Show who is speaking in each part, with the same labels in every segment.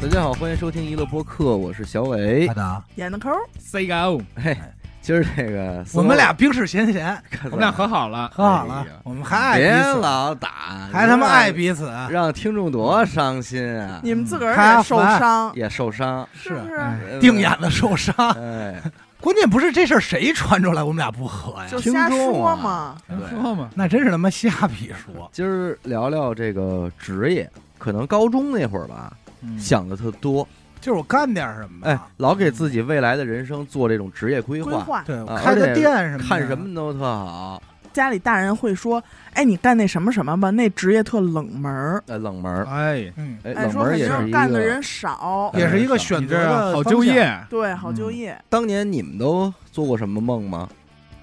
Speaker 1: 大家好，欢迎收听娱乐播客，我是小伟
Speaker 2: 大。达，
Speaker 3: 演的抠儿，
Speaker 4: C 个 O，
Speaker 1: 嘿，今儿这个
Speaker 2: 我们俩冰释前嫌，
Speaker 1: 我
Speaker 4: 我们俩和好了，
Speaker 2: 和好
Speaker 4: 哎
Speaker 2: 了
Speaker 4: 呀，
Speaker 2: 我们还爱
Speaker 1: 别
Speaker 2: 彼此，
Speaker 1: 老打，
Speaker 2: 还他妈爱彼此，
Speaker 1: 让听众多伤心啊！
Speaker 3: 你们自个儿
Speaker 2: 他
Speaker 3: 也受
Speaker 2: 烦
Speaker 3: 伤，
Speaker 1: 也受伤，
Speaker 3: 是不
Speaker 2: 是
Speaker 4: 哎
Speaker 3: 是？
Speaker 1: 呃
Speaker 2: 定眼子受伤。
Speaker 1: 哎，
Speaker 2: 关键不是这事儿谁传出来，我们俩不和呀
Speaker 3: 就，
Speaker 1: 听
Speaker 3: 瞎
Speaker 1: 众
Speaker 3: 说
Speaker 1: 啊
Speaker 3: 嘛。
Speaker 1: 对，
Speaker 4: 说嘛，
Speaker 2: 那真是他妈瞎比说。
Speaker 1: 今儿聊聊这个职业，可能高中那会儿吧，
Speaker 4: 嗯
Speaker 1: 想的特多，
Speaker 2: 就是我干点什么啊
Speaker 1: 哎
Speaker 2: 吧，，
Speaker 1: 老给自己未来的人生做这种职业规
Speaker 3: 规
Speaker 1: 划，
Speaker 3: 划，
Speaker 2: 对，我
Speaker 1: 啊
Speaker 2: 开
Speaker 1: 而且
Speaker 2: 个店什么的，
Speaker 1: 看什么都特好，
Speaker 3: 家里大人会说：“哎，你干那什么什么吧，那职业特冷门儿。
Speaker 1: 呃，冷门儿，
Speaker 4: 哎，
Speaker 2: 嗯，
Speaker 1: 哎，”
Speaker 3: 哎，
Speaker 1: 冷
Speaker 3: 说
Speaker 1: 门儿
Speaker 3: 肯
Speaker 1: 也
Speaker 3: 定
Speaker 1: 是一
Speaker 3: 干的
Speaker 1: 个。
Speaker 3: 人少，
Speaker 2: 也是一个选
Speaker 4: 你
Speaker 2: 择的
Speaker 4: 这啊好
Speaker 2: 方向
Speaker 4: 就业，，
Speaker 3: 对，好
Speaker 1: 嗯
Speaker 3: 就业。
Speaker 1: 当年你们都做过什么梦吗？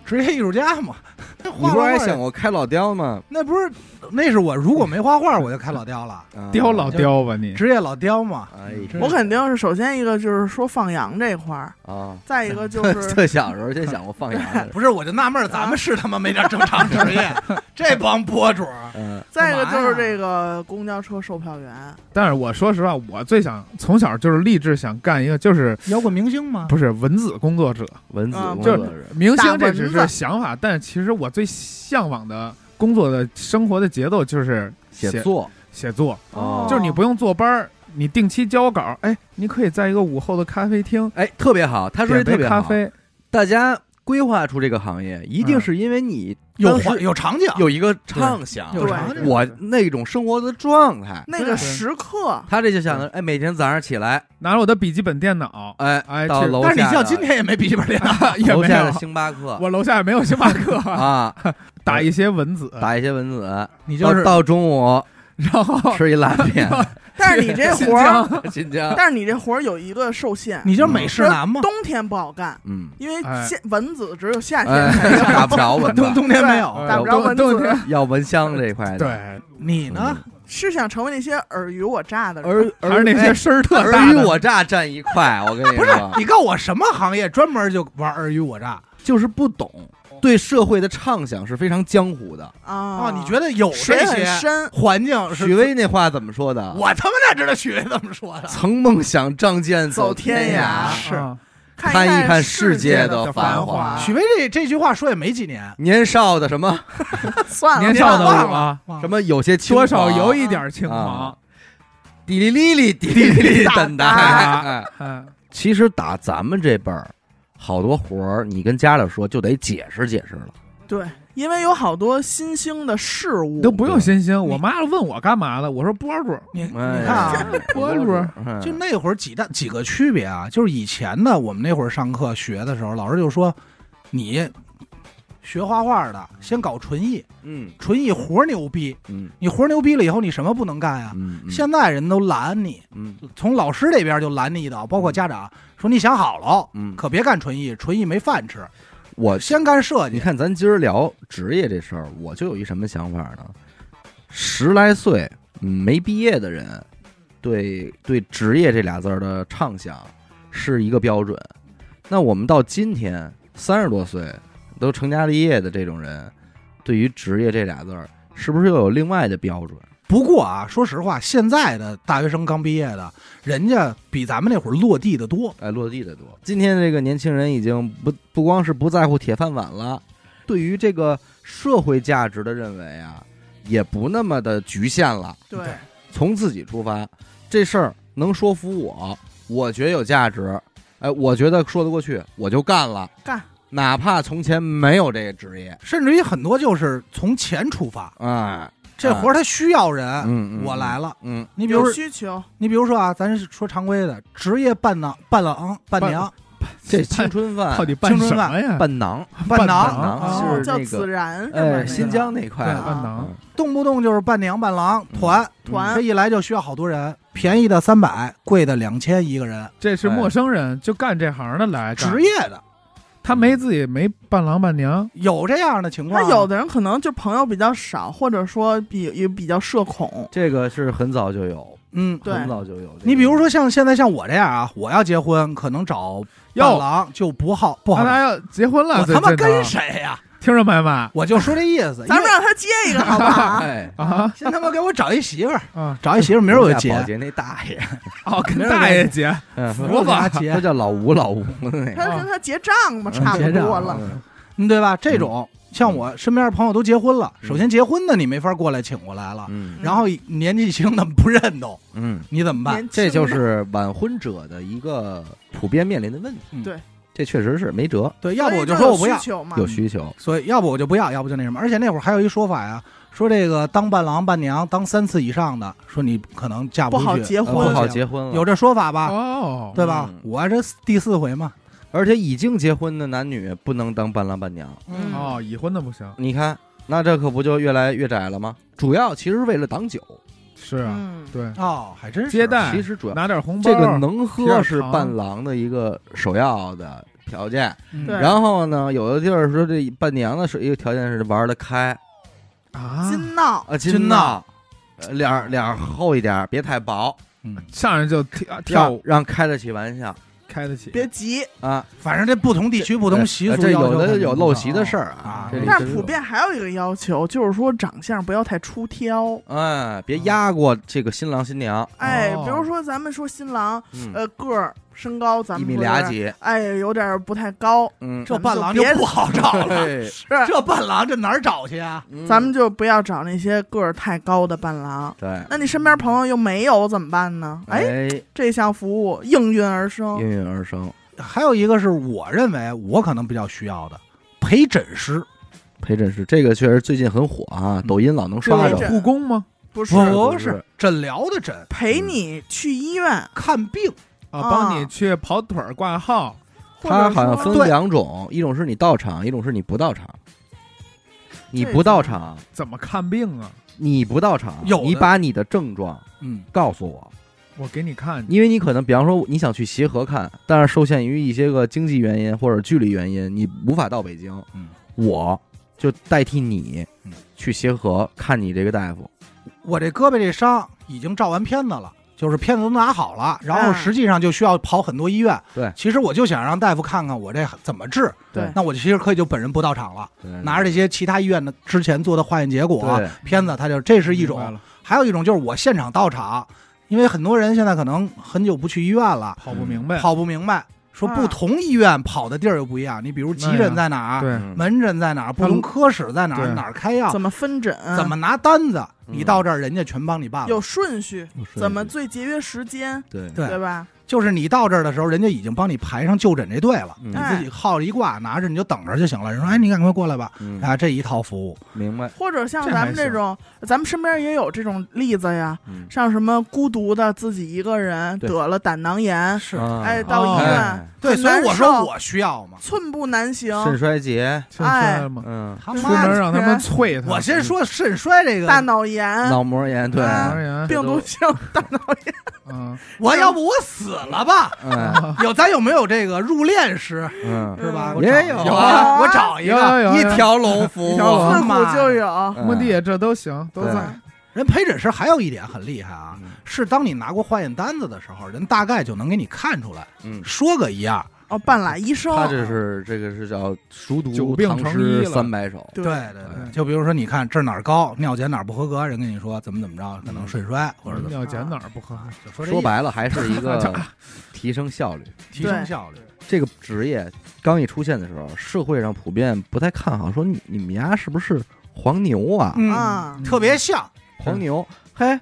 Speaker 2: 职业艺术家嘛。
Speaker 1: 你不
Speaker 2: 画
Speaker 1: 是
Speaker 2: 画
Speaker 1: 还想过开老刁吗？
Speaker 2: 那不是那是我如果没画画，我就开老雕了，
Speaker 1: 啊
Speaker 4: 刁老，刁吧你，
Speaker 2: 职业老雕嘛。
Speaker 1: 哎呀，
Speaker 2: 真是
Speaker 3: 我肯定是首先一个就是说放羊这块儿，
Speaker 1: 啊，
Speaker 3: 再一 个就是
Speaker 1: 特小时候就想过放羊 的人，
Speaker 2: 不是，我就纳闷儿，咱们是他妈没点正常职业，这帮博主
Speaker 1: 嗯，
Speaker 3: 再一个
Speaker 2: 干嘛
Speaker 3: 就
Speaker 2: 呀
Speaker 3: 是这个公交车售票员，
Speaker 4: 但是我说实话，我最想从小就是立志想干一个，就是
Speaker 2: 摇滚明星吗？
Speaker 4: 不是文字工作者，
Speaker 1: 文字工
Speaker 3: 嗯
Speaker 1: 作
Speaker 4: 就
Speaker 1: 人，
Speaker 4: 明星
Speaker 3: 打
Speaker 4: 这
Speaker 3: 蚊
Speaker 4: 只
Speaker 3: 子
Speaker 4: 是想法，但其实我最向往的工作的生活的节奏就是
Speaker 1: 写
Speaker 4: 写
Speaker 1: 作，
Speaker 4: 写作，啊
Speaker 1: 哦
Speaker 4: 就是你不用坐班儿，你定期交稿，哎，你可以在一个午后的咖啡厅
Speaker 1: 哎，特别好，他说
Speaker 4: 点
Speaker 1: 的特
Speaker 4: 杯
Speaker 1: 别
Speaker 4: 咖
Speaker 1: 好，
Speaker 4: 啡，
Speaker 1: 大家规划出这个行业，一定
Speaker 4: 嗯
Speaker 1: 是因为你
Speaker 2: 有
Speaker 1: 当时
Speaker 2: 环有场景，
Speaker 1: 有一个畅想，
Speaker 2: 有
Speaker 3: 对
Speaker 2: 场景。
Speaker 1: 我那种生活的状态。
Speaker 3: 那个时刻
Speaker 1: 他这就想着，哎，每天早上起来，
Speaker 4: 拿着我的笔记本电 脑，
Speaker 1: 哎，
Speaker 4: 哎
Speaker 1: 到
Speaker 4: 去
Speaker 1: 楼
Speaker 2: 但是你
Speaker 1: 下
Speaker 2: 像
Speaker 1: 的
Speaker 2: 今天也没笔记本 电脑，
Speaker 4: 也
Speaker 1: 楼
Speaker 4: 没
Speaker 1: 下的
Speaker 4: 有，
Speaker 1: 星巴克
Speaker 4: 我楼下也没有星巴克，
Speaker 1: 啊，
Speaker 4: 打一些文字，
Speaker 1: 打一些文字，
Speaker 2: 你
Speaker 1: 到到中午
Speaker 4: 然后
Speaker 1: 吃一拉面，
Speaker 3: 但是你这
Speaker 4: 新
Speaker 3: 活儿，
Speaker 1: 新疆，
Speaker 3: 但是你这活儿有一个受限，
Speaker 2: 你就是美式 男嘛，
Speaker 3: 冬天不好干，
Speaker 1: 嗯，
Speaker 3: 因为
Speaker 4: 哎
Speaker 3: 夏蚊子只有夏天
Speaker 1: 哎
Speaker 3: 才，能
Speaker 1: 打不 着蚊子
Speaker 2: 冬，冬天没有。
Speaker 1: 啊
Speaker 4: 哎
Speaker 3: 打不着蚊
Speaker 4: 冬
Speaker 3: 子
Speaker 4: 冬天
Speaker 1: 要蚊香这一块的，
Speaker 4: 对，
Speaker 2: 你呢？
Speaker 1: 嗯
Speaker 3: 是想成为那些尔虞我诈的人，
Speaker 1: 而而哎
Speaker 4: 还是那些声儿特
Speaker 1: 尔
Speaker 4: 大
Speaker 1: 虞
Speaker 4: 的。啊
Speaker 1: 我诈占一块，我跟你
Speaker 2: 不是
Speaker 1: 说，
Speaker 2: 你告诉我什么行业专门就玩尔虞我诈
Speaker 1: 就是不懂，对社会的畅想是非常江湖的。
Speaker 3: 啊
Speaker 2: 啊？你觉得有
Speaker 3: 水
Speaker 2: 这
Speaker 3: 很
Speaker 2: 些
Speaker 3: 深，
Speaker 2: 环境啊是？
Speaker 1: 许巍啊那话怎么说的？
Speaker 2: 我他妈哪知道许巍怎么说的？
Speaker 1: 曾梦想仗剑
Speaker 3: 走
Speaker 1: 天
Speaker 3: 天
Speaker 2: 涯
Speaker 4: 是
Speaker 2: 啊
Speaker 1: 看一
Speaker 3: 一
Speaker 1: 看世
Speaker 3: 世
Speaker 1: 界的
Speaker 3: 的
Speaker 1: 繁
Speaker 3: 华
Speaker 1: 华。
Speaker 2: 许巍这这句话说也没几年，
Speaker 1: 年少的什么
Speaker 3: 算了，
Speaker 4: 年少的
Speaker 3: 忘了
Speaker 4: 我啊，
Speaker 1: 什么有些轻
Speaker 4: 多
Speaker 1: 狂
Speaker 4: 少有一点轻狂
Speaker 1: 啊。滴哩哩哩滴哩哩哩等待。
Speaker 4: 啊
Speaker 1: 哎
Speaker 4: 嗯，
Speaker 1: 其实打咱们这辈儿，好多活儿你跟家里说就得解释解释了。
Speaker 3: 对，因为有好多新兴的事物
Speaker 4: 都不用心心。
Speaker 2: 你
Speaker 4: 我妈问我干嘛的，我说博主。
Speaker 2: 你你
Speaker 1: 哎
Speaker 2: 看啊
Speaker 1: 呀，
Speaker 4: 多主儿
Speaker 1: 嗯
Speaker 2: 就那会儿几大几个区别啊，就是以前呢，我们那会儿上课学的时候，老师就说，你学画画的先搞纯艺，
Speaker 1: 嗯
Speaker 2: 纯艺活儿牛逼，
Speaker 1: 嗯
Speaker 2: 你活儿牛逼了以后，你什么不能干呀、
Speaker 1: 嗯嗯
Speaker 2: 现在人都拦你，
Speaker 1: 嗯
Speaker 2: 从老师这边就拦你一刀，包括家长说你想好了，
Speaker 1: 嗯，
Speaker 2: 可别干纯艺，纯艺没饭吃，
Speaker 1: 我
Speaker 2: 先干设
Speaker 1: 你
Speaker 2: 计。
Speaker 1: 看，咱今儿聊职业这事儿，我就有一什么想法呢？十来岁嗯没毕业的人，对对“职业”这俩字儿的畅想是一个标准。那我们到今天三十多岁都成家立业的这种人，对于“职业”这俩字儿，是不是又有另外的标准？
Speaker 2: 不过啊，说实话，现在的大学生刚毕业的，人家比咱们那会儿落地的多。
Speaker 1: 哎，落地的多。今天这个年轻人已经不不光是不在乎铁饭碗了，对于这个社会价值的认为啊，也不那么的局限了。
Speaker 3: 对
Speaker 2: 对
Speaker 1: 从自己出发，这事儿能说服我，我觉得有价值，哎，我觉得说得过去，我就干了，
Speaker 3: 干，
Speaker 1: 哪怕从前没有这个职业，
Speaker 2: 甚至于很多就是从钱出发，
Speaker 1: 哎，
Speaker 2: 这活儿他需要人，
Speaker 1: 嗯，嗯
Speaker 2: 我来，了。
Speaker 1: 嗯，
Speaker 2: 你比如
Speaker 3: 有
Speaker 2: 说，
Speaker 3: 需求，
Speaker 2: 你比如说啊，咱是说常规的职业伴郎、伴郎、伴娘、
Speaker 1: 这 青春饭
Speaker 4: 到底办
Speaker 2: 青春
Speaker 4: 什
Speaker 2: 饭
Speaker 4: 么呀？
Speaker 1: 伴郎，
Speaker 2: 伴
Speaker 4: 伴
Speaker 2: 郎，
Speaker 4: 郎
Speaker 2: 啊
Speaker 1: 哦是
Speaker 3: 叫
Speaker 1: 那
Speaker 3: 孜
Speaker 1: 个
Speaker 3: 然是吧那
Speaker 1: 哎，
Speaker 3: 个？
Speaker 1: 新疆那块啊
Speaker 2: 对
Speaker 1: 的，
Speaker 4: 伴郎，
Speaker 2: 动不动就是伴娘、伴郎
Speaker 1: 嗯
Speaker 2: 团，
Speaker 3: 团
Speaker 2: 这一来就需要好多人，便宜的三百，贵的两千一个人，
Speaker 4: 这是陌生人，就干这行的来干
Speaker 2: 职，业的
Speaker 4: 他没自己没伴郎伴娘，
Speaker 2: 有这样的情况。
Speaker 3: 那有的人可能就朋友比较少，或者说比也比较社恐，
Speaker 1: 这个是很早就有，
Speaker 2: 嗯，
Speaker 3: 对
Speaker 1: 很早就有。
Speaker 2: 你比如，说像现在像我这样啊，我要结婚，可能找伴
Speaker 4: 哟
Speaker 2: 郎就不好不好。
Speaker 4: 那
Speaker 3: 哎
Speaker 4: 他要结婚了，
Speaker 2: 我
Speaker 4: 这
Speaker 2: 他妈
Speaker 4: 这
Speaker 2: 跟
Speaker 4: 能
Speaker 2: 谁呀、
Speaker 4: 听着没，妈
Speaker 2: 我就说这意思。
Speaker 3: 咱
Speaker 2: 因
Speaker 3: 们
Speaker 2: 为
Speaker 3: 让他接一个好 不好？
Speaker 1: 哎，
Speaker 4: 啊
Speaker 2: 先他妈给我找一媳妇儿，
Speaker 4: 啊
Speaker 2: 找一媳妇儿，明儿我就结
Speaker 1: 保，洁那大爷，
Speaker 4: 哦，跟
Speaker 2: 没有
Speaker 4: 大
Speaker 2: 没有
Speaker 4: 爷结
Speaker 2: 明
Speaker 1: 嗯
Speaker 2: 儿我给他
Speaker 1: 都
Speaker 2: 结，
Speaker 1: 叫老吴老吴的那
Speaker 3: 他
Speaker 1: 个，
Speaker 3: 就跟他结账嘛，差不
Speaker 2: 结账
Speaker 3: 多了。
Speaker 1: 嗯
Speaker 2: 嗯对吧？这种像我身边朋友都结婚了，
Speaker 1: 嗯
Speaker 2: 首先结婚的你没法过来请过来了，
Speaker 1: 嗯
Speaker 2: 然后年纪轻的不认都，
Speaker 1: 嗯，
Speaker 2: 你怎么办？
Speaker 3: 年轻
Speaker 1: 这
Speaker 3: 的
Speaker 1: 就是晚婚者的一个普遍面临的问题。
Speaker 2: 嗯
Speaker 3: 对，
Speaker 1: 这确实是没辙，
Speaker 2: 对，要
Speaker 3: 所以
Speaker 2: 不我就
Speaker 3: 就
Speaker 2: 说
Speaker 3: 有
Speaker 2: 我不要
Speaker 3: 需，求嘛
Speaker 1: 有需求。
Speaker 2: 所以要不我就不要，要不就那什么。而且那会儿还有一说法呀，说这个当伴郎伴娘当三次以上的，说你可能嫁
Speaker 3: 不
Speaker 2: 出
Speaker 3: 好
Speaker 2: 去
Speaker 3: 结
Speaker 2: 呃
Speaker 1: 呃
Speaker 3: 婚
Speaker 1: 不好结婚了，
Speaker 2: 有这说法吧？
Speaker 4: 哦，
Speaker 2: 对吧
Speaker 1: 嗯？
Speaker 2: 我这第四回嘛，
Speaker 1: 而且已经结婚的男女不能当伴郎伴娘。
Speaker 3: 嗯
Speaker 4: 哦，已婚的不行，
Speaker 1: 你看，那这可不就越来越窄了吗？主要其实为了挡酒，
Speaker 4: 是啊，
Speaker 3: 嗯，
Speaker 4: 对，
Speaker 2: 哦，还真是
Speaker 4: 接待
Speaker 1: 其实主要
Speaker 4: 拿点红包，
Speaker 1: 这个能
Speaker 4: 提点
Speaker 1: 喝
Speaker 4: 糖
Speaker 1: 是伴郎的一个首要的条件。
Speaker 4: 嗯
Speaker 3: 对
Speaker 1: 然后呢，有的地儿说这伴娘的是一个条件是玩得开
Speaker 2: 嗯
Speaker 4: 啊，
Speaker 3: 金闹
Speaker 1: 啊，
Speaker 2: 金
Speaker 1: 呐，呃脸儿脸儿厚一点儿，别太薄，
Speaker 2: 嗯，
Speaker 4: 上来就跳跳
Speaker 1: 让
Speaker 4: 舞
Speaker 1: 让开得起玩笑
Speaker 4: 开得起，
Speaker 3: 别急，
Speaker 1: 啊。
Speaker 2: 反正这不同地区不同习
Speaker 1: 呃
Speaker 2: 俗，
Speaker 1: 这
Speaker 2: 要求
Speaker 1: 有
Speaker 2: 肯
Speaker 1: 的
Speaker 2: 定
Speaker 1: 有
Speaker 2: 不一
Speaker 1: 陋
Speaker 2: 样
Speaker 1: 习的事儿
Speaker 2: 啊
Speaker 1: 啊，这里
Speaker 3: 但
Speaker 1: 真
Speaker 3: 是普
Speaker 1: 有
Speaker 3: 遍还有一个要求，就是说长相不要太出挑。
Speaker 1: 哎，别压过这个新郎新娘，
Speaker 3: 哎，
Speaker 4: 哦
Speaker 3: 比如说咱们说新郎，
Speaker 1: 嗯，
Speaker 3: 呃，个儿身高咱
Speaker 1: 一
Speaker 3: 们
Speaker 1: 米
Speaker 3: 说有点
Speaker 1: 俩，几，
Speaker 3: 哎，有点不太高，
Speaker 1: 嗯，
Speaker 2: 这伴郎就不好找了，
Speaker 1: 对，
Speaker 3: 是，
Speaker 2: 这伴郎这哪儿找去啊？
Speaker 1: 嗯
Speaker 3: 咱们就不要找那些个儿太高的伴郎。
Speaker 1: 对，
Speaker 3: 那你身边朋友又没有怎么办呢？哎，哦
Speaker 1: 哎，
Speaker 3: 这项服务应运而生
Speaker 1: 应，运而生，
Speaker 2: 还有一个是我认为我可能比较需要的陪诊师，
Speaker 1: 陪诊师这个确实最近很火啊，抖音老能刷
Speaker 3: 对
Speaker 1: 着
Speaker 3: 这。
Speaker 4: 护工吗？
Speaker 3: 不是
Speaker 2: 不
Speaker 1: 不是
Speaker 2: 诊疗的诊，
Speaker 3: 陪你去医院，
Speaker 2: 看病，
Speaker 4: 啊，
Speaker 3: 啊
Speaker 4: 帮你去跑腿儿挂号，
Speaker 3: 或
Speaker 1: 它
Speaker 3: 者
Speaker 1: 好像
Speaker 3: 说
Speaker 1: 分两种，一种是你到场，一种是你不到场。你不到场，
Speaker 4: 怎么看病啊？
Speaker 1: 你不到场，
Speaker 2: 有的
Speaker 1: 你把你的症状
Speaker 2: 嗯，
Speaker 1: 告诉我，
Speaker 4: 我给你看，
Speaker 1: 因为你可能，比方说你想去协和看，但是受限于一些个经济原因或者距离原因，你无法到北京。
Speaker 2: 嗯，
Speaker 1: 我就代替你
Speaker 2: 嗯
Speaker 1: 去协和看你这个大夫。
Speaker 2: 我这胳膊这伤已经照完片子了。就是片子都拿好了，然后
Speaker 3: 嗯
Speaker 2: 实际上就需要跑很多医院。
Speaker 1: 对
Speaker 2: 其实我就想让大夫看看我这怎么治。
Speaker 3: 对
Speaker 2: 那我其实可以就本人不到场了，
Speaker 4: 嗯
Speaker 2: 拿着这些其他医院的之前做的化验结果、
Speaker 1: 对
Speaker 2: 片子，他就这是一
Speaker 4: 明白
Speaker 2: 种。
Speaker 4: 了
Speaker 2: 还有一种就是我现场到场，因为很多人现在可能很久不去医院了，
Speaker 4: 跑不明白，
Speaker 2: 跑不明白，说
Speaker 3: 啊
Speaker 2: 不同医院跑的地儿又不一样。你比如急诊在哪儿，
Speaker 4: 嗯对，
Speaker 1: 嗯
Speaker 2: 门诊在哪儿，不同科室在哪儿，
Speaker 4: 对
Speaker 2: 哪儿开药，
Speaker 3: 怎么分诊，
Speaker 2: 怎么拿单子，
Speaker 1: 嗯
Speaker 2: 你到这儿人家全帮你办了
Speaker 3: 有。顺序，怎么最节约时间，
Speaker 1: 对
Speaker 2: 对
Speaker 3: 对吧？
Speaker 2: 就是你到这儿的时候，人家已经帮你排上就诊这队了，
Speaker 1: 嗯
Speaker 2: 你自己号着一挂，拿着你就等着就行了。人说，哎，你赶快过来吧。
Speaker 1: 嗯，
Speaker 2: 啊，这一套服务，
Speaker 1: 明白。
Speaker 3: 或者像
Speaker 4: 这
Speaker 3: 咱
Speaker 4: 还
Speaker 3: 们这种，咱们身边也有这种例子呀，
Speaker 1: 嗯，
Speaker 3: 像什么孤独的自己一个人
Speaker 1: 对
Speaker 3: 得了胆囊炎，
Speaker 2: 是
Speaker 1: 啊
Speaker 3: 哎，到医院
Speaker 1: 哎
Speaker 2: 对，
Speaker 3: 很
Speaker 2: 所以
Speaker 3: 难
Speaker 2: 我说
Speaker 3: 受
Speaker 2: 我需要嘛。
Speaker 3: 寸步难行，
Speaker 1: 肾衰竭，
Speaker 4: 是说嘛，
Speaker 1: 嗯，
Speaker 2: 他
Speaker 4: 出
Speaker 2: 妈
Speaker 4: 门
Speaker 2: 的，
Speaker 4: 让他们啐他。嗯
Speaker 2: 我先说肾衰这
Speaker 3: 大
Speaker 2: 个，
Speaker 3: 脑炎、
Speaker 1: 脑膜炎，对，
Speaker 4: 当
Speaker 3: 啊
Speaker 4: 然，
Speaker 3: 病毒 性大脑炎，
Speaker 4: 嗯，
Speaker 2: 我要不我死了吧？
Speaker 1: 嗯
Speaker 2: 有咱有没有这这个入殓师
Speaker 1: 嗯，
Speaker 2: 是吧？
Speaker 3: 嗯
Speaker 2: 我找
Speaker 1: 也有
Speaker 2: 一个
Speaker 3: 啊
Speaker 2: 我找一
Speaker 4: 有有
Speaker 2: 个。
Speaker 4: 有，有
Speaker 1: 条龙服
Speaker 4: 一条龙
Speaker 3: 自
Speaker 2: 妈
Speaker 3: 古就有，
Speaker 1: 嗯
Speaker 4: 目的这都行，都
Speaker 1: 对
Speaker 4: 在。
Speaker 2: 人陪诊师还有一点很厉害啊，
Speaker 1: 嗯
Speaker 2: 是当你拿过化验单子的时候，人大概就能给你看出来，
Speaker 1: 嗯，
Speaker 2: 说个一样。
Speaker 3: 哦，半拉医生，
Speaker 1: 他这是这个是叫熟
Speaker 4: 久
Speaker 1: 读
Speaker 4: 病
Speaker 1: 唐
Speaker 4: 成医
Speaker 1: 诗
Speaker 4: 了
Speaker 1: 三百首，
Speaker 3: 对
Speaker 2: 对
Speaker 4: 对
Speaker 2: 对，就比如说你看这儿哪儿高，尿检哪儿不合格，人跟你说怎么怎么着，可能肾衰或者怎么
Speaker 4: 尿检哪儿哎不合
Speaker 2: 啊
Speaker 4: 适？
Speaker 2: 就嗯说这
Speaker 1: 说
Speaker 2: 意思
Speaker 1: 白了还是一个提升效率。
Speaker 2: 提升效率。
Speaker 1: 这个职业刚一出现的时候，社会上普遍不太看好，说你你们家是不是黄牛啊？
Speaker 2: 嗯，
Speaker 3: 啊，
Speaker 2: 特别像
Speaker 1: 黄牛，嘿，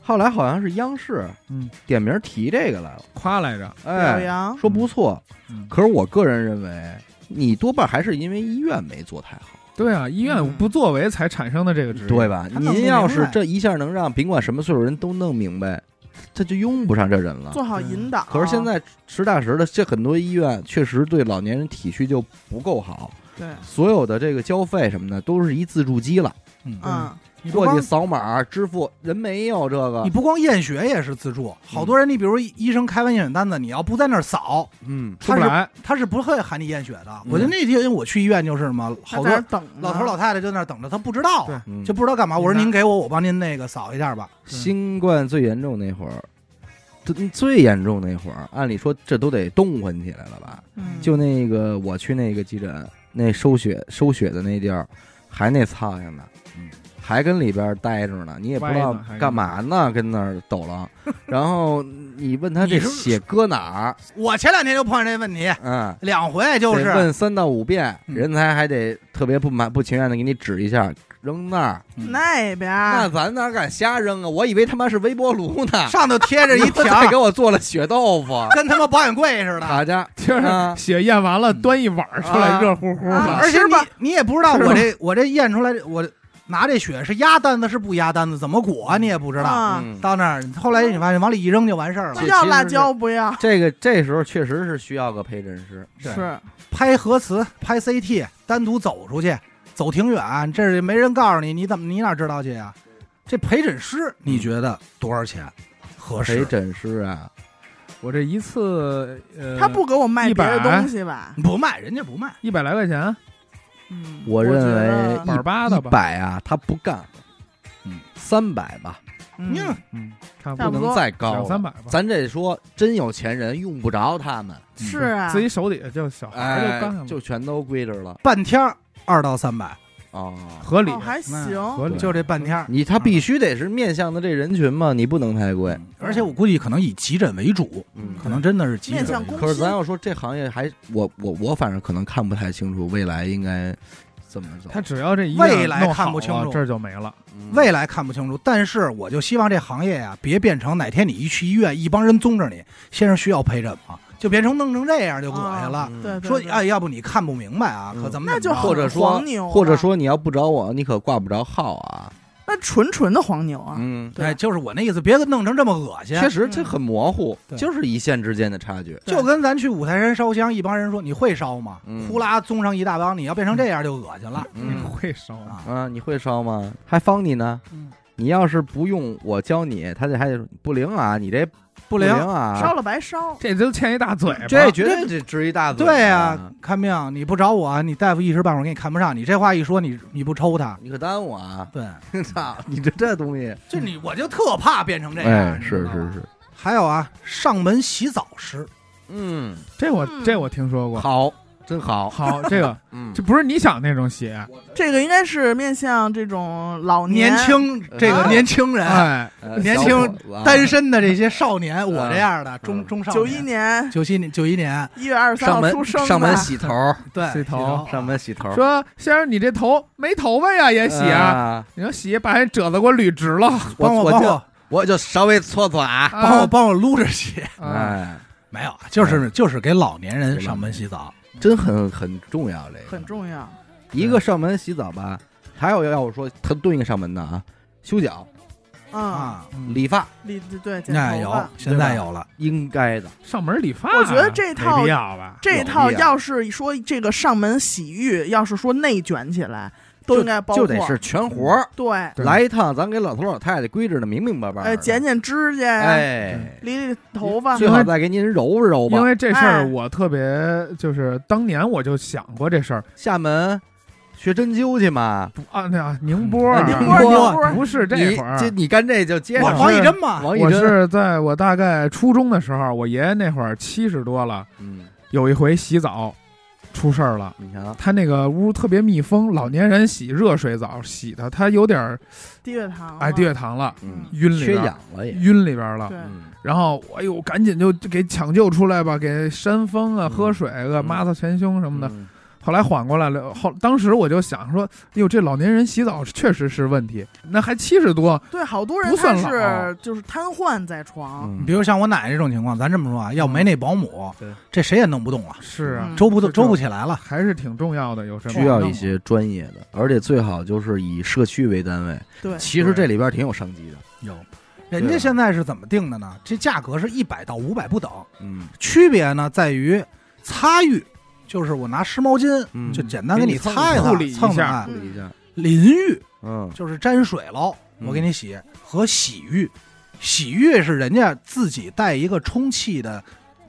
Speaker 1: 后来好像是央视
Speaker 4: 嗯
Speaker 1: 点名提这个来了，
Speaker 4: 夸来着，
Speaker 2: 啊
Speaker 3: 表
Speaker 1: 哎，
Speaker 3: 扬，
Speaker 1: 说不错。
Speaker 4: 嗯，
Speaker 1: 可是我个人认为，你多半还是因为医院没做太好。
Speaker 4: 对啊，医院
Speaker 3: 嗯
Speaker 4: 不作为才产生的这个职业，
Speaker 1: 对吧？
Speaker 2: 他弄不
Speaker 1: 您要
Speaker 2: 明
Speaker 1: 是
Speaker 2: 白
Speaker 1: 这一下能让甭管什么岁数人都弄明白，他就用不上这人了。
Speaker 3: 做好引导。
Speaker 1: 可是
Speaker 2: 啊
Speaker 1: 现在实打实的，这很多医院确实对老年人体恤就不够好，
Speaker 3: 对，
Speaker 1: 所有的这个交费什么的都是一自助机了，
Speaker 2: 嗯，
Speaker 3: 嗯，
Speaker 2: 你不
Speaker 1: 过去
Speaker 2: 光
Speaker 1: 扫码支付，人没有这
Speaker 2: 你
Speaker 1: 个，
Speaker 2: 不光验血也是自助，好多人你比如医生开完验血单子，你要不在那儿扫，
Speaker 1: 嗯，
Speaker 4: 出不来，
Speaker 2: 他是不会喊你验血的。
Speaker 1: 嗯
Speaker 2: 我就那天我去医院就是嘛，好
Speaker 3: 他在那
Speaker 2: 多
Speaker 3: 等
Speaker 2: 老头老
Speaker 3: 头，
Speaker 2: 太太就在那儿等着，他不知道啊，
Speaker 1: 嗯
Speaker 2: 就不知道干嘛。我说
Speaker 4: 明白
Speaker 2: 您给我，我帮您那个扫一下吧。
Speaker 1: 新冠最严重那会儿。最最严重那会儿，按理说这都得动换起来了吧？
Speaker 3: 嗯
Speaker 1: 就那个我去那个急诊，那收血收血的那地儿还那苍蝇呢，
Speaker 2: 嗯
Speaker 1: 还跟里边待着呢，你也不知道
Speaker 4: 歪呢还
Speaker 1: 干嘛呢，跟那儿抖了。然后你问他
Speaker 2: 你
Speaker 1: 这
Speaker 2: 是
Speaker 1: 血搁哪儿，
Speaker 2: 我前两天就碰上这问题，
Speaker 1: 嗯，
Speaker 2: 两回就
Speaker 1: 得
Speaker 2: 是
Speaker 1: 问三到五遍，
Speaker 2: 嗯
Speaker 1: 人才还得特别不满不情愿的给你指一下，扔那儿。
Speaker 3: 那边
Speaker 1: 那
Speaker 3: 儿
Speaker 1: 咱哪敢瞎扔啊？我以为他妈是微波炉呢，
Speaker 2: 上头贴着一
Speaker 1: 再给
Speaker 2: 条，
Speaker 1: 我做了血豆 腐，
Speaker 2: 跟他妈保险柜似的。
Speaker 1: 大家
Speaker 4: 就是
Speaker 1: 啊
Speaker 4: 血验完了，
Speaker 2: 嗯
Speaker 4: 端一碗儿出来，
Speaker 1: 啊
Speaker 4: 热乎乎
Speaker 3: 啊
Speaker 4: 的。
Speaker 2: 而且
Speaker 3: 吃吧
Speaker 2: 你你也不知道
Speaker 4: 吃吧
Speaker 2: 我这我这验出来我拿这血是压单子是不压单子，怎么裹你也不知道。
Speaker 3: 啊，
Speaker 1: 嗯
Speaker 2: 到那儿后来你发现往里一扔就完事儿了
Speaker 3: 不
Speaker 1: 这，
Speaker 3: 要
Speaker 1: 其实
Speaker 3: 辣
Speaker 1: 是
Speaker 3: 椒，不要
Speaker 1: 这个这时候确实是需要个陪诊师，
Speaker 2: 对
Speaker 3: 是
Speaker 2: 拍核磁、拍 CT，单独走出去，走挺远，这是没人告诉你，你怎么你哪知道去呀、这陪诊师
Speaker 3: 嗯
Speaker 2: 你觉得多少钱合
Speaker 1: 陪
Speaker 2: 适？
Speaker 1: 诊师啊，
Speaker 4: 我这一次，呃，
Speaker 3: 他不给我卖
Speaker 4: 一
Speaker 3: 别
Speaker 4: 百
Speaker 3: 的东西吧？
Speaker 2: 不卖，人家不卖。
Speaker 4: 一百来块钱，
Speaker 3: 嗯，
Speaker 1: 我认为
Speaker 3: 觉得
Speaker 4: 板儿八的
Speaker 1: 一
Speaker 4: 吧，
Speaker 1: 百啊，他不干，
Speaker 2: 嗯，
Speaker 1: 三百吧，
Speaker 2: 嗯
Speaker 3: 嗯，
Speaker 4: 嗯，差
Speaker 1: 不
Speaker 4: 不
Speaker 3: 差不
Speaker 1: 能
Speaker 4: 多
Speaker 3: 多
Speaker 1: 再高
Speaker 4: 两
Speaker 1: 了
Speaker 4: 三。百吧。
Speaker 1: 咱这说真有钱人用不着他们，
Speaker 3: 是啊
Speaker 4: 自，己手底下就小孩儿就
Speaker 1: 哎
Speaker 4: 啊干了，，
Speaker 1: 就全都归着了
Speaker 2: 半天儿二到三百，
Speaker 1: 哦。
Speaker 4: 合理
Speaker 3: 哦，还行
Speaker 4: 嗯合理。
Speaker 2: 就这半天儿。
Speaker 1: 你他必须得是面向的这人群嘛，你不能太贵。
Speaker 2: 而且我估计可能以急诊为主，
Speaker 1: 嗯，
Speaker 2: 可能真的是急
Speaker 3: 面
Speaker 2: 诊。
Speaker 3: 向公
Speaker 1: 可是咱
Speaker 3: 司，
Speaker 1: 要说这行业还，我我我反正可能看不太清楚未来应该怎么走。
Speaker 4: 他只要这一
Speaker 2: 未
Speaker 4: 样
Speaker 2: 来
Speaker 4: 弄
Speaker 2: 看
Speaker 4: 好
Speaker 2: 不清
Speaker 4: 了
Speaker 2: 楚
Speaker 4: 这儿就没了。
Speaker 1: 嗯
Speaker 2: 未来看不清楚，但是我就希望这行业呀、别变成哪天你一去医院，一帮人宗着你，先生需要陪诊吗？就变成弄成这样就恶心了。
Speaker 1: 嗯
Speaker 3: 对对
Speaker 2: 说
Speaker 3: 对
Speaker 2: 哎，要不你看不明白啊？
Speaker 1: 嗯
Speaker 2: 可怎么
Speaker 3: 那
Speaker 2: 怎
Speaker 3: 就
Speaker 2: 么着
Speaker 3: 很
Speaker 1: 或者说
Speaker 3: 黄牛啊，
Speaker 1: 或者说你要不找我，你可挂不着号啊。
Speaker 3: 那纯纯的黄牛啊，
Speaker 1: 嗯，
Speaker 3: 对
Speaker 2: 哎，就是我那意思，别弄成这么恶心。
Speaker 1: 确实这很模糊，
Speaker 2: 对
Speaker 1: 就是一线之间的差距。
Speaker 3: 对
Speaker 2: 就跟咱去五台山烧香，一帮人说你会烧吗
Speaker 1: 嗯？
Speaker 2: 呼啦宗上一大帮，你要变成这样就恶心了
Speaker 4: 你
Speaker 1: 嗯
Speaker 4: 会烧吗？
Speaker 2: 啊！
Speaker 1: 啊，你会烧吗？还方你呢？
Speaker 2: 嗯
Speaker 1: 你要是不用我教你，他这还得不灵啊，你这
Speaker 2: 不灵
Speaker 1: 灵，啊，
Speaker 3: 烧了白烧，
Speaker 4: 这就欠一大嘴巴。
Speaker 1: 这绝对得值一大嘴。啊
Speaker 2: 对啊呀、
Speaker 1: 呀，
Speaker 2: 看病你不找我，你大夫一时半会儿给你看不上，你这话一说，你你不抽他，
Speaker 1: 你可耽误啊！
Speaker 2: 对，
Speaker 1: 操，你这这东西，
Speaker 2: 就你我就特怕变成这样。
Speaker 1: 哎，
Speaker 2: 你知
Speaker 1: 是
Speaker 2: 道吧
Speaker 1: 是。是，
Speaker 2: 还有啊，上门洗澡师，
Speaker 1: 嗯，
Speaker 4: 这我
Speaker 3: 嗯
Speaker 4: 这我听说过。
Speaker 1: 好，真好，
Speaker 4: 好，这个
Speaker 1: 嗯
Speaker 4: 这不是你想那种鞋，
Speaker 3: 这个应该是面向这种老
Speaker 2: 年轻这个
Speaker 1: 啊
Speaker 2: 年轻人、
Speaker 4: 哎，
Speaker 1: 呃
Speaker 2: 年
Speaker 1: 小
Speaker 2: 轻
Speaker 1: 伙子啊
Speaker 2: 单身的这些少年，我这样的
Speaker 1: 嗯
Speaker 2: 中中少
Speaker 3: 九一年
Speaker 2: 九七年九一年，
Speaker 3: 一月二十三
Speaker 1: 上
Speaker 3: 号
Speaker 1: 门
Speaker 3: 出生的，
Speaker 1: 上门洗头，
Speaker 2: 对，
Speaker 4: 洗头
Speaker 2: 哦
Speaker 1: 上门洗头，
Speaker 4: 说先生你这头没头发呀也洗啊？
Speaker 1: 啊！
Speaker 4: 你说洗把人褶子给我捋直了
Speaker 2: 帮嗯我
Speaker 1: 我
Speaker 2: 帮
Speaker 1: 就
Speaker 2: 我
Speaker 1: 我就稍微搓搓啊，
Speaker 2: 帮我
Speaker 4: 啊！
Speaker 2: 帮我嗯撸着洗，
Speaker 4: 啊
Speaker 1: 哎，
Speaker 2: 没有，就是就是给老年人上门洗澡，
Speaker 1: 真很很重要这个
Speaker 3: 很，重要，
Speaker 1: 一个上门洗澡吧，还有要我说他对应上门的啊，修脚、
Speaker 3: 嗯，
Speaker 2: 啊，
Speaker 4: 嗯
Speaker 1: 理发
Speaker 3: 理对剪
Speaker 2: 那
Speaker 3: 头
Speaker 2: 有
Speaker 3: 发，
Speaker 2: 现在有了，
Speaker 1: 应该的，
Speaker 4: 上门理发，
Speaker 3: 我觉得这套
Speaker 4: 没必要吧？
Speaker 3: 这套
Speaker 1: 有必要
Speaker 3: 要是说这个上门洗浴，要是说内卷起来，都应该包
Speaker 1: 就
Speaker 3: 括，
Speaker 1: 得是全活儿。
Speaker 3: 对，
Speaker 4: 对
Speaker 1: 来一趟，咱给老头老太太规制的明明白白的。
Speaker 3: 呃，剪嗯剪指甲呀，
Speaker 1: 哎，
Speaker 3: 理理头发，
Speaker 1: 最好再给您揉揉吧
Speaker 4: 因。为这事儿
Speaker 3: 哎
Speaker 4: 我特别就是当年我就想过这事儿
Speaker 1: 厦门学针灸去嘛，
Speaker 4: 不啊，那啊宁波
Speaker 1: 哎
Speaker 4: 啊
Speaker 1: 宁
Speaker 3: 波
Speaker 1: 宁波
Speaker 3: 宁波
Speaker 4: 不是这
Speaker 1: 你
Speaker 4: 会儿，啊
Speaker 1: 这你干这就接
Speaker 2: 我
Speaker 1: 上了。
Speaker 2: 王一真嘛，
Speaker 1: 王一
Speaker 4: 我
Speaker 1: 真，
Speaker 4: 是在我大概初中的时候，我爷爷那会儿七十多了，
Speaker 1: 嗯，
Speaker 4: 有一回洗澡出事儿了。
Speaker 1: 你瞧，
Speaker 4: 他那个屋特别密封，老年人洗热水澡洗的，他有点儿
Speaker 3: 低血糖，啊
Speaker 4: 哎低，血糖了，
Speaker 1: 嗯，
Speaker 4: 晕里
Speaker 1: 缺
Speaker 4: 边
Speaker 1: 氧
Speaker 4: 儿，
Speaker 1: 了也。
Speaker 4: 晕里边儿了。
Speaker 3: 对，
Speaker 1: 嗯
Speaker 4: 然后哎呦，赶紧就给抢救出来吧，给扇风啊，
Speaker 1: 嗯
Speaker 4: 喝水啊，
Speaker 1: 嗯
Speaker 4: 抹擦前胸什么的。
Speaker 1: 嗯
Speaker 4: 后来缓过来了，后当时我就想说，哟，这老年人洗澡确实是问题，那还七十多，
Speaker 3: 对，好多人
Speaker 4: 不
Speaker 3: 他
Speaker 4: 算老
Speaker 3: 是就是瘫痪在床，
Speaker 1: 嗯
Speaker 2: 比如像我奶奶这种情况，咱这么说啊，要没那保姆
Speaker 1: 对，
Speaker 2: 这谁也弄不动了，
Speaker 4: 是啊，
Speaker 3: 嗯
Speaker 2: 周不
Speaker 4: 是这
Speaker 2: 周不起来了。
Speaker 4: 还是挺重要的，有什么
Speaker 1: 需要一些专业的，而且最好就是以社区为单位。
Speaker 3: 对，
Speaker 1: 其实这里边挺有商机的。
Speaker 2: 有，人家现在是怎么定的呢？这价格是一百到五百不等，
Speaker 1: 嗯，
Speaker 2: 区别呢在于擦浴，就是我拿湿毛巾、
Speaker 1: 嗯
Speaker 2: 就简单给你擦
Speaker 1: 啊
Speaker 4: 给你
Speaker 2: 一嗯擦，蹭
Speaker 4: 蹭一下
Speaker 2: 擦。
Speaker 1: 处理一嗯下。
Speaker 2: 淋浴
Speaker 1: 嗯
Speaker 2: 就是沾水喽，
Speaker 1: 嗯
Speaker 2: 我给你洗，和洗浴，洗浴是人家自己带一个充气的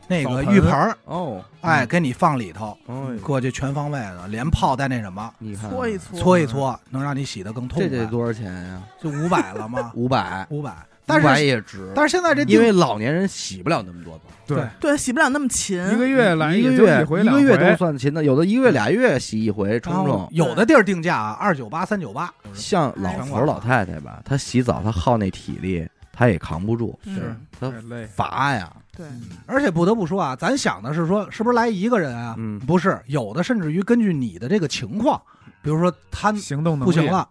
Speaker 2: 那个
Speaker 4: 澡盆
Speaker 2: 浴盆儿，
Speaker 1: 哦，
Speaker 2: 哎，嗯给你放里头，
Speaker 1: 哦，
Speaker 2: 过去全方位的，连泡带那什么。
Speaker 1: 你看啊
Speaker 3: 搓一搓，
Speaker 2: 搓一搓，能让你洗得更痛
Speaker 1: 这
Speaker 2: 快。
Speaker 1: 得多少钱呀？ ？
Speaker 2: 就五百了吗
Speaker 1: 五百。
Speaker 2: 五百，但
Speaker 1: 500
Speaker 2: 是
Speaker 1: 也值，
Speaker 2: 但是现在这
Speaker 1: 因
Speaker 2: 定
Speaker 1: 为老年人洗不了那么多澡，
Speaker 4: 对，
Speaker 3: 对，洗不了那么勤。
Speaker 4: 一个月来
Speaker 1: 嗯一个
Speaker 4: 也就
Speaker 1: 月
Speaker 4: 回
Speaker 1: 一
Speaker 4: 两
Speaker 1: 个月都
Speaker 4: 回，
Speaker 1: 算勤的，有的一个月俩月洗一回冲
Speaker 2: 然后
Speaker 1: 冲。
Speaker 2: 有的地儿定价啊，二九八、三九八，
Speaker 1: 像老头儿老太太吧，她洗澡她耗那体力，她也扛不住，
Speaker 3: 嗯
Speaker 4: 是
Speaker 1: 他
Speaker 4: 太累。
Speaker 1: 乏呀。
Speaker 3: 对，
Speaker 2: 而且不得不说啊，咱想的是说，是不是来一个人啊？
Speaker 1: 嗯
Speaker 2: 不是，有的甚至于根据你的这个情况，比如说他
Speaker 4: 行动能
Speaker 2: 不
Speaker 4: 力
Speaker 2: 行，了，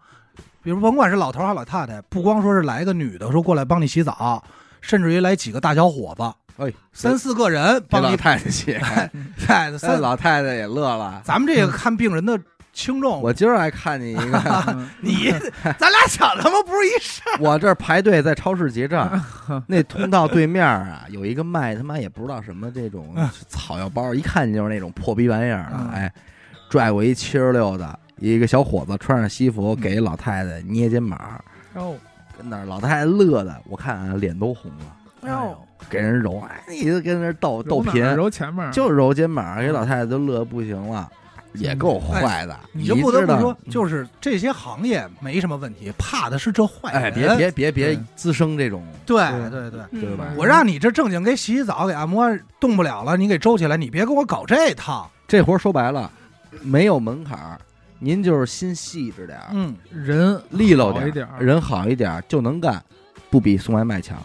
Speaker 2: 比如甭管是老头儿还是老太太，不光说是来一个女的说过来帮你洗澡，甚至于来几个大小伙子，
Speaker 1: 哎，
Speaker 2: 三四个人
Speaker 1: 给
Speaker 2: 帮
Speaker 1: 老
Speaker 2: 你
Speaker 1: 太太洗，
Speaker 2: 哎，
Speaker 1: 三
Speaker 2: 三，
Speaker 1: 老太太也乐了。
Speaker 2: 咱们这个看病人的轻重，
Speaker 1: 我今儿还看见一个，
Speaker 4: 嗯
Speaker 2: 你咱俩想他妈不是一事儿。
Speaker 1: 我这儿排队在超市结账，那通道对面啊有一个卖他妈也不知道什么这种草药包，一看就是那种破逼玩意儿
Speaker 4: 嗯
Speaker 1: 的，哎，拽过一七十六的一个小伙子，穿上西服给老太太捏肩膀，
Speaker 4: 哦，
Speaker 1: 跟那儿老太太乐的，我看啊脸都红了，
Speaker 3: 哎呦，
Speaker 1: 给人揉，哎，你就跟那儿逗逗
Speaker 4: 揉哪儿
Speaker 1: 贫，
Speaker 4: 揉前面儿，
Speaker 1: 就揉肩膀，给老太太都乐得不行了，也够坏的，
Speaker 2: 你就不得
Speaker 1: 知
Speaker 2: 不
Speaker 1: 道嗯
Speaker 2: 说，就是这些行业没什么问题，怕的是这坏人。
Speaker 1: 哎，别别别别
Speaker 4: 对
Speaker 1: 滋生这种，
Speaker 2: 对对对，
Speaker 3: 嗯
Speaker 1: 哎对吧
Speaker 2: 我让你这正经给洗洗澡、给按摩，动不了了，你给周起来，你别给我搞这套。
Speaker 1: 这活儿说白了没有门槛儿，您就是心细致点儿，
Speaker 2: 嗯，
Speaker 4: 人
Speaker 1: 利落
Speaker 4: 好
Speaker 1: 点
Speaker 4: 一点儿
Speaker 1: 人好一点儿就能干，不比送外卖强。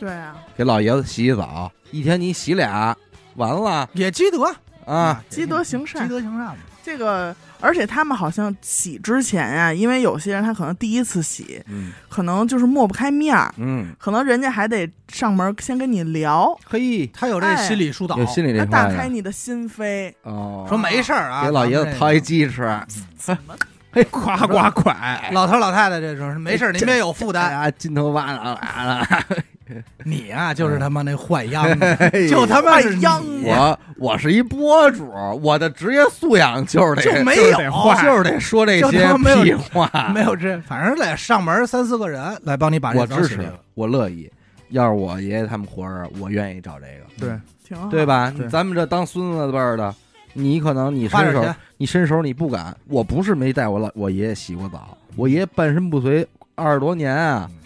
Speaker 3: 对啊，
Speaker 1: 给老爷子洗洗澡，一天你洗俩，完了
Speaker 2: 也积德
Speaker 1: 啊，，
Speaker 3: 积德行
Speaker 2: 积
Speaker 3: 善，
Speaker 2: 德行善嘛。
Speaker 1: 哎
Speaker 3: 这个，而且他们好像洗之前呀、因为有些人他可能第一次洗，
Speaker 1: 嗯
Speaker 3: 可能就是抹不开面儿，
Speaker 1: 嗯，
Speaker 3: 可能人家还得上门先跟你聊，
Speaker 1: 嘿，
Speaker 2: 他有这
Speaker 3: 哎
Speaker 2: 心理疏导，
Speaker 1: 有心里这
Speaker 3: 他
Speaker 1: 话
Speaker 3: 打开
Speaker 1: 呀
Speaker 3: 你的心扉，
Speaker 1: 哦，
Speaker 2: 说没事儿啊，
Speaker 1: 给老爷
Speaker 2: 咱
Speaker 1: 子
Speaker 2: 们
Speaker 1: 掏
Speaker 2: 这
Speaker 1: 一
Speaker 2: 个。
Speaker 1: 鸡吃，
Speaker 3: 怎么
Speaker 4: 夸夸蒯，
Speaker 2: 老头老太太这时候
Speaker 1: 哎
Speaker 2: 没事儿，您别有负
Speaker 1: 大
Speaker 2: 担。
Speaker 1: 家金头发啊啊啊！
Speaker 2: 哎你啊，就是他妈 那坏秧子，
Speaker 1: 嗯哎
Speaker 2: 就他妈是
Speaker 3: 哎
Speaker 2: 你
Speaker 3: 秧
Speaker 1: 我我是一博主，我的职业素养就是得
Speaker 2: 就没
Speaker 4: 就是
Speaker 2: 有
Speaker 4: 得坏
Speaker 1: 就是得说这
Speaker 2: 就
Speaker 1: 些
Speaker 2: 他妈没有
Speaker 1: 屁话，
Speaker 2: 没有这，反正得上门三四个人来帮你把这
Speaker 1: 我
Speaker 2: 澡
Speaker 1: 支
Speaker 2: 洗
Speaker 1: 持
Speaker 2: 了。，
Speaker 1: 我乐意。要是我爷爷他们活着，我愿意找这个，
Speaker 4: 对，
Speaker 3: 挺
Speaker 2: 啊
Speaker 3: 好？
Speaker 1: 对吧
Speaker 4: 对？
Speaker 1: 咱们这当孙子辈儿的，你可能你
Speaker 2: 花
Speaker 1: 伸
Speaker 2: 点
Speaker 1: 手
Speaker 2: 钱，，
Speaker 1: 你伸手你不敢。我不是没带我老我爷爷洗过澡，我爷爷半身不遂二十多年啊，
Speaker 2: 嗯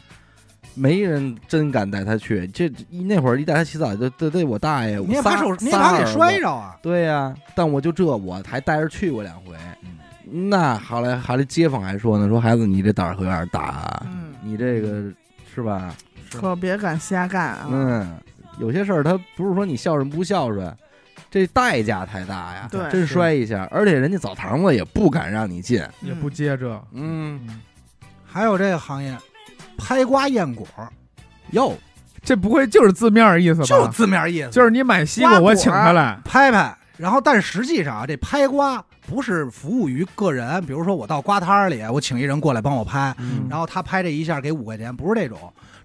Speaker 1: 没人真敢带他去。这一那会儿一带他洗澡，就得得我大爷，
Speaker 2: 你也
Speaker 1: 我仨
Speaker 2: 把手，你也把给摔。
Speaker 1: 仨儿子
Speaker 2: 着啊。
Speaker 1: 对呀、但我就这，我还带着去过两回。
Speaker 2: 嗯
Speaker 1: 那后来还来街坊还说呢，说孩子你这胆儿可有点大啊，
Speaker 3: 嗯
Speaker 1: 你这个是吧？
Speaker 3: 可别敢瞎干啊！
Speaker 1: 嗯，有些事儿他不是说你孝顺不孝顺，这代价太大呀。
Speaker 3: 对
Speaker 1: 真摔一下，而且人家澡堂子也不敢让你进。
Speaker 4: 也不接这，
Speaker 1: 嗯，
Speaker 2: 还有这个行业，拍瓜验果，
Speaker 1: 哟，
Speaker 4: 这不会就是字面儿意思
Speaker 2: 就
Speaker 4: 吧？
Speaker 2: 字面意思，
Speaker 4: 就是你买西瓜，
Speaker 3: 瓜果
Speaker 4: 我请他来，
Speaker 2: 拍拍。然后，但实际上啊，这拍瓜不是服务于个人，比如说我到瓜摊儿里，我请一人过来帮我拍，
Speaker 4: 嗯
Speaker 2: 然后他拍这一下给五块钱，不是这种，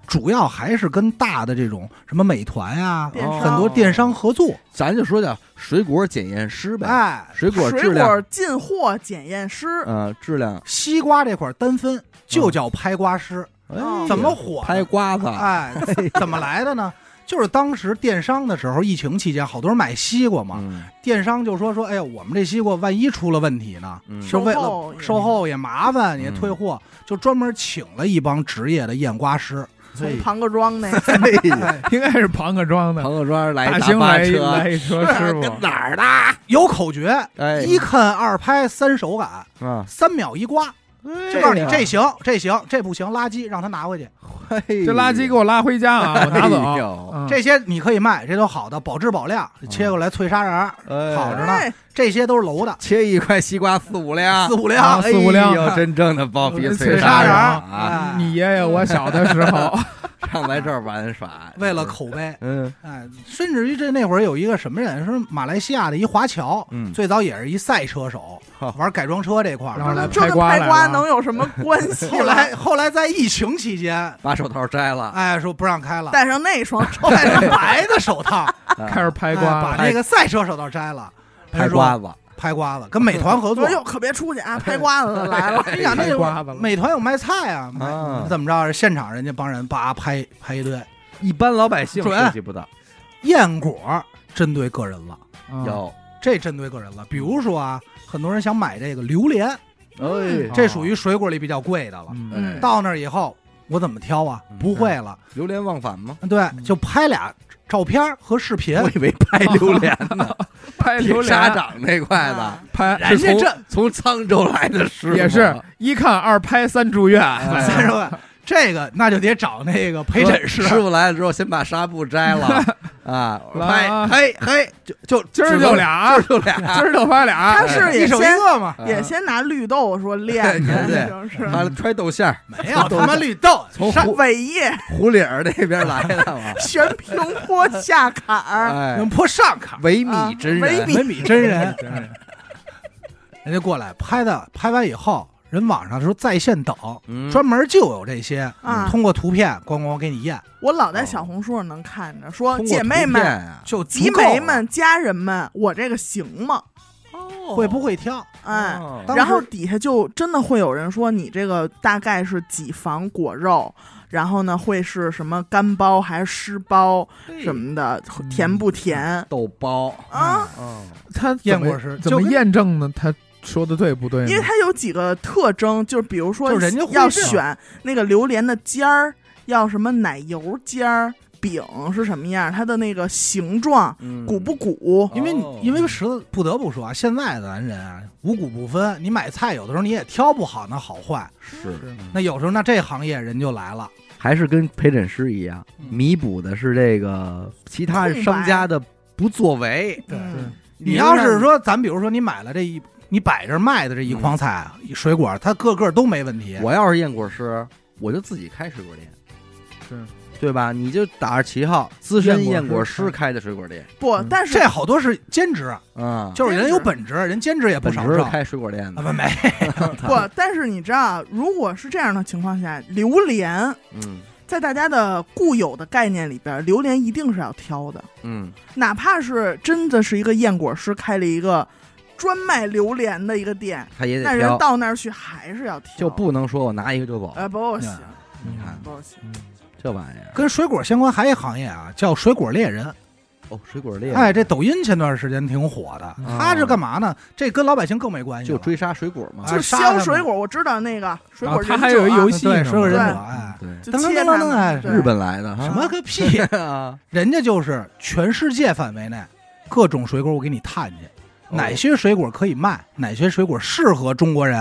Speaker 2: 主要还是跟大的这种什么美团呀、
Speaker 3: 电
Speaker 1: 哦
Speaker 3: 商
Speaker 2: 很多电商合作，
Speaker 1: 咱就说叫水果检验师呗，
Speaker 2: 哎，
Speaker 1: 水果质
Speaker 3: 水
Speaker 1: 量，
Speaker 3: 果进货检验师，
Speaker 1: 呃，质量
Speaker 2: 西瓜这块儿单分就叫拍瓜师，
Speaker 1: 哎
Speaker 3: 哦
Speaker 2: 怎么火的？
Speaker 1: 拍瓜子？
Speaker 2: 哎，怎么来的呢？ 就是当时电商的时候，疫情期间，好多人买西瓜嘛，
Speaker 1: 嗯
Speaker 2: 电商就说说，哎呀，我们这西瓜万一出了问题呢，
Speaker 1: 嗯
Speaker 2: 就为
Speaker 3: 售
Speaker 2: 了
Speaker 3: 后也
Speaker 2: 售后也麻烦，也
Speaker 1: 嗯
Speaker 2: 退货，就专门请了一帮职业的验瓜师，
Speaker 1: 所以
Speaker 3: 从庞各 庄那
Speaker 1: 哎
Speaker 4: 应该是庞各庄的，
Speaker 1: 朋友庄来
Speaker 4: 大
Speaker 1: 一
Speaker 4: 兴
Speaker 1: 巴
Speaker 4: 来一
Speaker 1: 车，哎啊
Speaker 4: 来一车师傅，
Speaker 1: 跟哪儿的？
Speaker 2: 有口诀，
Speaker 1: 哎，
Speaker 2: 一看二拍三手感，
Speaker 1: 啊，
Speaker 2: 三秒一刮，就
Speaker 1: 就
Speaker 2: 告诉你这行这行这不行，垃圾让他拿回去，
Speaker 4: 这
Speaker 1: 这
Speaker 4: 垃圾给我拉回家啊，我拿
Speaker 1: 哎
Speaker 4: 走。
Speaker 1: 呦
Speaker 4: 嗯
Speaker 2: 这些你可以卖，这都好的，保质保量，切过来脆沙瓤儿，
Speaker 1: 哎
Speaker 2: 好着呢
Speaker 3: 哎，
Speaker 2: 这些都是楼的，
Speaker 1: 切一块西瓜四五两，
Speaker 2: 四五
Speaker 4: 啊
Speaker 2: 辆，
Speaker 4: 四五辆
Speaker 1: 哎呦真正的包皮
Speaker 4: 脆
Speaker 1: 沙
Speaker 4: 沙瓤
Speaker 1: 啊，
Speaker 2: 哎
Speaker 4: 你爷爷我小的时候，
Speaker 1: 上咱这儿玩耍，
Speaker 2: 为了口碑，
Speaker 1: 嗯
Speaker 2: 哎，甚至于这那会儿有一个什么人，说马来西亚的一华侨，
Speaker 1: 嗯，
Speaker 2: 最早也是一赛车手
Speaker 1: 呵，
Speaker 2: 玩改装车这块儿
Speaker 4: 然后
Speaker 2: 的。？
Speaker 4: 来
Speaker 3: 这跟
Speaker 4: 拍瓜
Speaker 3: 拍
Speaker 4: 来了
Speaker 1: 啊
Speaker 3: 瓜能有什么关系
Speaker 2: 后来后来在疫情期间，
Speaker 1: 把手套摘了，啊
Speaker 2: 哎，说不让开了，
Speaker 3: 戴上那双臭
Speaker 2: 戴上白的手套，
Speaker 4: 开始拍
Speaker 2: 哎
Speaker 4: 瓜
Speaker 2: 把
Speaker 4: 了，
Speaker 2: 那个赛车手套摘了，
Speaker 1: 拍瓜
Speaker 2: 说
Speaker 1: 子，
Speaker 2: 拍瓜子，跟美团合作
Speaker 3: 左。右可别出去啊！拍瓜子的来了，哎
Speaker 2: 你想那
Speaker 4: 拍
Speaker 2: 个
Speaker 4: 瓜子了。
Speaker 2: 美团有卖菜啊，
Speaker 1: 啊
Speaker 2: 买怎么着？现场人家帮人叭拍拍一堆
Speaker 1: 一般老百姓
Speaker 2: 准
Speaker 1: 涉及不到。
Speaker 2: 燕果，针对个人了，
Speaker 4: 嗯
Speaker 1: 有，哎
Speaker 2: 这针对个人了。比如说啊，很多人想买这个榴莲，
Speaker 1: 哎
Speaker 2: 哦
Speaker 4: 哦
Speaker 2: 这属于水果里比较贵的了。
Speaker 4: 嗯
Speaker 3: 嗯
Speaker 1: 哎
Speaker 2: 到那儿以后，我怎么挑啊
Speaker 1: 嗯？
Speaker 2: 不会了，
Speaker 1: 流连忘返吗？
Speaker 2: 对，就拍俩照片儿和视频。
Speaker 1: 我以为拍榴莲呢，
Speaker 4: 拍榴
Speaker 1: 铁砂
Speaker 4: 莲，
Speaker 1: 掌那块
Speaker 3: 啊
Speaker 1: 的，
Speaker 4: 拍
Speaker 1: 人家
Speaker 4: 是从
Speaker 1: 这从沧州来的师傅
Speaker 4: 也是一看二拍三住院，
Speaker 1: 哎
Speaker 2: 三 十万，这个那就得找那个陪诊师。
Speaker 1: 师傅来了之后，先把纱布摘了啊，
Speaker 4: 来啊
Speaker 1: 嘿嘿嘿，就就
Speaker 4: 今儿就，俩，
Speaker 1: 只能今儿就俩，
Speaker 4: 今儿就拍俩，哎
Speaker 3: 他是
Speaker 2: 哎一
Speaker 3: 也
Speaker 2: 手一
Speaker 3: 先
Speaker 2: 个嘛，
Speaker 1: 啊
Speaker 3: 也先拿绿豆说练
Speaker 1: 对对
Speaker 3: 的，
Speaker 1: 对嗯
Speaker 3: 就是
Speaker 1: 完了揣豆馅儿，
Speaker 2: 没有他妈绿豆，
Speaker 1: 从
Speaker 2: 上
Speaker 1: 胡
Speaker 3: 伟业，
Speaker 1: 胡岭儿那边来的嘛
Speaker 3: 悬平坡下坎儿，
Speaker 1: 哎
Speaker 2: 能，泼上卡，
Speaker 1: 维米真
Speaker 3: 维
Speaker 1: 人
Speaker 3: 啊米
Speaker 2: 没米真人，人家过来拍的，拍完以后，人网上说在线等，
Speaker 1: 嗯
Speaker 2: 专门就有这些，
Speaker 3: 啊
Speaker 2: 通过图片咣咣给你验，
Speaker 3: 我老在小红书上能看着，说
Speaker 1: 通过
Speaker 3: 姐妹
Speaker 1: 图
Speaker 3: 们、
Speaker 1: 片啊
Speaker 2: 就足
Speaker 3: 集
Speaker 2: 够了
Speaker 3: 媒们、家人们，我这个行吗？
Speaker 2: 会不会挑？
Speaker 3: 哎，
Speaker 1: 哦
Speaker 2: 当时
Speaker 3: 然后底下就真的会有人说你这个大概是几房果肉，然后呢会是什么干包还是湿包什么的，甜不甜
Speaker 1: 豆包
Speaker 3: 啊？
Speaker 1: 哦
Speaker 4: 他
Speaker 2: 验过是
Speaker 4: 怎
Speaker 2: 就
Speaker 4: 么
Speaker 2: 跟
Speaker 4: 验证呢？他说的对不对呢？
Speaker 3: 因为它有几个特征，就是比如说
Speaker 2: 嗯就是人家会
Speaker 3: 要
Speaker 2: 这样
Speaker 3: 选那个榴莲的尖儿，要什么奶油尖儿，饼是什么样，它的那个形状
Speaker 1: 嗯
Speaker 3: 鼓不鼓，
Speaker 2: 因为你
Speaker 1: 哦
Speaker 2: 因为实在不得不说啊，现在的咱人啊，五谷不分，你买菜有的时候你也挑不好那好坏，
Speaker 1: 是
Speaker 4: 是
Speaker 2: 那有时候那这行业人就来了，
Speaker 1: 还是跟陪诊师一样，
Speaker 2: 嗯
Speaker 1: 弥补的是这个其他商家的不作为。
Speaker 2: 对
Speaker 3: 嗯
Speaker 2: 你要是说咱比如说你买了这一。你摆着卖的这一筐菜、啊一水果，它个个都没问题。
Speaker 1: 我要是验果师，我就自己开水果店，
Speaker 4: 是
Speaker 1: 对吧？你就打着旗号，资深验
Speaker 4: 验
Speaker 1: 果
Speaker 4: 果
Speaker 1: 师
Speaker 4: 师
Speaker 1: 开的水果店
Speaker 3: 不
Speaker 4: 嗯，
Speaker 3: 但是
Speaker 2: 这好多是兼职，
Speaker 1: 啊，
Speaker 2: 就是人有
Speaker 3: 兼职
Speaker 2: 本职，人兼职也不
Speaker 1: 本
Speaker 2: 少
Speaker 1: 职是
Speaker 2: 挣。啊
Speaker 1: 开水果店
Speaker 2: 不
Speaker 1: 的，
Speaker 2: 没，
Speaker 3: 不，但是你知道，如果是这样的情况下，榴莲
Speaker 1: 嗯
Speaker 3: 在大家的固有的概念里边，榴莲一定是要挑的，
Speaker 1: 嗯，
Speaker 3: 哪怕是真的是一个验果师开了一个专卖榴莲的一个店，
Speaker 1: 他也
Speaker 3: 那
Speaker 1: 得
Speaker 3: 人
Speaker 1: 挑，
Speaker 3: 到那儿去还是要挑，
Speaker 1: 就不能说我拿一个就走，
Speaker 3: 呃
Speaker 2: 嗯
Speaker 3: 不行，
Speaker 1: 你看
Speaker 3: 不行，
Speaker 1: 这玩意儿。
Speaker 2: 跟水果相关还一行业啊，叫水果猎人。
Speaker 1: 哦，水果猎人，
Speaker 2: 哎，这抖音前段时间挺火的，
Speaker 1: 嗯
Speaker 2: 他是干嘛呢？这跟老百姓更没关系
Speaker 1: 就
Speaker 2: 了，
Speaker 1: 追杀水果嘛
Speaker 2: 啊。
Speaker 3: 就是
Speaker 2: 杀他
Speaker 3: 削
Speaker 2: 们
Speaker 3: 水果，我知道那个水
Speaker 4: 然后
Speaker 3: 果
Speaker 4: 他
Speaker 3: 忍
Speaker 4: 还有一
Speaker 3: 者啊
Speaker 4: 游戏
Speaker 2: 对
Speaker 4: 呢
Speaker 2: 水果忍
Speaker 3: 对
Speaker 2: 者，哎，
Speaker 1: 对，
Speaker 3: 就
Speaker 2: 噔噔噔
Speaker 3: 切
Speaker 2: 噔
Speaker 3: 它
Speaker 2: 噔
Speaker 3: 们
Speaker 2: 哎
Speaker 1: 嗯
Speaker 3: 对
Speaker 1: 日本来的哈
Speaker 2: 什么 个屁！
Speaker 1: 啊，
Speaker 2: 人家就是全世界范围内各种水果，我给你探去，哪些水果可以卖，哪些水果适合中国人，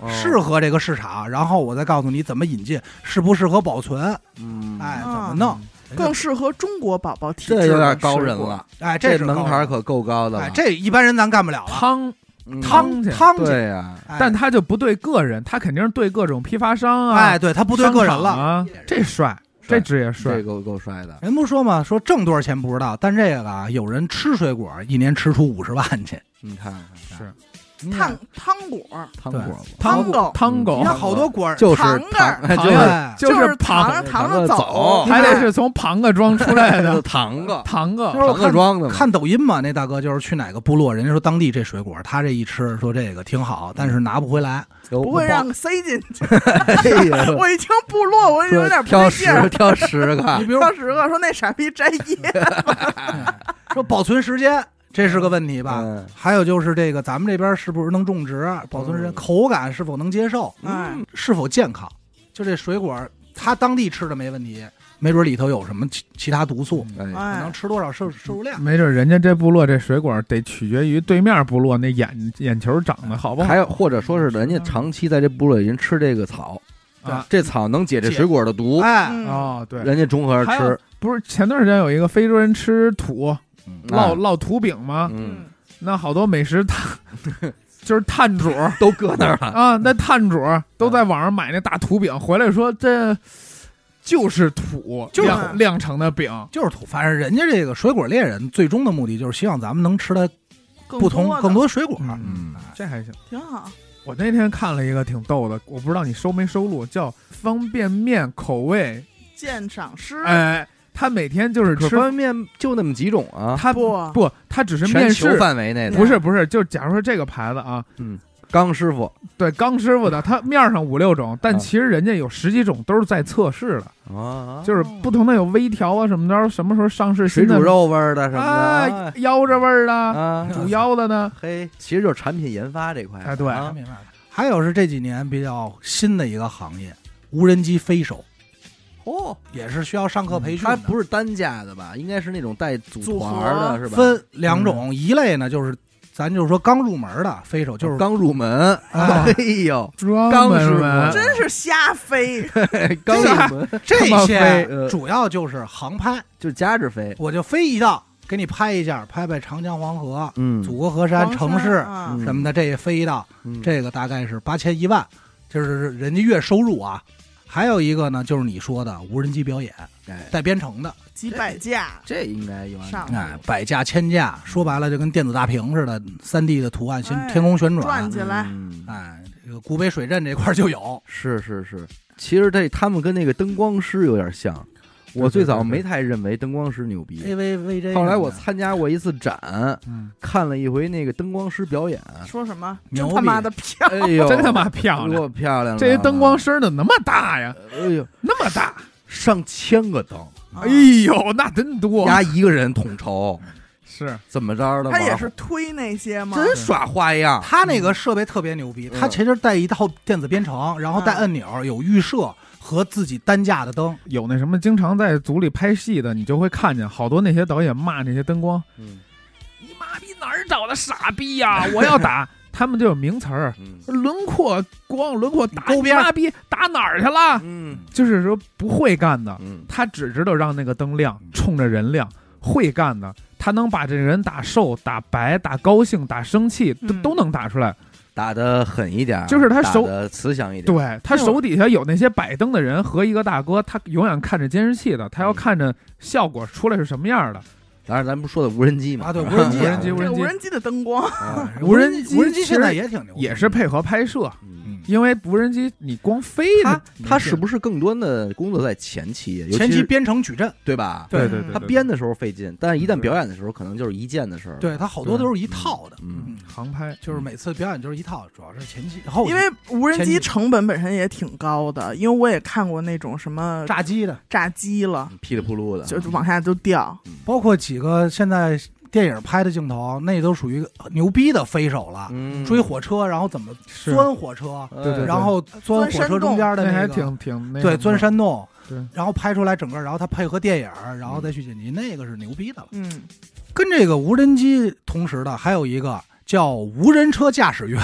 Speaker 1: 哦
Speaker 2: 适合这个市场，然后我再告诉你怎么引进，适不适合保存，
Speaker 1: 嗯，
Speaker 2: 哎，怎
Speaker 3: 嗯
Speaker 2: 么弄，
Speaker 3: 更适合中国宝宝体质，
Speaker 1: 这有点高人了，，
Speaker 2: 哎，
Speaker 1: 这
Speaker 2: 是
Speaker 1: 门
Speaker 2: 高
Speaker 1: 槛
Speaker 2: 手
Speaker 1: 可够高的了。
Speaker 2: 哎，这一般人咱干不了了。
Speaker 4: 汤，
Speaker 1: 嗯
Speaker 2: 汤
Speaker 4: 去
Speaker 2: 汤去，
Speaker 1: 对呀，
Speaker 2: 哎
Speaker 4: 但他就不对个人，他肯定是对各种批发商啊，
Speaker 2: 哎，对他不对个人
Speaker 4: 商场
Speaker 2: 了。
Speaker 4: 啊，这帅，这职业
Speaker 1: 这
Speaker 4: 帅，
Speaker 1: 够够帅的。
Speaker 2: 人不说嘛，说挣多少钱不知道，但这个啊，有人吃水果一年吃出五十万去。
Speaker 1: 你看看
Speaker 4: 是
Speaker 3: 烫
Speaker 2: 嗯
Speaker 3: 汤果，
Speaker 1: 汤
Speaker 2: 对
Speaker 1: 果吧
Speaker 3: 汤狗
Speaker 4: 汤狗
Speaker 2: 你看好多果儿，
Speaker 1: 就是
Speaker 3: 糖
Speaker 1: 糖
Speaker 3: 个儿
Speaker 1: 哎就
Speaker 4: 糖
Speaker 1: 是
Speaker 2: 哎
Speaker 4: 就
Speaker 3: 就是
Speaker 4: 庞，
Speaker 3: 糖糖
Speaker 1: 着
Speaker 3: 着
Speaker 1: 走
Speaker 4: 还得是从庞各庄出 来的
Speaker 1: 糖个
Speaker 4: 庞各
Speaker 2: 就是
Speaker 1: 糖
Speaker 2: 我
Speaker 1: 个
Speaker 2: 看
Speaker 1: 庄的嘛。
Speaker 2: 看抖音嘛，那大哥就是去哪个部落，人家说当地这水果，他这一吃说这个挺好，但是拿不回来。
Speaker 1: 有
Speaker 3: 不会让塞进去。
Speaker 1: 哎呀
Speaker 3: 我一听部落，我就有
Speaker 1: 说
Speaker 3: 点不
Speaker 1: 挑
Speaker 3: 对劲
Speaker 1: 十
Speaker 3: 儿。
Speaker 1: 挑十
Speaker 2: 你
Speaker 1: 个，
Speaker 2: 比如哎
Speaker 3: 挑十个，说那傻逼摘 叶，
Speaker 2: 说保存时间，这是个问题吧？
Speaker 1: 嗯
Speaker 2: 还有就是这个咱们这边是不是能种植，保存时间、
Speaker 1: 嗯
Speaker 2: 口感是否能接受，
Speaker 3: 哎，
Speaker 2: 是否健康？就这水果，他当地吃的没问题，没准里头有什么其其他毒素，
Speaker 1: 哎，
Speaker 2: 可能
Speaker 3: 哎，
Speaker 2: 吃多少摄摄入量。
Speaker 4: 没准人家这部落这水果得取决于对面部落那眼眼球长得好不好
Speaker 1: 还，有或者说是人家长期在这部落已经吃这个草，
Speaker 4: 啊
Speaker 1: 这草能解这
Speaker 2: 解
Speaker 1: 水果的毒，
Speaker 2: 哎，
Speaker 3: 嗯，
Speaker 4: 哦对。
Speaker 1: 人家中和着
Speaker 4: 还有
Speaker 1: 吃，
Speaker 4: 不是前段时间有一个非洲人吃土烙
Speaker 1: 哎
Speaker 4: 烙土饼吗？
Speaker 1: 嗯，
Speaker 4: 那好多美食探 就是探主儿
Speaker 1: 都搁那儿了。
Speaker 4: 啊，那探主儿都在网上买那大土饼，回来说这就是土
Speaker 2: 就是
Speaker 3: 土
Speaker 4: 酿酿成的
Speaker 1: 啊
Speaker 4: 饼，
Speaker 2: 就是土，反正人家这个水果猎人最终的目的就是希望咱们能吃的
Speaker 3: 更
Speaker 2: 不同
Speaker 3: 的
Speaker 2: 更多水果。
Speaker 1: 嗯
Speaker 4: 这还行。
Speaker 3: 挺好，
Speaker 4: 我那天看了一个挺逗的，我不知道你收没收录，叫方便面口味，
Speaker 3: 鉴赏师，
Speaker 4: 哎，他每天就是
Speaker 1: 嗯可
Speaker 4: 吃
Speaker 1: 方便面就那么几种啊，
Speaker 4: 他
Speaker 3: 不
Speaker 4: 不，他只是
Speaker 1: 全
Speaker 4: 面
Speaker 1: 球
Speaker 4: 试，嗯
Speaker 1: 范围内的
Speaker 4: 不是不是，就是假如说这个牌子啊，
Speaker 1: 刚师傅
Speaker 4: 对，刚师傅的，他面儿上五六种，但
Speaker 1: 啊
Speaker 4: 其实人家有十几种都是在测试的，
Speaker 1: 啊
Speaker 4: 就是不同的有微调啊，什么着，什么时候上市
Speaker 1: 水
Speaker 4: 新的
Speaker 1: 煮肉味儿的什么
Speaker 4: 啊，腰着味儿
Speaker 1: 的
Speaker 4: 的，
Speaker 1: 啊，
Speaker 4: 煮腰的呢，
Speaker 1: 嘿，其实就是产品研发这块
Speaker 4: 哎对
Speaker 1: 啊
Speaker 2: 明白了。还有是这几年比较新的一个行业，无人机飞手。
Speaker 1: 哦，
Speaker 2: 也是需要上课培训的。
Speaker 1: 它嗯不是单价的吧？应该是那种带组
Speaker 3: 组
Speaker 1: 团
Speaker 3: 合
Speaker 1: 儿的，是吧？
Speaker 2: 分两种，一类呢就是咱就是说刚入门的飞手，就是
Speaker 1: 哦刚入门，
Speaker 2: 啊
Speaker 1: 哎呦，
Speaker 4: 装
Speaker 1: 师
Speaker 4: 门
Speaker 1: 傅
Speaker 4: 门
Speaker 3: 真是瞎飞，
Speaker 1: 刚入门
Speaker 2: 这
Speaker 4: 他妈飞
Speaker 2: 些
Speaker 1: 呃
Speaker 2: 主要就是航拍，
Speaker 1: 就夹着 飞，
Speaker 2: 我就飞一道，给你拍一下，拍拍长江、黄河、
Speaker 1: 嗯，
Speaker 2: 祖国河山、城市
Speaker 3: 啊
Speaker 1: 嗯
Speaker 2: 什么的，这也飞一道，
Speaker 1: 嗯
Speaker 2: 这个大概是八千一万，就是人家月收入啊。还有一个呢，就是你说的无人机表演，
Speaker 1: 哎
Speaker 2: 带编程的，
Speaker 3: 几百架，
Speaker 1: 这应该有按
Speaker 3: 上
Speaker 1: 照
Speaker 2: 哎，百架千架，说白了就跟电子大屏似的，三 D 的图案，先
Speaker 3: 哎
Speaker 2: 天空旋转
Speaker 3: 转，起来
Speaker 1: 嗯
Speaker 2: 哎，这个古北水镇这块儿就有，
Speaker 1: 是是是，其实这他们跟那个灯光师有点像。我最早
Speaker 4: 对对对
Speaker 1: 没太认为灯光师牛逼，
Speaker 2: AVVJ。
Speaker 1: 后来我参加过一次展，
Speaker 4: 嗯，
Speaker 1: 看了一回那个灯光师表演，
Speaker 3: 说什么
Speaker 2: 牛
Speaker 3: 真
Speaker 2: 逼
Speaker 3: 他妈的漂亮，
Speaker 1: 哎呦，
Speaker 4: 真他妈漂亮！啊
Speaker 1: 多漂亮！
Speaker 4: 这些灯光，声儿怎么那么大呀？
Speaker 1: 哎呦，
Speaker 4: 那么大！
Speaker 1: 上千个灯，
Speaker 3: 啊
Speaker 4: 哎呦，那真多！
Speaker 1: 压一个人统筹，
Speaker 4: 是
Speaker 1: 怎么着的玩
Speaker 3: 他
Speaker 1: 儿？
Speaker 3: 也是推那些吗？
Speaker 1: 真耍花样，
Speaker 2: 他那个设备特别牛逼，
Speaker 1: 嗯
Speaker 2: 他其实带一套电子编程，然后带按钮，有预设和自己单架的灯。
Speaker 4: 有那什么，经常在组里拍戏的，你就会看见好多那些导演骂那些灯光，
Speaker 1: 嗯
Speaker 4: 你妈逼哪儿找的傻逼呀、 我要打，他们就有名词儿，
Speaker 1: 嗯
Speaker 4: 轮廓光有轮廓打
Speaker 2: 勾
Speaker 4: 你
Speaker 2: 边儿
Speaker 4: 妈逼打哪儿去了？
Speaker 1: 嗯
Speaker 4: 就是说不会干的，
Speaker 1: 嗯，
Speaker 4: 他只知道让那个灯亮，冲着人亮。会干的，他能把这人打瘦、打白、打高兴、打生气，都、
Speaker 3: 嗯
Speaker 4: 都能打出来。
Speaker 1: 打的狠一点儿，
Speaker 4: 就是他
Speaker 1: 打
Speaker 4: 手
Speaker 1: 得慈祥一点，，
Speaker 4: 对他手底下有那些摆灯的人和一个大哥，他永远看着监视器的，他要看着效果出来是什么样的。
Speaker 1: 当然咱不说的无人机嘛，
Speaker 2: 啊对
Speaker 1: 是吧
Speaker 2: 无人机
Speaker 4: 无人机，
Speaker 3: 这
Speaker 4: 无人
Speaker 3: 无
Speaker 4: 机
Speaker 3: 人机的灯光，
Speaker 1: 啊
Speaker 4: 无人机
Speaker 2: 无人机
Speaker 4: 其实
Speaker 2: 现在也挺牛逼，
Speaker 4: 也是配合拍摄，
Speaker 1: 嗯
Speaker 2: 嗯，
Speaker 4: 因为无人机你光飞
Speaker 1: 他
Speaker 4: 你
Speaker 1: 他是不是更多的工作在前期？尤其
Speaker 2: 前期
Speaker 1: 是
Speaker 2: 编程矩阵，
Speaker 1: 对吧？
Speaker 4: 对
Speaker 3: 对
Speaker 4: 对
Speaker 3: 对
Speaker 4: 对，
Speaker 3: 对
Speaker 1: 他编的时候费劲，但一旦表演的时候，可能就是一件的事儿。
Speaker 2: 对，它好多都是一套的，
Speaker 1: 嗯，
Speaker 4: 航拍，
Speaker 2: 就是每次表演就是一套，主要是前期后期
Speaker 3: 因为无人
Speaker 2: 前
Speaker 3: 机
Speaker 2: 期
Speaker 3: 成本本身也挺高的，因为我也看过那种什么
Speaker 2: 炸机的，
Speaker 3: 炸机了，
Speaker 1: 噼里扑噜的，
Speaker 3: 就就往下就掉，
Speaker 2: 包括几个现在电影拍的镜头，那都属于牛逼的飞手了，
Speaker 1: 嗯
Speaker 2: 追，火车，然后怎么
Speaker 4: 是
Speaker 2: 钻火车，
Speaker 1: 哎
Speaker 4: 对对
Speaker 2: 然后钻火车中间的个
Speaker 4: 那还挺挺那
Speaker 2: 对
Speaker 4: 什么
Speaker 2: 钻山洞
Speaker 4: 对，
Speaker 2: 然后拍出来整个，然后它配合电影，然后再去剪辑，那个是牛逼的了。
Speaker 3: 嗯，
Speaker 2: 跟这个无人机同时的还有一个叫无人车驾驶员，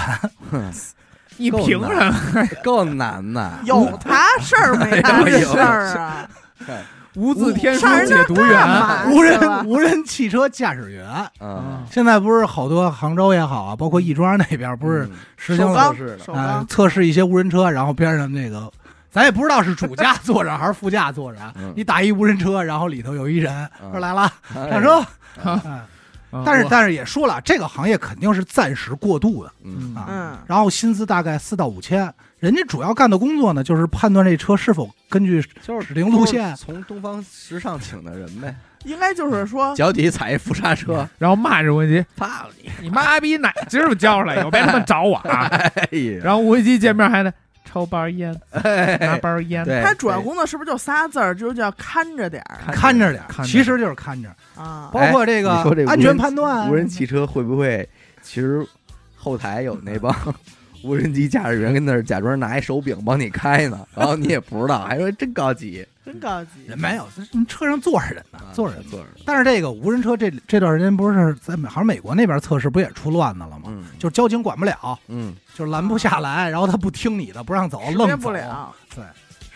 Speaker 4: 你凭
Speaker 1: 够
Speaker 4: 什么？
Speaker 1: 够难嗯的，
Speaker 3: 有他事儿没他
Speaker 1: 哎呦
Speaker 3: 事儿啊，
Speaker 4: 无字天书
Speaker 3: 上人
Speaker 4: 解
Speaker 3: 那儿
Speaker 4: 读
Speaker 3: 干
Speaker 4: 员，
Speaker 3: 嘛
Speaker 2: 无
Speaker 3: 去了
Speaker 2: 人无人汽车驾驶员。
Speaker 4: 啊
Speaker 1: 嗯，
Speaker 2: 现在不是好多杭州也好啊，包括亦庄那边不是
Speaker 1: 嗯
Speaker 2: 实行
Speaker 3: 首
Speaker 2: 了
Speaker 3: 钢
Speaker 1: 是的
Speaker 3: 首
Speaker 2: 啊、
Speaker 3: 钢，
Speaker 2: 测试一些无人车，然后边上那个咱也不知道是主驾坐着还是副驾坐着啊
Speaker 1: 嗯，
Speaker 2: 你打一无人车，然后里头有一人
Speaker 1: 嗯
Speaker 2: 说来了
Speaker 1: 哎
Speaker 2: 上车，
Speaker 4: 啊
Speaker 2: 哎
Speaker 4: 啊
Speaker 2: 但是
Speaker 4: 我
Speaker 2: 但是也说了，这个行业肯定是暂时过渡的。
Speaker 1: 嗯
Speaker 4: 啊
Speaker 3: 嗯，
Speaker 2: 然后薪资大概四到五千。人家主要干的工作呢，就是判断这车是否根据
Speaker 1: 就是
Speaker 2: 指定路线
Speaker 1: 从东方时尚请的人呗，
Speaker 3: 应该就是说
Speaker 1: 脚底踩一副刹车，
Speaker 4: 然后骂着无人机，
Speaker 1: 操你！
Speaker 4: 你妈逼哪今儿就交出来，有别他妈找我啊！
Speaker 1: 哎呀，
Speaker 4: 然后无人机见面还得抽包烟，拿包烟，
Speaker 1: 哎对，
Speaker 3: 他主要
Speaker 1: 对
Speaker 3: 工作是不是就仨字儿，就叫看着点儿
Speaker 2: 看着点儿
Speaker 4: 看着，
Speaker 2: 其实就是看着，
Speaker 3: 啊
Speaker 2: 包括这个
Speaker 1: 你说这无人
Speaker 2: 安全判断啊。
Speaker 1: 无人汽车会不会其实后台有那帮无人机驾驶员跟那儿假装拿一手柄帮你开呢，然后你也不知道，还说真高级，
Speaker 3: 真高级，
Speaker 2: 人没有，这车上坐着人呢
Speaker 1: 啊，
Speaker 2: 坐着人。
Speaker 1: 坐着，
Speaker 2: 但是这个无人车这这段时间不是在美，好像美国那边测试不也出乱子了吗？
Speaker 1: 嗯
Speaker 2: 就是交警管不了，
Speaker 1: 嗯，
Speaker 2: 就是拦不下来，然后他不听你的，不让走，
Speaker 3: 识
Speaker 2: 愣
Speaker 3: 别
Speaker 2: 走
Speaker 3: 不。了。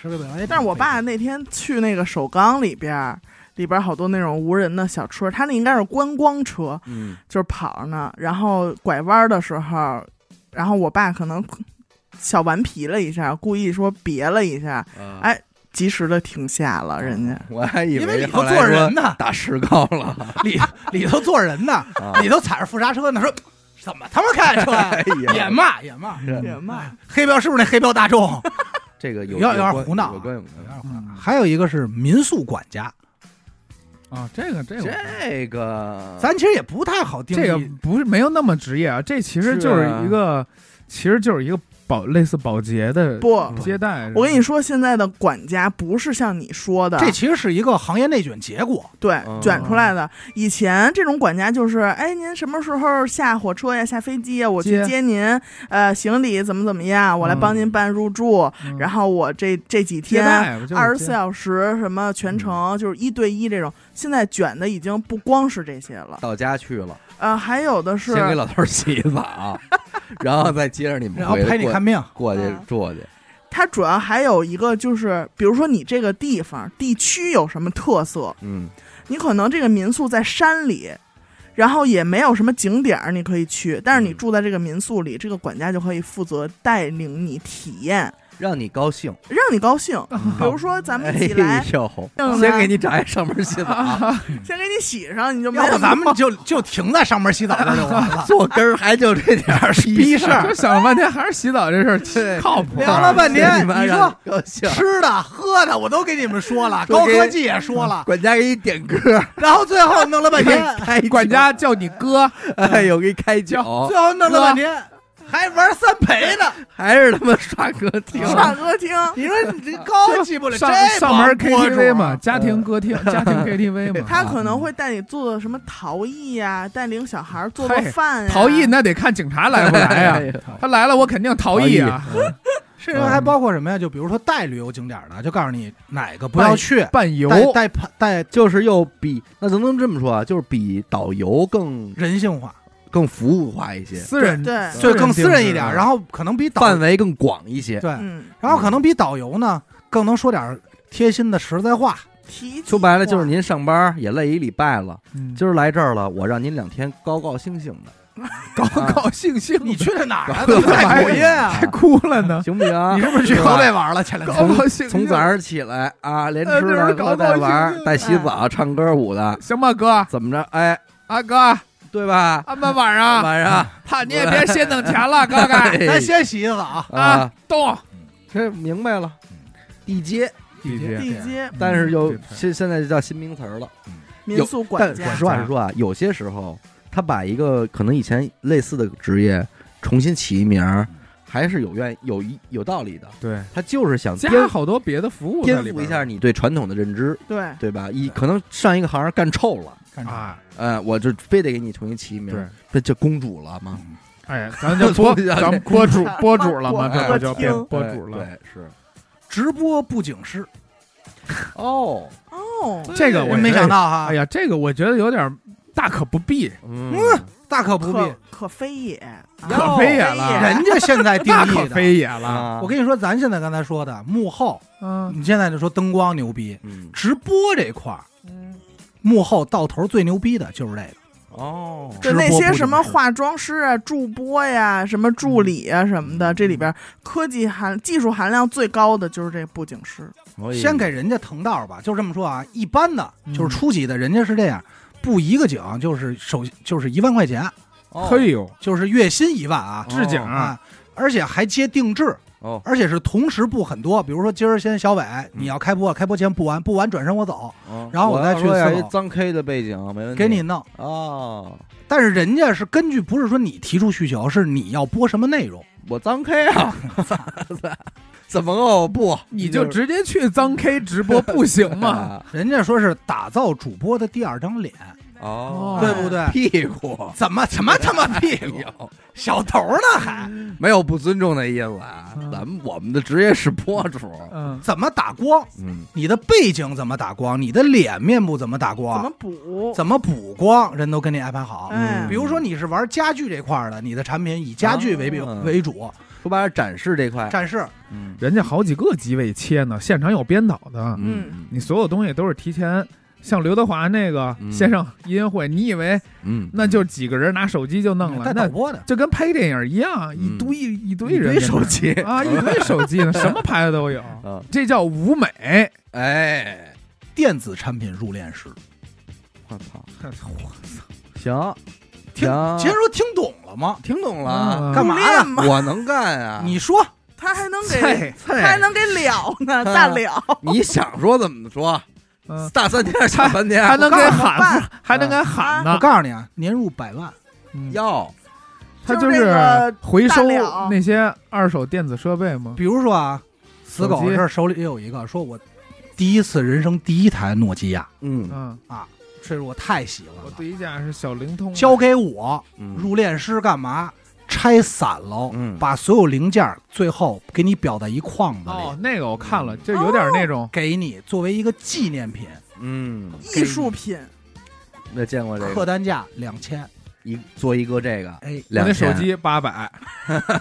Speaker 2: 识别不了。哎
Speaker 3: 但是我爸那天去那个首钢里边儿，里边儿好多那种无人的小车，他那应该是观光车，
Speaker 1: 嗯，
Speaker 3: 就是跑着呢。然后拐弯的时候，然后我爸可能小顽皮了一下，故意说别了一下，
Speaker 1: 啊
Speaker 3: 哎及时的停下
Speaker 4: 哦
Speaker 3: 了。人家
Speaker 1: 嗯我还以
Speaker 2: 因为
Speaker 1: 为
Speaker 2: 里头
Speaker 1: 后来
Speaker 2: 坐着人
Speaker 1: 说
Speaker 2: 呢，
Speaker 1: 打石膏了，
Speaker 2: 里里头坐着人呢，
Speaker 1: 啊
Speaker 2: 里头踩着副刹车呢，说怎么他妈开车 呀？
Speaker 1: 哎
Speaker 2: 也
Speaker 1: 呀，
Speaker 2: 骂也骂，
Speaker 1: 是
Speaker 3: 别嘛，
Speaker 2: 黑标是不是那黑标大众？
Speaker 1: 这个有
Speaker 2: 有点
Speaker 1: 关
Speaker 2: 胡闹啊
Speaker 1: 有关有关。
Speaker 4: 嗯
Speaker 2: 还有一个是民宿管家，
Speaker 4: 啊，这个这个我。
Speaker 1: 这个
Speaker 2: 咱其实也不太好定义。
Speaker 4: 这个不是没有那么职业啊，这其实就是一个，其实就是一个保类似保洁的
Speaker 3: 不，
Speaker 4: 接待。
Speaker 3: 我跟你说，现在的管家不是像你说的，
Speaker 2: 这其实是一个行业内卷结果。
Speaker 3: 对
Speaker 4: 哦
Speaker 1: 嗯
Speaker 3: 卷出来的。以前这种管家就是，哎，您什么时候下火车呀、下飞机呀，我去
Speaker 4: 接
Speaker 3: 接您，呃，行李怎么怎么样，我来帮您办入住，
Speaker 4: 嗯，
Speaker 3: 然后我这这几
Speaker 4: 接
Speaker 3: 天。
Speaker 4: 待我就是
Speaker 3: 二十四
Speaker 4: 接
Speaker 3: 小时什么全
Speaker 2: 嗯
Speaker 3: 程就是一对一这种，现在卷的已经不光是这些
Speaker 2: 哦
Speaker 3: 了，
Speaker 1: 到家去了，
Speaker 3: 呃，还有的是
Speaker 1: 先给老头儿洗一澡，然后再接着你们
Speaker 2: 然后
Speaker 1: 回
Speaker 2: 陪你
Speaker 1: 过
Speaker 2: 看病，
Speaker 1: 过去
Speaker 3: 嗯
Speaker 1: 住去。
Speaker 3: 它主要还有一个就是，比如说你这个地方地区有什么特色，
Speaker 1: 嗯，
Speaker 3: 你可能这个民宿在山里，然后也没有什么景点儿你可以去，但是你
Speaker 1: 嗯
Speaker 3: 住在这个民宿里，这个管家就可以负责带领你体验，
Speaker 1: 让你高兴。
Speaker 3: 让你高兴。
Speaker 2: 哦
Speaker 3: 比如说咱们一起来
Speaker 1: 哎，呦，
Speaker 3: 正
Speaker 1: 先
Speaker 3: 来
Speaker 1: 给你找一上门洗 澡，
Speaker 3: 先给你洗上，你就没
Speaker 2: 要
Speaker 3: 有
Speaker 2: 不咱们就就停在上门洗澡这儿就完 了。
Speaker 1: 坐根儿还就这点儿逼事
Speaker 4: 就
Speaker 1: 儿。
Speaker 4: 想了半天还是洗澡这 事儿靠谱。啊
Speaker 2: 聊了半天
Speaker 1: 你妈
Speaker 2: 你说
Speaker 1: 让高兴，
Speaker 2: 吃的喝的我都给你们说了，
Speaker 1: 都
Speaker 2: 高
Speaker 1: 给
Speaker 2: 科技也说了，
Speaker 1: 管家给你点歌，
Speaker 2: 然后最后弄了半天，
Speaker 1: 开酒
Speaker 4: 管家叫你哥，
Speaker 1: 哎呦给你开脚，
Speaker 2: 最后弄了半天还玩三陪呢。
Speaker 1: 还是他妈刷歌厅。
Speaker 3: 上歌厅，
Speaker 2: 你说你这高级不了，
Speaker 4: 上
Speaker 2: 这
Speaker 4: 上门
Speaker 2: 帮博主啊
Speaker 4: KTV 嘛，家庭歌厅、家庭 KTV 嘛。
Speaker 3: 他可
Speaker 1: 嗯
Speaker 3: 能会带你做做什么陶艺呀、带领小孩儿做做
Speaker 4: 嘿
Speaker 3: 饭呀、
Speaker 4: 逃逸那得看警察来不来
Speaker 1: 哎
Speaker 4: 呀。
Speaker 1: 呦
Speaker 4: 他来了，我肯定逃逸啊。
Speaker 2: 甚至还包括什么呀？就比如说带旅游景点的，就告诉你哪个不要去，
Speaker 4: 伴游
Speaker 2: 带带带带
Speaker 1: 就是又比那能不能这么说啊？就是比导游更
Speaker 2: 人性化，
Speaker 1: 更服务化一些，
Speaker 4: 私人
Speaker 3: 对
Speaker 4: 啊
Speaker 3: 对
Speaker 2: 嗯对，更私人一
Speaker 4: 定
Speaker 2: 点，
Speaker 4: 制
Speaker 2: 然后可能比导
Speaker 1: 范围更广一些。
Speaker 2: 对，
Speaker 3: 嗯，
Speaker 2: 然后可能比导游呢更能说点贴心的实在话。
Speaker 3: 提
Speaker 1: 说白了就是您上班也累一礼拜了，
Speaker 4: 嗯
Speaker 1: 今儿来这儿了，我让您两天高高兴兴 的，
Speaker 4: 高高兴兴 的，
Speaker 2: 你去的哪 儿啊？
Speaker 1: 搞
Speaker 2: 你在抖音啊
Speaker 4: 还？哭了呢。
Speaker 1: 行不行啊？
Speaker 2: 你是不是去河北 玩了？前两
Speaker 4: 高
Speaker 2: 天
Speaker 4: 高兴兴
Speaker 1: 从早上起来啊，连
Speaker 4: 哎
Speaker 1: 吃
Speaker 4: 那会儿
Speaker 1: 的、
Speaker 4: 搞
Speaker 1: 喝
Speaker 4: 搞
Speaker 1: 的、
Speaker 4: 兴
Speaker 1: 玩儿
Speaker 4: 兴
Speaker 1: 带洗澡、唱歌、舞的，
Speaker 4: 行吧，哥，
Speaker 1: 怎么着？哎，
Speaker 4: 啊哥，
Speaker 1: 对吧？
Speaker 4: 安排晚上，
Speaker 1: 晚上
Speaker 4: 操，你也别先弄钱了，哥哥
Speaker 1: 哎
Speaker 2: 咱先洗洗澡，
Speaker 4: 啊
Speaker 1: 啊，，嗯
Speaker 4: 动
Speaker 1: 这明白了，地接，
Speaker 4: 地
Speaker 2: 接
Speaker 3: 地接
Speaker 1: 但是就
Speaker 4: 对
Speaker 1: 现现在就叫新名词儿了。
Speaker 3: 民
Speaker 1: 有
Speaker 3: 宿管
Speaker 1: 但
Speaker 3: 家，
Speaker 1: 实话实说啊，有些时候他把一个可能以前类似的职业重新起一名儿，还是有愿有一有道理的。
Speaker 4: 对，
Speaker 1: 他就是想颠
Speaker 4: 加好多别的服务
Speaker 1: 颠
Speaker 4: 在里
Speaker 1: 覆
Speaker 4: 边
Speaker 1: 一下你对传统的认知，
Speaker 3: 对，
Speaker 1: 对吧？以可能上一个行儿干臭了，
Speaker 4: 啊，
Speaker 1: 呃，我就非得给你重新起一名
Speaker 4: 对
Speaker 1: 儿，，这这公主了吗？
Speaker 2: 嗯
Speaker 4: 哎，咱就播
Speaker 1: 对
Speaker 4: 咱们播 主播主了
Speaker 3: 我
Speaker 4: 嘛，这不就变
Speaker 3: 我
Speaker 4: 播主了？
Speaker 1: 对，对是
Speaker 2: 直播布景师，
Speaker 1: 哦，
Speaker 3: 哦，
Speaker 4: 这个我
Speaker 2: 没
Speaker 4: 觉得
Speaker 2: 想到哈
Speaker 4: 哎，呀，这个我觉得有点大可不必，
Speaker 1: 嗯，
Speaker 2: 大可不必，
Speaker 3: 可可非也，啊
Speaker 4: 可非也了，
Speaker 2: 人家现在定
Speaker 4: 大可
Speaker 2: 义的。
Speaker 4: 非也了。
Speaker 1: 啊
Speaker 2: 我跟你说，咱现在刚才说的幕后，
Speaker 4: 嗯
Speaker 2: 你现在就说灯光牛逼，
Speaker 1: 嗯
Speaker 2: 直播这块儿，幕后到头最牛逼的就是这个。
Speaker 1: 哦，
Speaker 3: 就
Speaker 4: 直播
Speaker 3: 那
Speaker 4: 不
Speaker 3: 些
Speaker 4: 仅
Speaker 3: 什么
Speaker 4: 是
Speaker 3: 化妆师啊、助播呀、什么助理啊什么的，这里边科技含技术含量最高的就是这布景师。
Speaker 1: 所以
Speaker 2: 先给人家腾道儿吧，就这么说啊。一般的
Speaker 4: 嗯
Speaker 2: 就是初级的，人家是这样，布一个景就是首就是一万块钱，
Speaker 1: 哦
Speaker 4: 嘿呦，
Speaker 2: 就是月薪一万啊
Speaker 4: 置景
Speaker 1: 哦
Speaker 4: 啊，
Speaker 2: 啊，而且还接定制，
Speaker 1: 哦
Speaker 2: 而且是同时布很多。比如说今儿先小伟，
Speaker 1: 嗯
Speaker 2: 你要开播，开播前布完，布完转身我走，
Speaker 1: 哦
Speaker 2: 然后我再去
Speaker 1: 要说
Speaker 2: 伺
Speaker 1: 一
Speaker 2: 候
Speaker 1: 脏 K 的背景没问题，
Speaker 2: 给你弄。
Speaker 1: 哦，
Speaker 2: 但是人家是根据不是说你提出需求，是你要播什么内容。
Speaker 1: 我脏 K 啊， 怎么哦不，
Speaker 4: 你就直接去脏 K 直播不行
Speaker 1: 啊
Speaker 4: 吗？
Speaker 2: 人家说是打造主播的第二张脸，
Speaker 1: 哦，
Speaker 2: 对不对？
Speaker 1: 屁股
Speaker 2: 怎么怎么他妈屁股
Speaker 1: 有
Speaker 2: 小头呢还？
Speaker 1: 没有不尊重的意思啊
Speaker 4: 嗯？
Speaker 1: 咱们我们的职业是博主，
Speaker 4: 嗯，
Speaker 2: 怎么打光？
Speaker 1: 嗯，
Speaker 2: 你的背景怎么打光？你的脸面部怎么打
Speaker 3: 怎
Speaker 2: 光？
Speaker 3: 么补？
Speaker 2: 怎么补光？人都给你安排好。
Speaker 3: 哎
Speaker 1: 嗯
Speaker 2: 比如说你是玩家具这块儿的，你的产品以家具为标
Speaker 1: 啊
Speaker 2: 为主
Speaker 1: 说白了展示这块，
Speaker 2: 展示，
Speaker 1: 嗯
Speaker 4: 人家好几个机位切呢，现场有编导的，
Speaker 1: 嗯
Speaker 4: 你所有东西都是提前。像刘德华那个
Speaker 1: 嗯
Speaker 4: 线上音乐会，你以为
Speaker 1: 嗯，
Speaker 4: 那就几个人拿手机就弄了？
Speaker 2: 带
Speaker 4: 那
Speaker 2: 导播的。
Speaker 4: 就跟拍电影一样，一
Speaker 1: 嗯
Speaker 4: 堆一堆
Speaker 1: 一
Speaker 4: 人
Speaker 1: 堆
Speaker 4: 在那儿
Speaker 1: 手机
Speaker 4: 啊，一堆手机呢，什么牌子都有，
Speaker 1: 嗯
Speaker 4: 这叫舞美。
Speaker 1: 哎，
Speaker 2: 电子产品入殓师，
Speaker 1: 我操，
Speaker 4: 我
Speaker 1: 行，
Speaker 2: 听
Speaker 1: 行，
Speaker 2: 杰叔听懂了吗？
Speaker 1: 听懂了啊，
Speaker 4: 嗯
Speaker 2: 干嘛
Speaker 3: 练
Speaker 2: 呢？
Speaker 3: 嘛，
Speaker 1: 我能干啊，
Speaker 2: 你说
Speaker 3: 他还 能给
Speaker 4: 菜，
Speaker 3: 他还能给了呢，大了。
Speaker 1: 你想说怎么说，
Speaker 4: 嗯
Speaker 1: 大三天小三天
Speaker 4: 还能给
Speaker 3: 我告诉你
Speaker 4: 喊，还
Speaker 1: 嗯
Speaker 4: 能给喊
Speaker 2: 我
Speaker 4: 呢。
Speaker 2: 告诉你啊，年入百万，
Speaker 4: 嗯
Speaker 1: 要
Speaker 4: 他
Speaker 3: 就是是那个
Speaker 4: 回收
Speaker 3: 大了
Speaker 4: 那些二手电子设备吗？
Speaker 2: 比如说啊，死狗
Speaker 4: 手机
Speaker 2: 这儿手里有一个，说我第一次人生第一台诺基亚，
Speaker 1: 嗯
Speaker 4: 嗯，
Speaker 2: 这是我太喜欢
Speaker 4: 我
Speaker 2: 了，
Speaker 4: 第一架是小灵通的，
Speaker 2: 交给我
Speaker 1: 嗯
Speaker 2: 入殓师干嘛？拆散喽，
Speaker 1: 嗯
Speaker 2: 把所有零件儿最后给你裱在一框子里，
Speaker 4: 哦，那个我看了，就有点那种
Speaker 2: 给你作为一个纪念品，
Speaker 1: 嗯，
Speaker 3: 艺术品，
Speaker 1: 没见过这
Speaker 2: 客
Speaker 1: 个，
Speaker 2: 单价两千。
Speaker 1: 一做一个这个，
Speaker 2: 哎，
Speaker 4: 我
Speaker 1: 两
Speaker 4: 那手
Speaker 1: 千，
Speaker 4: 机八百，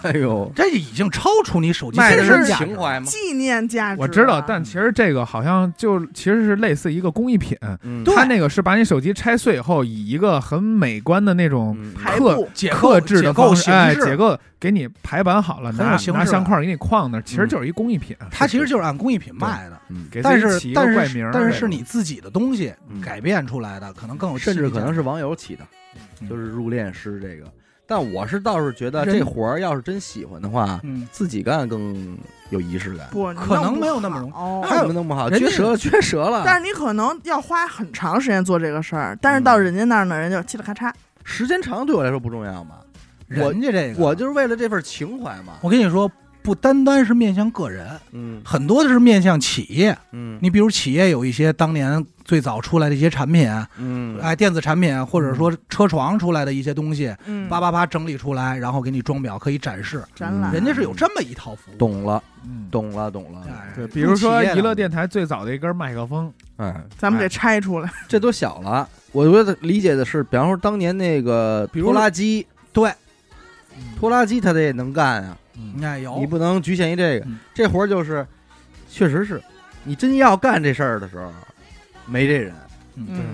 Speaker 1: 哎呦，
Speaker 2: 这已经超出你手机
Speaker 1: 卖的
Speaker 2: 本身
Speaker 1: 是
Speaker 2: 价值
Speaker 1: 情怀吗？
Speaker 3: 纪念价值啊。
Speaker 4: 我知道，但其实这个好像就其实是类似一个工艺品，
Speaker 1: 嗯
Speaker 2: 对
Speaker 4: 它那个是把你手机拆碎以后，以一个很美观的那种
Speaker 1: 嗯
Speaker 3: 排
Speaker 2: 哎
Speaker 4: 刻
Speaker 3: 布
Speaker 2: 解
Speaker 4: 克制
Speaker 2: 解
Speaker 4: 的方
Speaker 2: 构
Speaker 4: 式，
Speaker 2: 形
Speaker 4: 哎，
Speaker 2: 式，
Speaker 4: 解构给你排版好了，
Speaker 2: 很
Speaker 4: 拿
Speaker 2: 有形式
Speaker 4: 拿
Speaker 2: 感
Speaker 4: 相框给你框那儿，其实就是一工艺品。
Speaker 2: 它其实就是按工艺品卖的，
Speaker 1: 嗯，
Speaker 4: 给自
Speaker 2: 但
Speaker 4: 己
Speaker 2: 是
Speaker 4: 起一个
Speaker 2: 但
Speaker 4: 怪名
Speaker 2: 是
Speaker 4: 儿，
Speaker 2: 但是
Speaker 4: 对
Speaker 2: 是你自己的东西
Speaker 1: 嗯
Speaker 2: 改变出来的，可能更有
Speaker 1: 甚
Speaker 2: 气
Speaker 1: 至
Speaker 2: 质
Speaker 1: 可能是网友起的，
Speaker 2: 嗯
Speaker 1: 就是入殓师这个。但我是倒是觉得
Speaker 2: 人
Speaker 1: 这活儿要是真喜欢的话，
Speaker 2: 嗯，
Speaker 1: 自己干更有仪式感。
Speaker 3: 不，
Speaker 2: 可能没有那么容易
Speaker 1: 那
Speaker 3: 容
Speaker 2: 嗯还有
Speaker 1: 怎么弄不好？
Speaker 2: 人家
Speaker 1: 撅折了，撅折了。
Speaker 3: 但是你可能要花很长时间做这个事儿，但是到人家那儿呢，人就嘁里咔嚓。
Speaker 1: 时间长对我来说不重要嘛，我
Speaker 2: 人家这个，哦
Speaker 1: 我就是为了这份情怀嘛。
Speaker 2: 我跟你说，不单单是面向个人，
Speaker 1: 嗯
Speaker 2: 很多的是面向企业。
Speaker 1: 嗯
Speaker 2: 你比如企业有一些当年最早出来的一些产品，
Speaker 1: 嗯
Speaker 2: 哎，电子产品或者说车床出来的一些东西，
Speaker 3: 嗯，
Speaker 2: 叭叭叭整理出来，然后给你装裱可以展示，
Speaker 3: 展览，
Speaker 2: 人家是有这么一套服务。
Speaker 1: 啊懂了，
Speaker 4: 嗯，
Speaker 1: 懂了，懂了。
Speaker 2: 哎
Speaker 4: 对，比如说
Speaker 2: 企业的
Speaker 4: 娱乐电台最早的一根麦克风，
Speaker 1: 哎，
Speaker 3: 咱们给拆出来。
Speaker 1: 这都小了。我觉得理解的是，比方说当年那个
Speaker 2: 比如
Speaker 1: 拖拉机，
Speaker 2: 对，
Speaker 1: 拖拉机他得也能干啊，
Speaker 4: 嗯
Speaker 2: 你看有
Speaker 1: 你不能局限于这个
Speaker 2: 哦嗯。
Speaker 1: 这活儿就是，确实是你真要干这事儿的时候，没这人，
Speaker 3: 嗯，
Speaker 1: 嗯，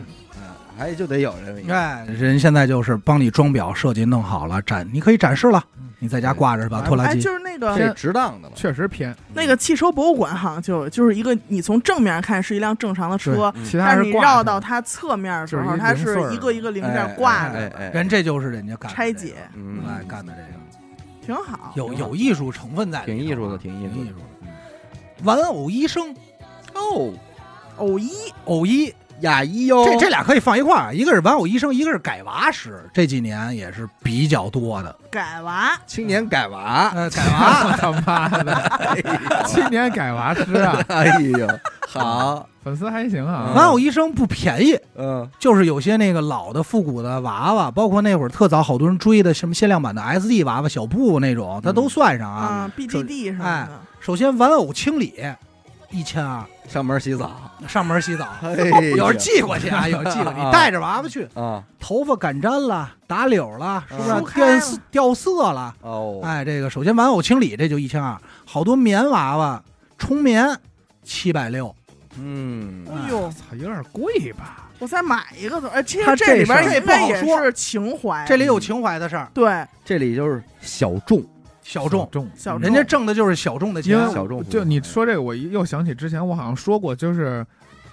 Speaker 1: 还就得有人。
Speaker 2: 哎，人现在就是帮你装裱设计弄好了，展你可以展示了
Speaker 4: 嗯，
Speaker 2: 你在家挂着把拖拉
Speaker 3: 哎，
Speaker 2: 机
Speaker 3: 就是那
Speaker 1: 这
Speaker 3: 个
Speaker 1: 值当的了。
Speaker 4: 确实偏，
Speaker 3: 那个汽车博物馆，好像就就是一个你从正面看是一辆正常的车，
Speaker 1: 嗯
Speaker 4: 其他
Speaker 3: 但
Speaker 4: 是
Speaker 3: 是你
Speaker 4: 挂
Speaker 3: 绕
Speaker 4: 上
Speaker 3: 到它侧面的时
Speaker 4: 就是
Speaker 3: 候，
Speaker 4: 一
Speaker 3: 它
Speaker 4: 零碎儿
Speaker 3: 是一个一个零
Speaker 1: 哎
Speaker 3: 件挂
Speaker 1: 哎
Speaker 3: 着，
Speaker 1: 哎哎
Speaker 2: 人这就是人家干的
Speaker 3: 拆
Speaker 2: 这个
Speaker 3: 解，
Speaker 1: 嗯，
Speaker 2: 哎，干的这个
Speaker 3: 挺好。
Speaker 2: 有有艺术成分在里头
Speaker 1: 啊
Speaker 2: 啊，
Speaker 1: 哎挺艺术的，挺艺
Speaker 2: 挺
Speaker 1: 术
Speaker 2: 艺
Speaker 1: 的嗯
Speaker 2: 术。的。玩偶医生
Speaker 1: 哦，
Speaker 3: 偶一
Speaker 2: 偶医，
Speaker 1: 雅一哟，
Speaker 2: 这这俩可以放一块儿，一个是玩偶医生，一个是改娃师，这几年也是比较多的。
Speaker 3: 改娃，
Speaker 1: 青年改娃，
Speaker 2: 呃，改娃
Speaker 4: 哎他妈的， 青年改娃师啊，
Speaker 1: 哎呦，好，
Speaker 4: 粉丝还行啊，
Speaker 2: 玩偶医生不便宜，
Speaker 1: 嗯
Speaker 2: 就是有些那个老的复古的娃娃，包括那会儿特早好多人追的什么限量版的 SD 娃娃、小布那种，它
Speaker 1: 嗯
Speaker 2: 都算上啊。哎
Speaker 3: 啊，BGD 什么的，
Speaker 2: 首先玩偶清理一千二，
Speaker 1: 上门洗澡，
Speaker 2: 上门洗澡，
Speaker 1: 哎呦
Speaker 2: 有人寄过去啊，有人寄过 去，
Speaker 1: 啊
Speaker 2: 你带着娃娃去，
Speaker 1: 啊，
Speaker 2: 头发擀粘了、打绺了，是不
Speaker 1: 啊
Speaker 2: 是
Speaker 3: 梳开
Speaker 2: 掉
Speaker 3: 了
Speaker 2: 色掉色了？
Speaker 1: 哦，
Speaker 2: 哎，这个首先玩偶清理这就一千二，好多棉娃娃充棉七百六，
Speaker 1: 嗯，
Speaker 3: 哎呦，
Speaker 4: 操，有点贵吧？
Speaker 3: 我再买一个，哎，这
Speaker 2: 他
Speaker 3: 里边
Speaker 2: 这事儿
Speaker 3: 应该
Speaker 2: 这
Speaker 3: 也
Speaker 2: 不好
Speaker 3: 是情
Speaker 1: 哎
Speaker 3: 怀，啊
Speaker 2: 这里有情怀的事儿，
Speaker 3: 对
Speaker 1: 这里就是小众，
Speaker 2: 小众，
Speaker 4: 重。
Speaker 3: 小
Speaker 2: 人家挣的就是小众的
Speaker 4: 因
Speaker 2: 钱
Speaker 4: 为。
Speaker 1: 小众服务
Speaker 4: 就你说这个，我又想起之前我好像说过，就是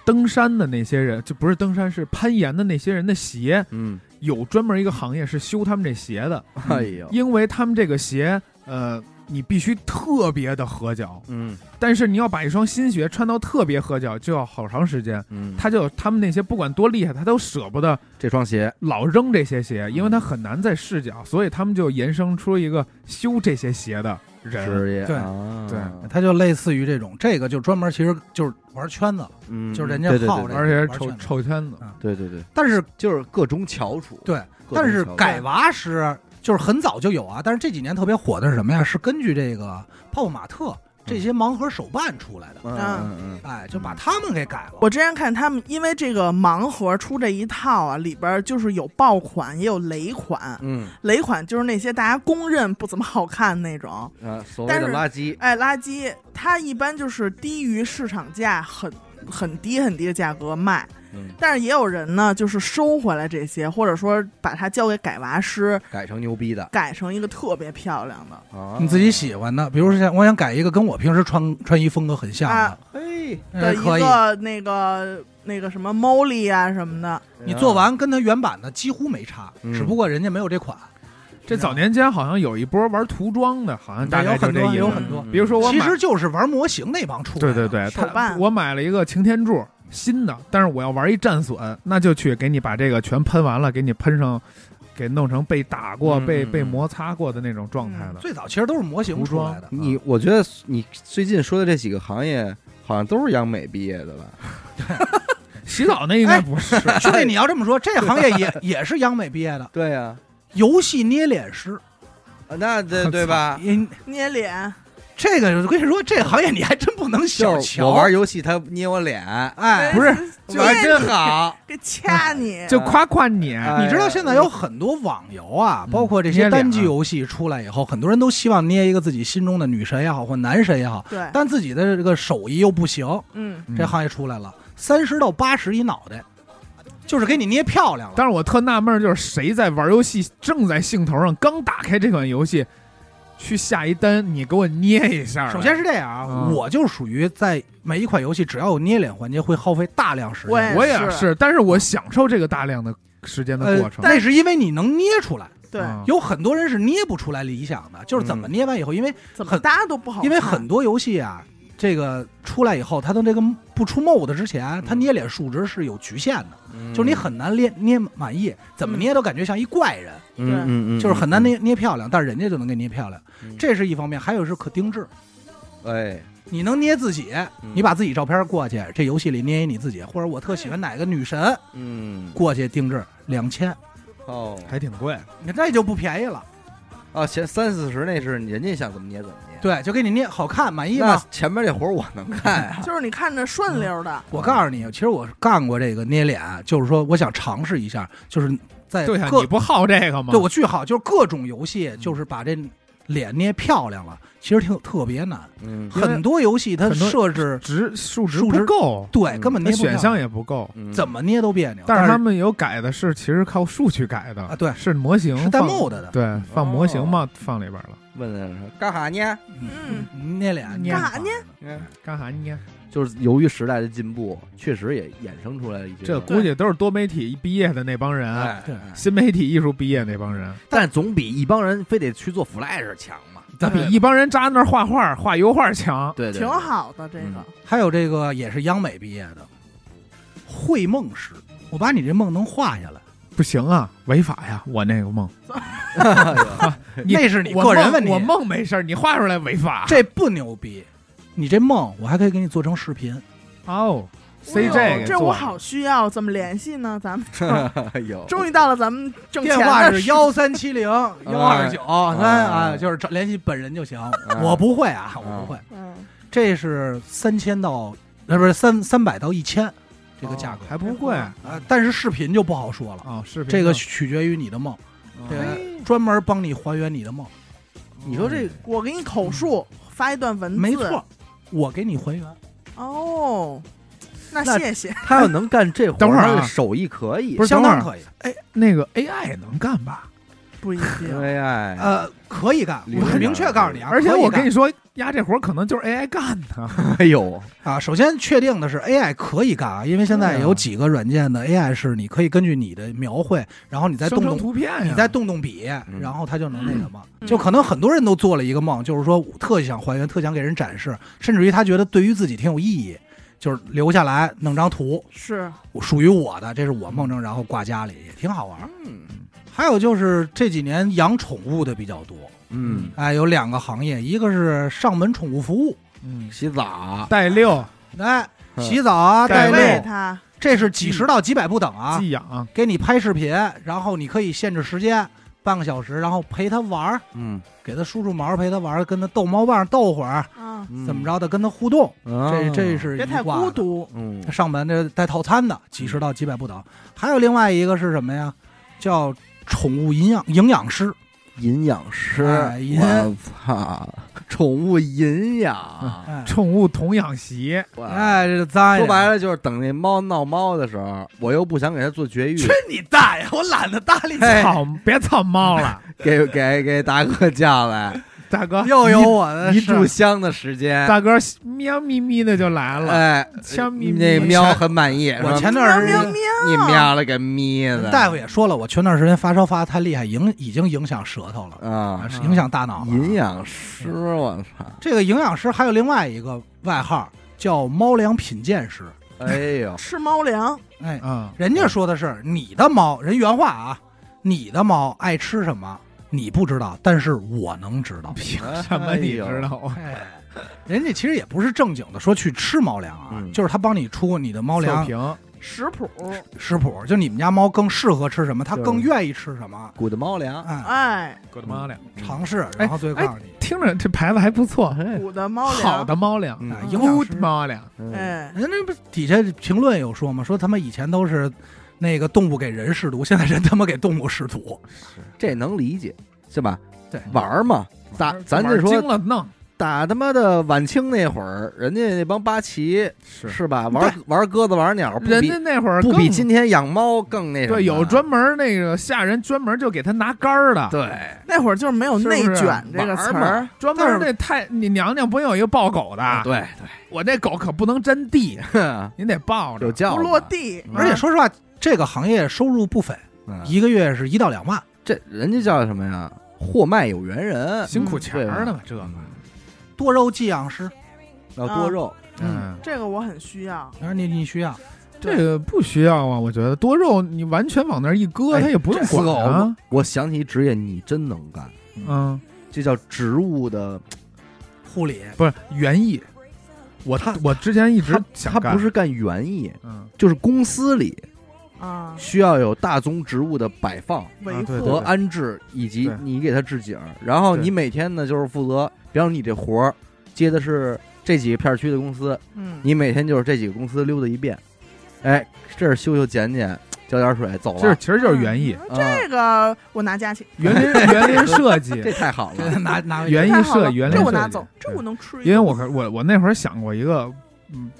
Speaker 4: 登山的那些人，就不是登山，是攀岩的那些人的鞋，
Speaker 1: 嗯，
Speaker 4: 有专门一个行业是修他们这鞋的，
Speaker 1: 哎呦，
Speaker 4: 因为他们这个鞋，呃，你必须特别的合脚，
Speaker 1: 嗯
Speaker 4: 但是你要把一双新鞋穿到特别合脚，就要好长时间。
Speaker 1: 嗯，
Speaker 4: 他就他们那些不管多厉害，他都舍不得
Speaker 1: 这双鞋，
Speaker 4: 老扔这些鞋，因为他很难再试脚，所以他们就衍生出一个修这些鞋的人。
Speaker 1: 职业，
Speaker 2: 对
Speaker 1: 啊
Speaker 4: 对
Speaker 2: 它就类似于这种，这个就专门其实就是玩圈子了，
Speaker 1: 嗯，
Speaker 2: 就是人家
Speaker 1: 对对
Speaker 2: 好
Speaker 1: 对
Speaker 2: 这
Speaker 4: 而且是臭臭圈
Speaker 2: 啊
Speaker 4: 子，
Speaker 1: 对对对，
Speaker 2: 但是
Speaker 1: 就是各种翘楚，
Speaker 2: 对
Speaker 1: 各种
Speaker 2: 但是
Speaker 1: 小众
Speaker 2: 改娃师就是很早就有啊，但是这几年特别火的是什么呀？是根据这个泡泡玛特这些盲盒手办出来的，
Speaker 1: 嗯嗯嗯
Speaker 2: 哎，就把他们给改了。
Speaker 3: 我之前看他们，因为这个盲盒出这一套啊，里边儿就是有爆款，也有雷款。
Speaker 1: 嗯
Speaker 3: 雷款就是那些大家公认不怎么好看那种，
Speaker 1: 嗯啊，所谓的
Speaker 3: 但是
Speaker 1: 垃圾，
Speaker 3: 哎，垃圾。它一般就是低于市场价，很很低很低的价格卖。
Speaker 1: 嗯，
Speaker 3: 但是也有人呢，就是收回来这些，或者说把它交给改娃师，
Speaker 1: 改成牛逼的
Speaker 3: 改成一个特别漂亮的。
Speaker 1: 啊，
Speaker 2: 你自己喜欢的，比如说像我想改一个跟我平时穿穿衣风格很像的
Speaker 3: 啊，
Speaker 1: 嘿，
Speaker 2: 那
Speaker 3: 的
Speaker 2: 是嗯
Speaker 3: 一
Speaker 2: 可以。
Speaker 3: 个那个那个什么 Molly 啊什么的，
Speaker 2: 你做完跟它原版的几乎没差，
Speaker 1: 嗯
Speaker 2: 只不过人家没有这款。
Speaker 4: 这早年间好像有一波玩涂装的，好像嗯大概
Speaker 2: 嗯有
Speaker 4: 就
Speaker 2: 很
Speaker 4: 这
Speaker 2: 多
Speaker 4: 意
Speaker 2: 有
Speaker 4: 思
Speaker 2: 很。多
Speaker 1: 嗯
Speaker 4: 比如说我
Speaker 2: 其
Speaker 4: 买
Speaker 2: 实就是玩模型那帮出来
Speaker 4: 对
Speaker 2: 的。
Speaker 4: 对对，
Speaker 3: 手办
Speaker 4: 他我买了一个擎天柱新的，但是我要玩一战损，那就去给你把这个全喷完了，给你喷上，给弄成被打过、
Speaker 1: 嗯
Speaker 4: 被
Speaker 1: 嗯
Speaker 4: 被
Speaker 1: 嗯
Speaker 4: 摩擦过的那种状态的。
Speaker 2: 最早其实都是模型
Speaker 4: 涂
Speaker 2: 出
Speaker 4: 装
Speaker 2: 来的。
Speaker 1: 啊
Speaker 2: 啊
Speaker 1: 你我觉得你最近说的这几个行业，好像都是央美毕业的吧？
Speaker 4: 洗澡那应该不是，
Speaker 2: 兄弟，你要这么说，这行业也也是央美毕业的，
Speaker 1: 对呀、啊
Speaker 2: 游戏捏脸师。
Speaker 1: 那对对吧？
Speaker 2: 你
Speaker 3: 捏脸，
Speaker 2: 这个我跟你说，这行业你还真不能小
Speaker 1: 就是
Speaker 2: 瞧。
Speaker 1: 我玩游戏，他捏我脸，
Speaker 2: 哎，
Speaker 4: 不是嗯
Speaker 3: 就
Speaker 1: 玩真好。
Speaker 3: 给掐你，
Speaker 4: 就夸夸你，
Speaker 1: 哎
Speaker 2: 你知道现在有很多网游啊，包括这些单机游戏出来以后，很多人都希望捏一个自己心中的女神也好，或男神也好，
Speaker 3: 对，
Speaker 2: 但自己的这个手艺又不行，
Speaker 3: 嗯，
Speaker 4: 嗯
Speaker 2: 这行业出来了，三十到八十一脑袋，就是给你捏漂亮了。
Speaker 4: 但是我特纳闷，儿，就是谁在玩游戏，正在兴头上，刚打开这款游戏，去下一单，你给我捏一下来。
Speaker 2: 首先是这样啊，
Speaker 4: 嗯
Speaker 2: 我就属于在每一款游戏只要有捏脸环节会耗费大量时
Speaker 3: 我
Speaker 2: 间，
Speaker 4: 我
Speaker 3: 也是
Speaker 4: 也是，但是我享受这个大量的时间的
Speaker 2: 呃
Speaker 4: 过，程。
Speaker 2: 那是因为你能捏出来。
Speaker 3: 对，
Speaker 4: 嗯
Speaker 2: 有很多人是捏不出来理想的，就是怎么捏完以后，因为
Speaker 3: 怎么
Speaker 2: 很
Speaker 3: 搭都不好看，
Speaker 2: 因为很多游戏啊，这个出来以后，它的这个不出 MOD 之
Speaker 1: 嗯
Speaker 2: 前，它捏脸数值是有局限的，就是你很难捏捏满意，怎么捏都感觉像一怪人，
Speaker 1: 嗯嗯嗯，
Speaker 2: 就是很难捏捏漂亮，但是人家就能给捏漂亮
Speaker 1: 嗯，
Speaker 2: 这是一方面，还有是可定制。
Speaker 1: 哎，
Speaker 2: 你能捏自己，
Speaker 1: 嗯
Speaker 2: 你把自己照片过去，这游戏里捏一你自己，或者我特喜欢哪个女神，
Speaker 1: 嗯
Speaker 2: 过去定制两千，
Speaker 1: 哦
Speaker 4: 还挺贵，
Speaker 2: 你看这就不便宜了。
Speaker 1: 啊，前三四十那是人家想怎么捏怎么捏。
Speaker 2: 对，就给你捏好看满意
Speaker 1: 那
Speaker 2: 吗？
Speaker 1: 前面这活儿我能干呀，
Speaker 3: 就是你看着顺溜的，
Speaker 2: 我告诉你，其实我干过这个捏脸，啊就是说我想尝试一下，就是在
Speaker 1: 啊
Speaker 4: 对呀、
Speaker 2: 各
Speaker 4: 你不好这个吗？嗯
Speaker 2: 对我巨好，就是各种游戏，就是把这脸捏漂亮了，其实挺特别难。
Speaker 1: 嗯
Speaker 4: 因为
Speaker 2: 很多游戏它
Speaker 4: 很多
Speaker 2: 设置
Speaker 4: 值数值
Speaker 2: 数值
Speaker 4: 不够，
Speaker 2: 对
Speaker 1: 嗯
Speaker 2: 根本
Speaker 4: 那
Speaker 2: 捏不
Speaker 4: 选
Speaker 2: 漂
Speaker 4: 项
Speaker 2: 亮
Speaker 4: 也不够。
Speaker 1: 嗯
Speaker 2: 怎么捏都别扭。
Speaker 4: 但
Speaker 2: 但
Speaker 4: 是他们有改的是，其实靠数去改的
Speaker 2: 啊对
Speaker 4: 是模型
Speaker 2: 是带
Speaker 4: 放
Speaker 2: mod 的，哦
Speaker 4: 对，放模型嘛，放里边了。
Speaker 1: 问啊问他干啥呢？
Speaker 3: 嗯，
Speaker 2: 捏脸
Speaker 4: 捏
Speaker 2: 干
Speaker 3: 干啥呢
Speaker 1: 嗯
Speaker 4: 干啥捏？
Speaker 1: 就是由于时代的进步，确实也衍生出来一些
Speaker 4: 这啊估计都是多媒体毕业的那帮人，
Speaker 1: 哎
Speaker 2: 对
Speaker 1: 哎
Speaker 4: 新媒体艺术毕业那帮人，
Speaker 1: 但总比一帮人非得去做 Flash 强嘛。
Speaker 4: 那比一帮人扎那儿画画、画油 画强。
Speaker 1: 对对，
Speaker 3: 挺。好的这个
Speaker 1: 嗯，
Speaker 2: 还有这个也是央美毕业的绘梦师，我把你这梦能画下来，
Speaker 4: 不行啊，违法呀！我那个梦， 你
Speaker 2: 那是你
Speaker 4: 我
Speaker 2: 个人
Speaker 4: 梦
Speaker 2: 问题。
Speaker 4: 我梦没事儿，你画出来违法。
Speaker 2: 这不牛逼，你这梦我还可以给你做成视频。
Speaker 4: 哦，C
Speaker 3: 我有
Speaker 4: 这个
Speaker 3: 哎这我
Speaker 4: 做
Speaker 3: 好需要，怎么联系呢？咱们
Speaker 1: 哎呦，
Speaker 3: 终于到了咱们 挣钱
Speaker 2: 电话
Speaker 3: 的
Speaker 2: 是
Speaker 3: 时
Speaker 2: 幺三七零
Speaker 4: 哎
Speaker 2: 幺二九三啊，
Speaker 1: 哎
Speaker 2: 就是找联系本人就行
Speaker 1: 哎。
Speaker 2: 我不会啊，我不会。
Speaker 3: 嗯，
Speaker 2: 这是三千到，呃，不是三三百到一千这
Speaker 4: 哦
Speaker 2: 个价格
Speaker 4: 还不贵啊、
Speaker 2: 啊，但是视频就不好说了，
Speaker 4: 哦，视频
Speaker 2: 这个
Speaker 4: 上
Speaker 2: 取决于你的梦，这
Speaker 1: 哎
Speaker 2: 个专门帮你还原你的梦，
Speaker 1: 你说这
Speaker 3: 我给你口述发一段文字，
Speaker 2: 没错，我给你还原。
Speaker 3: 哦，那
Speaker 1: 那
Speaker 3: 谢谢，
Speaker 1: 他要能干这活儿，
Speaker 4: 等会儿啊
Speaker 1: 他的手艺可以，
Speaker 4: 不是
Speaker 2: 相当
Speaker 4: 等会
Speaker 2: 可以，
Speaker 4: 那个 AI 能干吧？
Speaker 3: 不一定，
Speaker 1: 对哎，
Speaker 2: 呃，可以干，
Speaker 1: 理
Speaker 2: 我
Speaker 1: 论上
Speaker 2: 很明确告诉你啊，
Speaker 4: 而且
Speaker 2: 可以
Speaker 4: 我
Speaker 2: 干
Speaker 4: 跟你说，压这活儿可能就是 AI 干 的。
Speaker 1: 哎呦，
Speaker 2: 啊，首先确定的是 AI 可以干啊，因为现在
Speaker 4: 对啊
Speaker 2: 有几个软件的 AI 是你可以根据你的描绘，然后你再
Speaker 4: 生
Speaker 2: 动动
Speaker 4: 成图片哎呀，
Speaker 2: 你再动动笔，
Speaker 1: 嗯
Speaker 2: 然后他就能那什么。
Speaker 3: 嗯
Speaker 2: 就可能很多人都做了一个梦，就是说我特想还原，特想给人展示，甚至于他觉得对于自己挺有意义，就是留下来弄张图，
Speaker 3: 是
Speaker 2: 我属于我的，这是我梦中，然后挂家里也挺好玩儿。
Speaker 1: 嗯
Speaker 2: 还有就是这几年养宠物的比较多，
Speaker 1: 嗯，
Speaker 2: 哎，有两个行业，一个是上门宠物服务，
Speaker 4: 嗯，
Speaker 1: 洗澡，
Speaker 4: 带六
Speaker 2: 哎，
Speaker 1: 嗯
Speaker 2: 洗澡啊、带
Speaker 4: 带嗯路
Speaker 3: 喂
Speaker 2: 路，
Speaker 3: 它，
Speaker 2: 这是几十到几百不等啊，
Speaker 4: 寄养，
Speaker 2: 给你拍视频，然后你可以限制时间，半个小时，然后陪他玩儿。
Speaker 1: 嗯，
Speaker 2: 给他梳梳毛，陪他玩儿，跟他逗猫棒逗会儿，
Speaker 3: 嗯，
Speaker 1: 嗯
Speaker 2: 怎么？着的跟他互动，
Speaker 1: 啊
Speaker 2: 这这，是
Speaker 3: 别
Speaker 2: 一
Speaker 3: 太
Speaker 2: 挂
Speaker 3: 孤
Speaker 2: 的。
Speaker 3: 独，
Speaker 1: 嗯
Speaker 2: 上门这带套餐的，几十到几百不等。还有另外一个是什么呀？叫宠物营养营养师，
Speaker 1: 营养师，
Speaker 2: 哎营
Speaker 1: 我操，宠物营 养，
Speaker 2: 哎
Speaker 4: 宠物童养媳，
Speaker 1: 哇
Speaker 2: 哎，这脏
Speaker 1: 说白
Speaker 2: 了，
Speaker 1: 了就是等那猫闹猫的时候，我又不想给它做绝育
Speaker 2: 去，你大爷！我懒得搭理你。
Speaker 1: 哎
Speaker 4: 操，别操猫了，
Speaker 1: 给给给大哥叫来，
Speaker 4: 大 哥
Speaker 2: 又有我的
Speaker 1: 一
Speaker 2: 事儿
Speaker 1: 炷香的时间，
Speaker 4: 大哥喵咪咪的就来了，
Speaker 1: 哎，
Speaker 4: 香咪咪
Speaker 1: 那 喵很满意，
Speaker 2: 我
Speaker 1: 说
Speaker 2: 前段
Speaker 3: 喵
Speaker 2: 时
Speaker 3: 喵
Speaker 2: 间
Speaker 3: 喵，
Speaker 1: 你喵了个咪的，
Speaker 2: 大夫也说了，我前段时间发烧发的太厉害，影已经影响舌头了，
Speaker 1: 啊，
Speaker 2: 影响大脑了。
Speaker 1: 营养师，我操，
Speaker 2: 这个营养师还有另外一个外号叫猫粮品鉴师，
Speaker 1: 哎呦，
Speaker 3: 吃猫粮，
Speaker 2: 哎，
Speaker 1: 嗯
Speaker 4: 啊，
Speaker 2: 人家说的是你的猫，人原话啊，你的猫爱吃什么你不知道，但是我能知 道。
Speaker 4: 凭什么你知道啊？
Speaker 2: 哎，人家其实也不是正经的说去吃猫粮啊，
Speaker 1: 嗯
Speaker 2: 就是他帮你出你的猫
Speaker 4: 测
Speaker 2: 粮
Speaker 4: 评
Speaker 3: 食谱，
Speaker 2: 食谱，就你们家猫更适合吃什么，它
Speaker 1: 对嗯
Speaker 2: 更愿意吃什么，
Speaker 1: 古的猫粮，
Speaker 2: 哎，
Speaker 3: 哎，
Speaker 4: 我的妈呀！
Speaker 2: 尝试，然后最后
Speaker 4: 哎
Speaker 2: 告诉你，
Speaker 4: 听着这牌子还不错，哎
Speaker 3: 补的猫粮，
Speaker 4: 好，的猫粮
Speaker 1: 嗯
Speaker 2: 哎营养
Speaker 4: ，good
Speaker 2: 师
Speaker 4: 猫粮，
Speaker 1: 嗯，
Speaker 3: 哎，
Speaker 2: 人家那不底下评论有说吗？说他们以前都是那个动物给人试毒，现在人他妈给动物试毒，
Speaker 1: 这能理解是吧？
Speaker 2: 对
Speaker 4: 嗯啊
Speaker 1: 玩儿嘛，咱
Speaker 3: 嗯
Speaker 1: 咱就
Speaker 4: 玩精
Speaker 1: 说
Speaker 4: 了弄
Speaker 1: 打他妈的晚清那会儿，人家那帮八旗
Speaker 4: 是，
Speaker 1: 是吧？玩玩鸽子玩鸟，不
Speaker 4: 人
Speaker 1: 比
Speaker 4: 家那会儿
Speaker 1: 不
Speaker 4: 更
Speaker 1: 比今天养猫更那什么？
Speaker 4: 对有专门那个下人专门就给他拿杆儿的，
Speaker 1: 啊对
Speaker 3: 那会儿就是没有
Speaker 4: 是不
Speaker 3: 内
Speaker 4: 是
Speaker 3: 卷这个
Speaker 1: 玩
Speaker 3: 词
Speaker 1: 儿嘛
Speaker 3: 儿，
Speaker 4: 专门那太你娘娘不有一个抱狗的，
Speaker 1: 啊 对
Speaker 4: 我这狗可不能真地，
Speaker 1: 对，
Speaker 4: 你得抱着
Speaker 1: 有，叫
Speaker 3: 不落地，
Speaker 1: 嗯
Speaker 2: 而且说实话，这个行业收入不菲，
Speaker 1: 嗯
Speaker 2: 一个月是一到两万。
Speaker 1: 这人家叫什么呀？货卖有缘人，
Speaker 4: 辛苦钱
Speaker 1: 啊
Speaker 4: 儿呢嘛，
Speaker 1: 嗯
Speaker 4: 这个，
Speaker 2: 多肉寄养师，
Speaker 1: 要多肉，
Speaker 4: 嗯，
Speaker 3: 这个我很需要。
Speaker 2: 然啊后你你需要，
Speaker 4: 这个不需要啊，我觉得多肉你完全往那儿一搁，
Speaker 1: 哎
Speaker 4: 它也不用管啊，
Speaker 1: 我想起一职业，你真能干，
Speaker 4: 嗯，
Speaker 1: 这叫植物的，
Speaker 2: 护理，
Speaker 4: 不是园艺，我
Speaker 1: 他
Speaker 4: 我之前一直
Speaker 1: 他
Speaker 4: 想
Speaker 1: 他
Speaker 4: 干
Speaker 1: 不是干园艺，
Speaker 4: 嗯
Speaker 1: 就是公司里
Speaker 3: 啊，
Speaker 1: 需要有大宗植物的摆放
Speaker 3: 维
Speaker 4: 啊对
Speaker 1: 和
Speaker 3: 护
Speaker 1: 安置，以及
Speaker 4: 对
Speaker 1: 你给它置景，然后
Speaker 4: 对
Speaker 1: 你每天呢就是负责，比方说你这活儿接的是这几个片区的公司，
Speaker 3: 嗯，
Speaker 1: 你每天就是这几个公司溜达一遍，哎，这儿修修剪剪，浇点水，走
Speaker 4: 就是
Speaker 1: 了，
Speaker 4: 其实就是啊园艺，
Speaker 3: 嗯这个我拿家去，
Speaker 4: 园林园林设计
Speaker 1: 这，太好 了，
Speaker 2: 拿拿
Speaker 4: 园艺
Speaker 3: 太好
Speaker 4: 设
Speaker 3: 了
Speaker 4: 园林
Speaker 3: 这
Speaker 4: 设
Speaker 3: 我
Speaker 4: 计
Speaker 3: 拿走，这我能吃一个。
Speaker 4: 因为我可我我那会儿想过一个，嗯，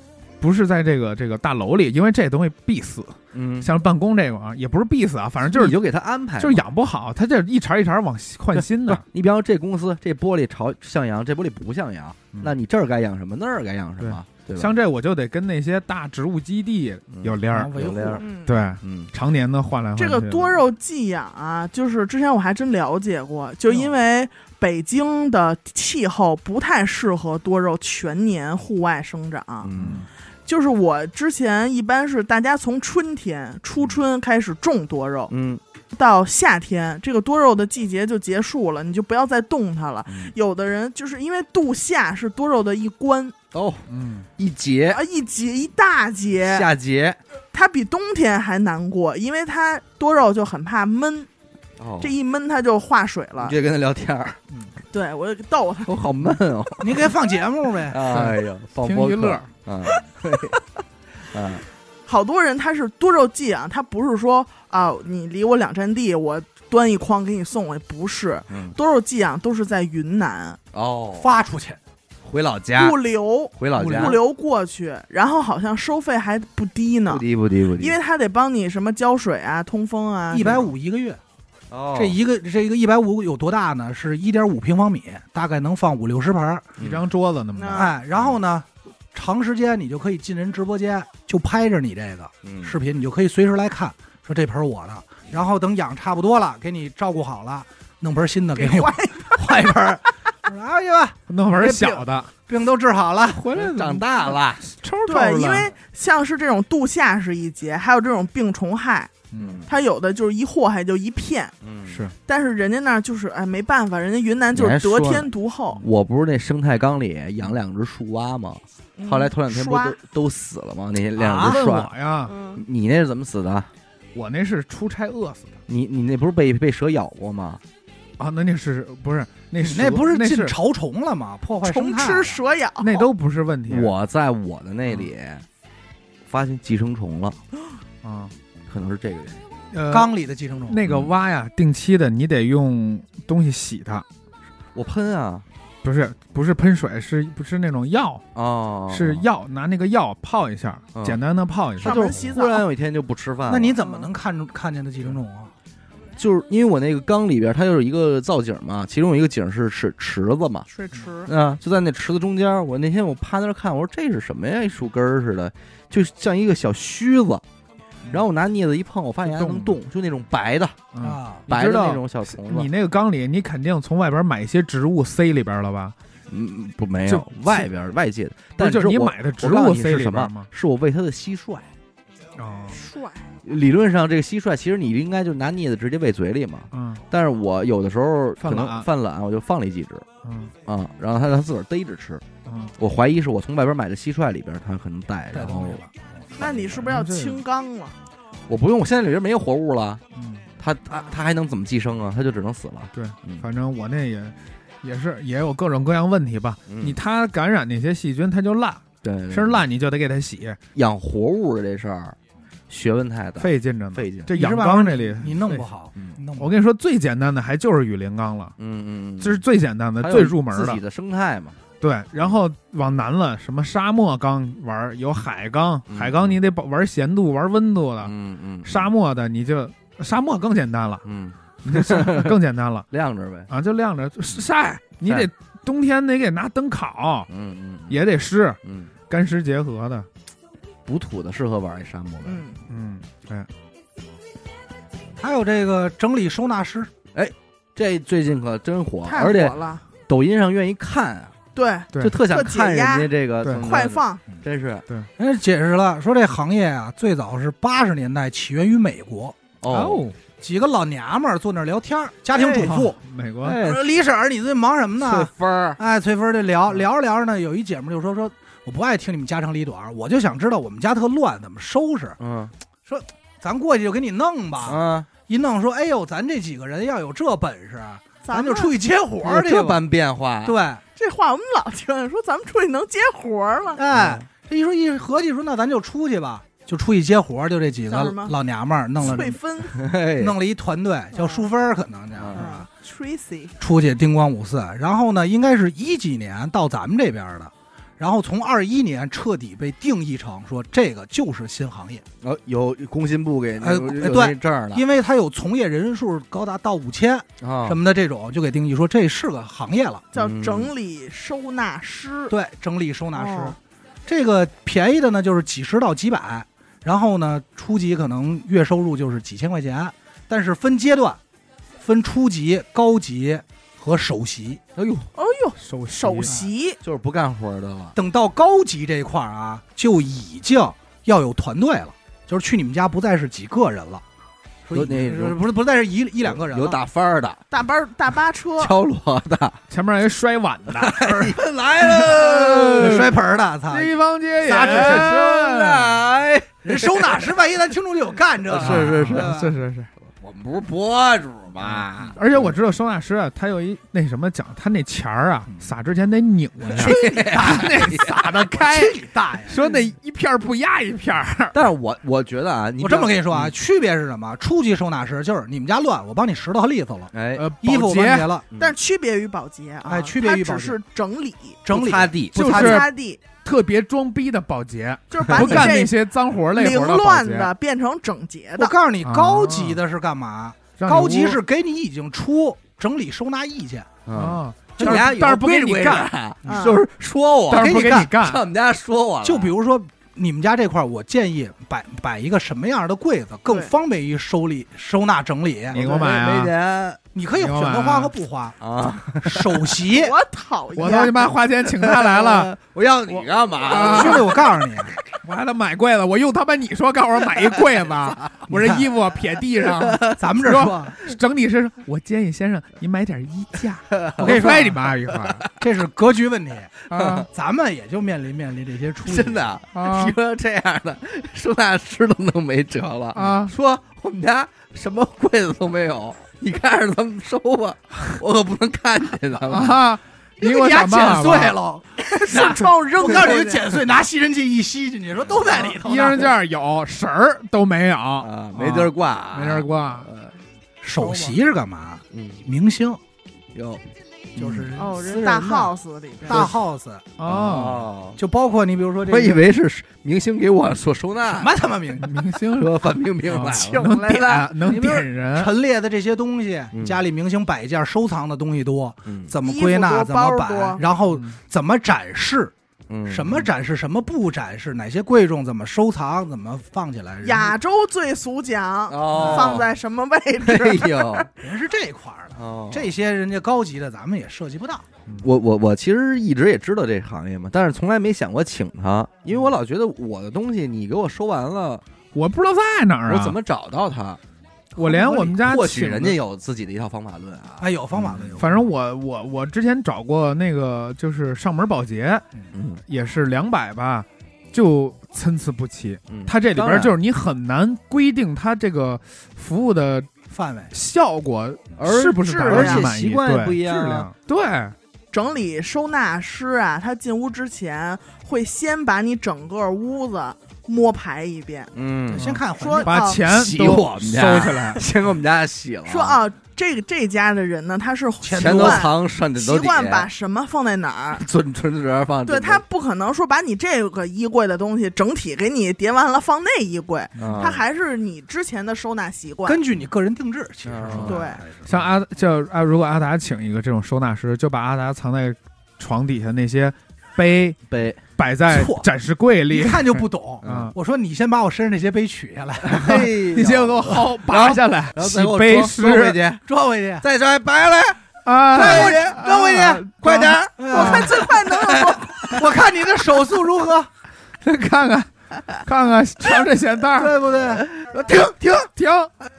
Speaker 4: 不是在这个这个大楼里，因为这东西必死，
Speaker 1: 嗯，
Speaker 4: 像办公这个啊，也不是必死啊，反正就
Speaker 1: 你
Speaker 4: 是
Speaker 1: 就给他安排嘛，
Speaker 4: 就是养不好，它这一茬一茬往换新
Speaker 1: 不是
Speaker 4: 的，
Speaker 1: 你比方说这公司这玻璃朝向阳，这玻璃不向阳，
Speaker 4: 嗯
Speaker 1: 那你这儿该养什么，那儿该养什么，对吧？嗯
Speaker 4: 像这我就得跟那些大植物基地有联儿，
Speaker 2: 维
Speaker 1: 有
Speaker 2: 护
Speaker 1: 联儿
Speaker 3: 嗯，
Speaker 4: 对，嗯
Speaker 1: 嗯，
Speaker 4: 常年的换来换去
Speaker 3: 这
Speaker 4: 的
Speaker 3: 个多肉寄养啊，就是之前我还真了解过，就因为北京的气候不太适合多肉全年户外生长。
Speaker 1: 嗯
Speaker 3: 就是我之前一般是大家从春天初春开始种多肉，
Speaker 1: 嗯
Speaker 3: 到夏天这个多肉的季节就结束了，你就不要再动它了。
Speaker 1: 嗯
Speaker 3: 有的人就是因为度夏是多肉的一关
Speaker 1: 哦，
Speaker 4: 嗯，
Speaker 1: 一节
Speaker 3: 啊，一节一大节，
Speaker 1: 下节
Speaker 3: 它比冬天还难过，因为它多肉就很怕闷，
Speaker 1: 哦，
Speaker 3: 这一闷它就化水
Speaker 1: 你
Speaker 3: 了。
Speaker 1: 这跟他聊天儿，
Speaker 3: 对我就逗它，
Speaker 1: 我好闷哦，
Speaker 2: 你给放节目呗，
Speaker 1: 哎呀，放
Speaker 4: 听
Speaker 1: 播
Speaker 4: 娱
Speaker 1: 客
Speaker 4: 乐，
Speaker 1: 啊，嗯，
Speaker 3: 好多人他是多肉寄养，他不是说啊，你离我两站地，我端一筐给你送过去，不是。
Speaker 1: 嗯
Speaker 3: 多肉寄养都是在云南
Speaker 1: 哦，
Speaker 2: 发出去，
Speaker 1: 回老家
Speaker 3: 物，流
Speaker 1: 回老家
Speaker 3: 物，流过去，然后好像收费还不低呢
Speaker 1: 不，低不低不低，
Speaker 3: 因为他得帮你什么浇水啊、通风啊。
Speaker 2: 一百五一个月，
Speaker 1: 哦
Speaker 2: 这一个这个一百五有多大呢？是一点五平方米，大概能放五六十盆儿，
Speaker 1: 嗯
Speaker 4: 一张桌子那么
Speaker 3: 啊
Speaker 4: 大，
Speaker 2: 哎，然后呢，长时间你就可以进人直播间，就拍着你这个
Speaker 1: 嗯
Speaker 2: 视频，你就可以随时来看，说这盆儿我的，然后等养差不多了，给你照顾好了，弄盆新的给你
Speaker 3: 换
Speaker 2: 换一 盆儿，拿回去吧，
Speaker 4: 弄盆小的
Speaker 2: 病都治好了。
Speaker 4: 回来
Speaker 1: 长大了，
Speaker 4: 抽
Speaker 3: 对，
Speaker 4: 抽了啊
Speaker 3: 因为像是这种度夏是一节，还有这种病虫害，
Speaker 4: 嗯
Speaker 3: 它有的就是一祸害就一片，
Speaker 1: 嗯
Speaker 4: 是
Speaker 3: 但是人家那儿就是哎没办法，人家云南就是得天独厚。
Speaker 1: 我不是那生态缸里养两只树蛙吗？
Speaker 3: 嗯
Speaker 1: 后来头两天不
Speaker 3: 刷
Speaker 1: 都啊都死了吗？那
Speaker 4: 啊
Speaker 1: 两只
Speaker 4: 问
Speaker 1: 刷，
Speaker 4: 我呀，
Speaker 3: 嗯，
Speaker 1: 你那是怎么死的？
Speaker 4: 我那是出差饿死的
Speaker 1: 你你那不是被被蛇咬过吗？
Speaker 4: 啊，那那是不是那
Speaker 2: 你那不
Speaker 4: 是
Speaker 2: 是
Speaker 4: 那
Speaker 2: 进潮虫了吗？破坏生
Speaker 3: 虫
Speaker 2: 态
Speaker 3: 吃蛇咬，
Speaker 4: 那都不是问题，
Speaker 1: 我在我的那里发现寄生虫了，
Speaker 4: 啊
Speaker 1: 可能是这个原因。
Speaker 4: 呃
Speaker 2: 缸里的寄生虫。
Speaker 4: 那个蛙呀，定期的你得用东西洗它，
Speaker 1: 我喷啊，
Speaker 4: 不是不是喷水，是不是那种药，
Speaker 1: 哦，
Speaker 4: 是药，拿那个药泡一下，
Speaker 1: 嗯
Speaker 4: 简单的泡一
Speaker 1: 他
Speaker 4: 下
Speaker 3: 上。
Speaker 1: 就
Speaker 3: 门洗
Speaker 1: 是
Speaker 3: 澡
Speaker 1: 忽然有一天就不吃饭了。
Speaker 2: 那你怎么能看出看见的寄生虫啊？
Speaker 1: 就是因为我那个缸里边它有一个造景嘛，其中有一个景是池池子嘛，
Speaker 3: 水池。
Speaker 1: 啊，就在那池子中间。我那天我趴那儿看，我说这是什么呀？一树根儿似的，就像一个小须子。
Speaker 4: 嗯
Speaker 1: 然后我拿镊子一碰，我发现还能
Speaker 4: 动
Speaker 1: 动，就那种白的
Speaker 4: 嗯，
Speaker 2: 啊，
Speaker 1: 白的
Speaker 4: 知道
Speaker 1: 那种小虫子。
Speaker 4: 你那个缸里，你肯定从外边买一些植物塞里边了吧？
Speaker 1: 嗯，不没
Speaker 4: 就
Speaker 1: 有外边儿外界的，
Speaker 4: 不
Speaker 1: 但
Speaker 4: 是就是是你
Speaker 1: 我
Speaker 4: 买的植
Speaker 1: 我告诉
Speaker 4: 物
Speaker 1: 你
Speaker 4: 塞
Speaker 1: 是
Speaker 4: 里
Speaker 1: 什
Speaker 4: 边吗
Speaker 1: 么？？是我喂它的蟋蟀。
Speaker 4: 哦，
Speaker 3: 帅，
Speaker 1: 理论上这个蟋蟀，其实你应该就拿镊子直接喂嘴里嘛。
Speaker 4: 嗯
Speaker 1: 但是我有的时候可
Speaker 4: 犯
Speaker 1: 能
Speaker 4: 懒
Speaker 1: 犯懒，我就放了一几只
Speaker 4: 嗯
Speaker 1: 啊，然后它它自个儿逮着吃。
Speaker 4: 嗯，
Speaker 1: 我怀疑是我从外边买的蟋蟀里边，它可能带，
Speaker 2: 带
Speaker 1: 然
Speaker 2: 东
Speaker 1: 后
Speaker 2: 西了。
Speaker 3: 那你是不是要清缸了？
Speaker 1: 我不用，我现在里边没有活物了，
Speaker 4: 嗯，
Speaker 1: 它它它还能怎么寄生啊？它就只能死了。
Speaker 4: 对
Speaker 1: 嗯，
Speaker 4: 反正我那也也是也有各种各样问题吧。
Speaker 1: 嗯
Speaker 4: 你它感染那些细菌，它就烂，
Speaker 1: 对
Speaker 4: 身烂你就得给它洗，
Speaker 1: 养活物的这事儿，学问太大，
Speaker 4: 费劲着呢。
Speaker 1: 费劲。
Speaker 4: 这
Speaker 2: 你是
Speaker 4: 养
Speaker 2: 吧
Speaker 4: 缸这里
Speaker 2: 你弄不好，
Speaker 1: 嗯
Speaker 2: 你弄不
Speaker 4: 我
Speaker 2: 好。
Speaker 4: 跟你说，最简单的还就是雨林缸了，
Speaker 1: 嗯嗯，嗯
Speaker 4: 这是最简单的、
Speaker 1: 还有
Speaker 4: 最入门
Speaker 1: 自己
Speaker 4: 的。
Speaker 1: 的生态嘛。
Speaker 4: 对，然后往南了，什么沙漠缸玩儿，有海缸，
Speaker 1: 嗯
Speaker 4: 海缸你得保玩咸度、玩温度的。
Speaker 1: 嗯嗯，
Speaker 4: 啊沙漠的你就沙漠更简单了，
Speaker 1: 嗯
Speaker 4: 更简单了
Speaker 1: 晾着呗。
Speaker 4: 啊，就晾着晒，你得冬天得给拿灯烤，
Speaker 1: 嗯嗯嗯
Speaker 4: 也得湿，
Speaker 1: 嗯，
Speaker 4: 干湿结合的。
Speaker 1: 补土的适合玩一沙漠呗。
Speaker 3: 嗯，
Speaker 4: 嗯，对，
Speaker 2: 还有这个整理收纳师，
Speaker 1: 这最近可真火，
Speaker 3: 太
Speaker 1: 而且
Speaker 3: 火了，
Speaker 1: 抖音上愿意看啊，
Speaker 3: 对，
Speaker 4: 对
Speaker 1: 就特想
Speaker 3: 特解
Speaker 1: 看人
Speaker 3: 压
Speaker 1: 家这个
Speaker 4: 对
Speaker 1: 怎么
Speaker 3: 快放，
Speaker 1: 真是
Speaker 2: 人家解释了，说这行业啊，最早是八十年代起源于美国，
Speaker 1: 哦，，
Speaker 2: 几个老娘们儿坐那儿聊天儿，家庭主妇，
Speaker 4: 美国，
Speaker 1: 哎，
Speaker 2: 说李婶儿，你最近忙什么
Speaker 1: 翠
Speaker 2: 呢？
Speaker 1: 芬儿，
Speaker 2: 哎，翠芬儿这聊聊着聊着呢，有一姐们儿就说说，我不爱听你们家长里短儿，我就想知道我们家特乱，怎么收拾，
Speaker 1: 嗯
Speaker 2: 咱过去就给你弄吧。
Speaker 1: 啊，
Speaker 2: 一弄说，哎呦，咱这几个人要有这本事，咱
Speaker 3: 咱
Speaker 2: 就
Speaker 3: 们
Speaker 2: 出去接活
Speaker 1: 哇
Speaker 2: 儿去
Speaker 1: 这哎
Speaker 2: 吧。
Speaker 1: 般变化，
Speaker 2: 对，
Speaker 3: 这话我们老听，说咱们出去能接活儿了，
Speaker 2: 哎，
Speaker 1: 嗯
Speaker 2: 这一说一合计说，那咱就出去吧，就出去接活儿，就这几个
Speaker 3: 叫什么嗯
Speaker 2: 老娘们儿弄了
Speaker 3: 翠芬
Speaker 1: 嘿，
Speaker 2: 弄了一团队，叫淑芬儿，可能叫
Speaker 1: 嗯
Speaker 2: 是吧
Speaker 3: 啊，Tracy，
Speaker 2: 出去叮咣五四，然后呢，应该是一几年到咱们这边儿的，然后从二一年彻底被定义成说这个就是新行业，
Speaker 1: 哦，有工信部给
Speaker 2: 哎
Speaker 1: 有
Speaker 2: 哎
Speaker 1: 有
Speaker 2: 对
Speaker 1: 那证儿了，
Speaker 2: 因为它有从业人数高达到五千
Speaker 1: 啊
Speaker 2: 什么的这种，就给定义说这是个行业了。
Speaker 3: 叫
Speaker 1: 嗯
Speaker 3: 整理收纳师，
Speaker 2: 对，整理收纳师，
Speaker 3: 哦
Speaker 2: 这个便宜的呢就是几十到几百，然后呢初级可能月收入就是几千块钱，但是分阶段，分初级、高级和首席。
Speaker 1: 哎呦，
Speaker 3: 哦呦，
Speaker 4: 首
Speaker 3: 首席，
Speaker 1: 就是不干活的了，
Speaker 2: 等到高级这一块儿啊，就已经要有团队了，就是去你们家不再是几个人了，说
Speaker 1: 有那种
Speaker 2: 不是不再是一一两个人了哦
Speaker 1: 有打翻儿的，
Speaker 3: 大巴大巴车，
Speaker 1: 敲锣的，
Speaker 4: 前面有一摔碗 的，
Speaker 1: 来
Speaker 2: 哎
Speaker 1: 了
Speaker 2: 摔盆儿的，操！
Speaker 4: 西方街也
Speaker 2: 撒纸
Speaker 1: 生来，
Speaker 2: 人收纳师万一咱听众就有干这
Speaker 4: 啊
Speaker 2: 个，
Speaker 1: 是是是
Speaker 2: 对吧
Speaker 4: 是是是，
Speaker 1: 我们不是博主吗？
Speaker 4: 而且我知道收纳师啊，他有一那什么讲，他那钱儿啊
Speaker 1: 嗯
Speaker 4: 撒之前得拧过去， 啊那撒得开，
Speaker 2: 去你大爷！
Speaker 4: 说那一片儿不压一片儿，
Speaker 1: 嗯但是我我觉得啊，你
Speaker 2: 我这么跟你说啊，，
Speaker 4: 嗯
Speaker 2: 区别是什么？初级收纳师就是你们家乱，我帮你拾掇和利索了，
Speaker 1: 哎，
Speaker 4: 呃，
Speaker 2: 衣服
Speaker 4: 保
Speaker 2: 我帮你
Speaker 4: 洁
Speaker 2: 叠了，
Speaker 3: 但是区别于保洁啊，
Speaker 2: 哎区别于保
Speaker 3: 它
Speaker 2: 洁
Speaker 3: 只是整理，
Speaker 2: 整理
Speaker 1: 擦地，
Speaker 4: 就
Speaker 2: 不擦
Speaker 4: 是
Speaker 2: 地
Speaker 3: 擦地，
Speaker 4: 特别装逼的保洁，
Speaker 3: 就是把
Speaker 4: 不
Speaker 3: 你
Speaker 4: 干那
Speaker 3: 这
Speaker 4: 些脏活儿累
Speaker 3: 哎凌
Speaker 4: 活儿的保
Speaker 3: 乱
Speaker 4: 洁，
Speaker 3: 的变成整洁
Speaker 2: 我
Speaker 3: 的，
Speaker 2: 告诉你，
Speaker 4: 啊
Speaker 2: 高级的是干嘛？
Speaker 4: 让你啊
Speaker 2: 高级
Speaker 4: 屋
Speaker 2: 是给你已经出整理收纳意见，
Speaker 1: 嗯，
Speaker 4: 啊，
Speaker 1: 就
Speaker 4: 但
Speaker 1: 你家
Speaker 4: 是
Speaker 1: 有
Speaker 4: 但是不给
Speaker 1: 规矩
Speaker 4: 你
Speaker 1: 规
Speaker 4: 干，
Speaker 1: 矩
Speaker 3: 嗯
Speaker 1: 就是说我
Speaker 4: 但是不
Speaker 2: 给
Speaker 4: 给
Speaker 2: 你
Speaker 4: 你
Speaker 1: 上
Speaker 4: 干，
Speaker 1: 我们家说
Speaker 4: 啊
Speaker 1: 我了，
Speaker 2: 就比如说你们家这块儿，我建议摆摆一个什么样的柜子更
Speaker 3: 对
Speaker 2: 方便于收理、收纳整理？
Speaker 4: 你给我买
Speaker 1: 没
Speaker 4: 啊！
Speaker 1: 钱。
Speaker 2: 你可以选
Speaker 4: 明白
Speaker 2: 择
Speaker 4: 啊
Speaker 2: 花和不花
Speaker 1: 啊，
Speaker 2: 首 席，
Speaker 3: 我讨
Speaker 4: 我他
Speaker 3: 厌，
Speaker 4: 妈花钱请他 来了，，
Speaker 1: 我要你干嘛？
Speaker 2: 啊兄弟，我告诉你，
Speaker 4: 我还得买柜子，我又他妈你说告诉我买一柜子，我这衣服撇地上，
Speaker 2: 咱们这儿说，
Speaker 4: 整理师，我建议先生您买点衣架，我
Speaker 2: 跟你
Speaker 4: 给你
Speaker 2: 说
Speaker 4: 摔你妈一块儿
Speaker 2: 这是格局问题，
Speaker 4: 啊
Speaker 2: 咱们也就面临面临这些初级。
Speaker 1: 真的，啊，
Speaker 4: 啊
Speaker 1: 你说这样的收纳师都能没辙了
Speaker 4: 啊
Speaker 1: 说我们家什么柜子都没有，你看着咱们收吧，我可不能看见咱们。
Speaker 4: 啊！你给我
Speaker 2: 牙
Speaker 4: 想
Speaker 2: 剪
Speaker 4: 办
Speaker 2: 碎
Speaker 4: 法吧。
Speaker 2: 了，
Speaker 3: 手窗户扔
Speaker 2: 我告诉你，
Speaker 3: 出去
Speaker 2: 剪碎拿吸尘器一吸进去，说都在里头呢。
Speaker 4: 衣裳架有绳儿都没有啊
Speaker 1: 啊，没地儿，挂，
Speaker 4: 没地儿。挂。
Speaker 1: 呃，
Speaker 2: 首席是干嘛？
Speaker 1: 嗯，
Speaker 2: 明星
Speaker 1: 有
Speaker 2: 就是
Speaker 3: 哦，
Speaker 2: 私
Speaker 3: 这
Speaker 2: 人
Speaker 3: 大
Speaker 2: 的
Speaker 3: house 里边
Speaker 2: 大 house，
Speaker 4: 哦，，
Speaker 2: 就包括你比如说这
Speaker 1: 我
Speaker 2: 个
Speaker 1: 以为是明星给我做收
Speaker 2: 什
Speaker 1: 纳，
Speaker 2: 么他妈明星
Speaker 4: 明星
Speaker 1: 说范冰冰来
Speaker 4: 啊
Speaker 1: 了，
Speaker 4: 能
Speaker 3: 来了
Speaker 4: 点能点人，
Speaker 2: 陈列的这些东西
Speaker 1: 嗯，
Speaker 2: 家里明星摆件收藏的东西多，
Speaker 1: 嗯
Speaker 2: 怎么归纳，
Speaker 3: 衣服多
Speaker 2: 怎么
Speaker 3: 包
Speaker 2: 摆
Speaker 3: 多，
Speaker 2: 然后
Speaker 4: 嗯
Speaker 2: 怎么展示，
Speaker 1: 嗯
Speaker 2: 什么展示，什么不展示，哪些贵重，怎么收藏，怎么放起来。人
Speaker 3: 亚洲最俗奖
Speaker 1: 哦，
Speaker 3: 放在什么位置？
Speaker 1: 哎 呦，
Speaker 2: 人是这块儿的，
Speaker 1: 哦
Speaker 2: 这些人家高级的咱们也涉及不到。
Speaker 1: 我我我其实一直也知道这行业嘛，但是从来没想过请他，因为我老觉得我的东西你给我收完了，
Speaker 4: 我不知道在哪儿啊，
Speaker 1: 我怎么找到他？
Speaker 4: 我连我们家
Speaker 1: 或许
Speaker 4: 请
Speaker 1: 人
Speaker 4: 的
Speaker 1: 家有自己的一套方法论啊。
Speaker 2: 哎，有方法论，有方法论。
Speaker 4: 反正我我我之前找过那个就是上门保洁，
Speaker 1: 嗯
Speaker 4: 也是两百吧，就参差不齐。
Speaker 1: 嗯，
Speaker 4: 它这里
Speaker 1: 当
Speaker 4: 边
Speaker 1: 然
Speaker 4: 就是你很难规定它这个服务的
Speaker 2: 范围
Speaker 4: 效果
Speaker 1: 而
Speaker 4: 是不是
Speaker 3: 质
Speaker 4: 达
Speaker 3: 量
Speaker 4: 到你满意
Speaker 1: 而且习惯也
Speaker 4: 对
Speaker 1: 不一样
Speaker 4: 质量对。
Speaker 3: 整理收纳师啊，他进屋之前会先把你整个屋子摸排一遍，
Speaker 1: 嗯，
Speaker 2: 先看环
Speaker 3: 说
Speaker 2: 境，
Speaker 4: 把
Speaker 3: 啊
Speaker 4: 钱
Speaker 1: 洗
Speaker 4: 都
Speaker 1: 我们
Speaker 4: 收
Speaker 1: 家，
Speaker 4: 起来
Speaker 1: 先给我们家洗了，
Speaker 3: 说，啊，这个这家的人呢，他是习
Speaker 2: 钱
Speaker 1: 钱都
Speaker 3: 惯
Speaker 1: 藏上枕头
Speaker 3: 习
Speaker 1: 底，
Speaker 3: 惯把什么放在哪儿。
Speaker 1: 存存折放
Speaker 3: 对
Speaker 1: 枕头，
Speaker 3: 他不可能说把你这个衣柜的东西整体给你叠完了放那衣柜，
Speaker 1: 嗯
Speaker 3: 他还是你之前的收纳习惯。
Speaker 2: 根据你啊个人定制，其实说
Speaker 3: 对
Speaker 2: 白了还是
Speaker 4: 像阿叫啊，如果阿达请一个这种收纳师，就把阿达藏在床底下那些杯
Speaker 1: 背
Speaker 4: 摆在
Speaker 2: 错
Speaker 4: 展示柜
Speaker 2: 一
Speaker 4: 里
Speaker 2: 看就不懂。
Speaker 4: 啊，
Speaker 2: 我说你先把我身上那些杯取下来，
Speaker 1: 嘿
Speaker 4: 你先给我薅拔下来，
Speaker 1: 然后再
Speaker 4: 洗
Speaker 1: 给我
Speaker 4: 杯
Speaker 1: 装装回
Speaker 4: 师
Speaker 1: 去，
Speaker 2: 装回去。
Speaker 1: 再装白来，
Speaker 4: 啊，
Speaker 1: 快回去，装回
Speaker 4: 啊
Speaker 1: 去，快点儿，
Speaker 2: 我
Speaker 3: 看最快能有多
Speaker 2: 我看你的手速如何，
Speaker 4: 看看，看看尝这咸淡儿，
Speaker 2: 对不对？
Speaker 4: 停停停，